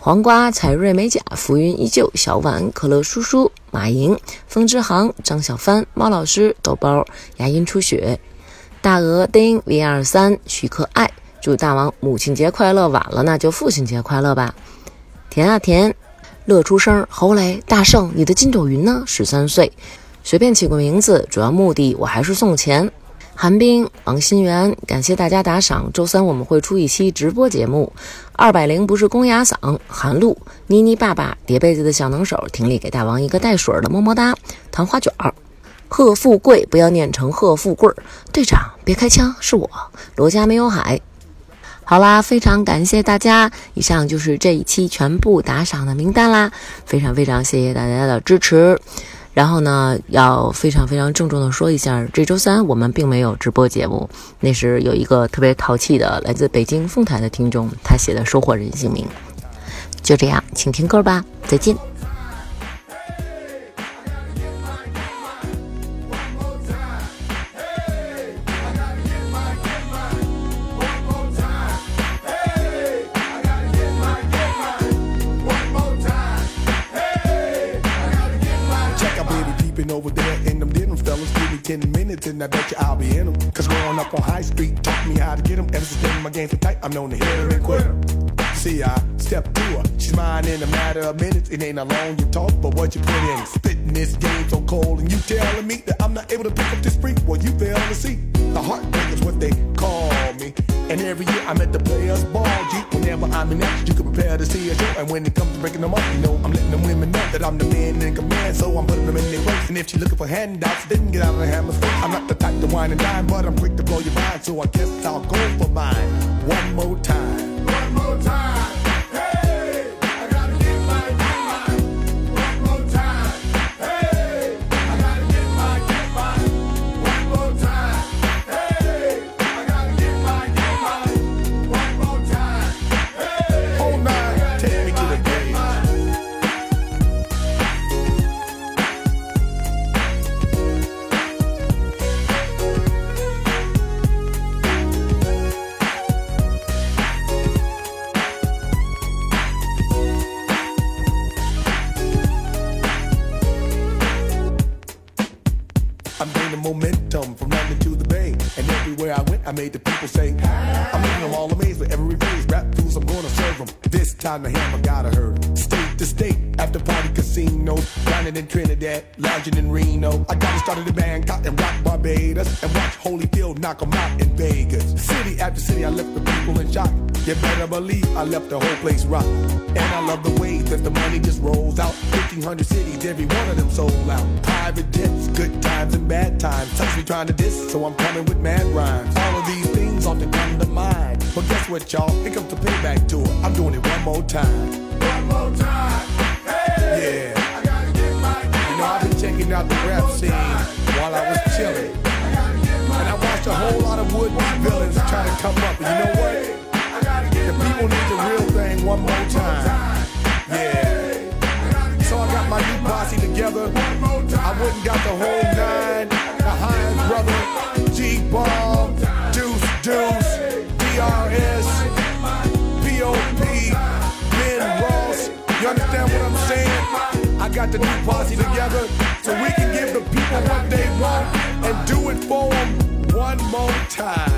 E: 黄瓜、彩瑞美甲、浮云依旧、小婉、可乐叔叔、马莹、风之航、张小帆、猫老师、豆包、牙龈出血、大鹅丁 V 二三、许可爱。祝大王母亲节快乐！晚了，那就父亲节快乐吧。甜啊甜，乐出声。侯雷、大圣，你的筋斗云呢？十三岁，随便起个名字，主要目的我还是送钱。韩冰、王心源，感谢大家打赏。周三我们会出一期直播节目。二百零不是公鸭嗓，韩露、妮妮爸爸、叠被子的小能手，婷丽给大王一个带水儿的么么哒，糖花卷儿。贺富贵，不要念成贺富贵儿。队长，别开枪，是我。罗家没有海，好啦，非常感谢大家，以上就是这一期全部打赏的名单啦，非常非常谢谢大家的支持。然后呢，要非常非常郑重的说一下，这周三我们并没有直播节目，那时有一个特别淘气的来自北京丰台的听众，他写的《收获人姓名》，就这样，请听歌吧，再见。
F: Check, I be peeping over there in them denim fellas. Give me 10 minutes and I bet you I'll be in them. Cause growing up on High Street taught me how to get them. Ever since then, my game's so tight, I'm known to hit her and quit her. See, I step to her. She's mine in a matter of minutes. It ain't how long you talk, but what you put in. Spitting this game so cold, and you telling me that I'm not able to pick up this freak. Well, you fail to see. The heartbreak is what they call me. And every year I'm at the players' ball. G, whenever I'm in action, you can prepare to see a show. And when it comes to breaking them up, you know I'm letting them women know that I'm the man in command. So I'm putting them in their place. And if you're looking for handouts, then get out of the hammer's face. I'm not the type to whine and dine, but I'm quick to blow your mind. So I guess I'll go for mine one more time. One more time. Hey, I gotta get my get mine. One more time. Hey, I gotta get my get mine. One more time. Hey, I gotta get my get mine. One more time. Hey, hold on, oh, take me to the grave. to say. I'm leaving them all amazed with every phrase. Rap fools, I'm gonna serve 'em. This time the hammer gotta hurt 'em. State to state, after party casino. Dining in Trinidad, lounging in Reno. I got to start in Bangkok and rock Barbados. And watch Holyfield knock 'em out in Vegas. City after city, I left the people in shock. You better believe I left the whole place rock. And I love the way that the money just rolls out. 1,500 cities, every one of them sold out. Private jets, good times and bad times. Touch me trying to diss, so I'm coming with mad rhymes. All of these things often come to mind. But guess what, y'all? Here comes the payback tour. I'm doing it one more time. One more time. Hey, yeah. I gotta get my You know, I've been checking out the rap scene while I was chilling. And I watched a whole lot of would be villains try to come up. And you know what? The people need the real thing one more time. Yeah. So I got my new posse together. I went and got the whole nine. The Hines brother, G Ball, Deuce Deuce, DRS, POP, Ben Ross. You understand what I'm saying? I got the new posse together so we can give the people what they want and do it for them one more time. Uh, Oh,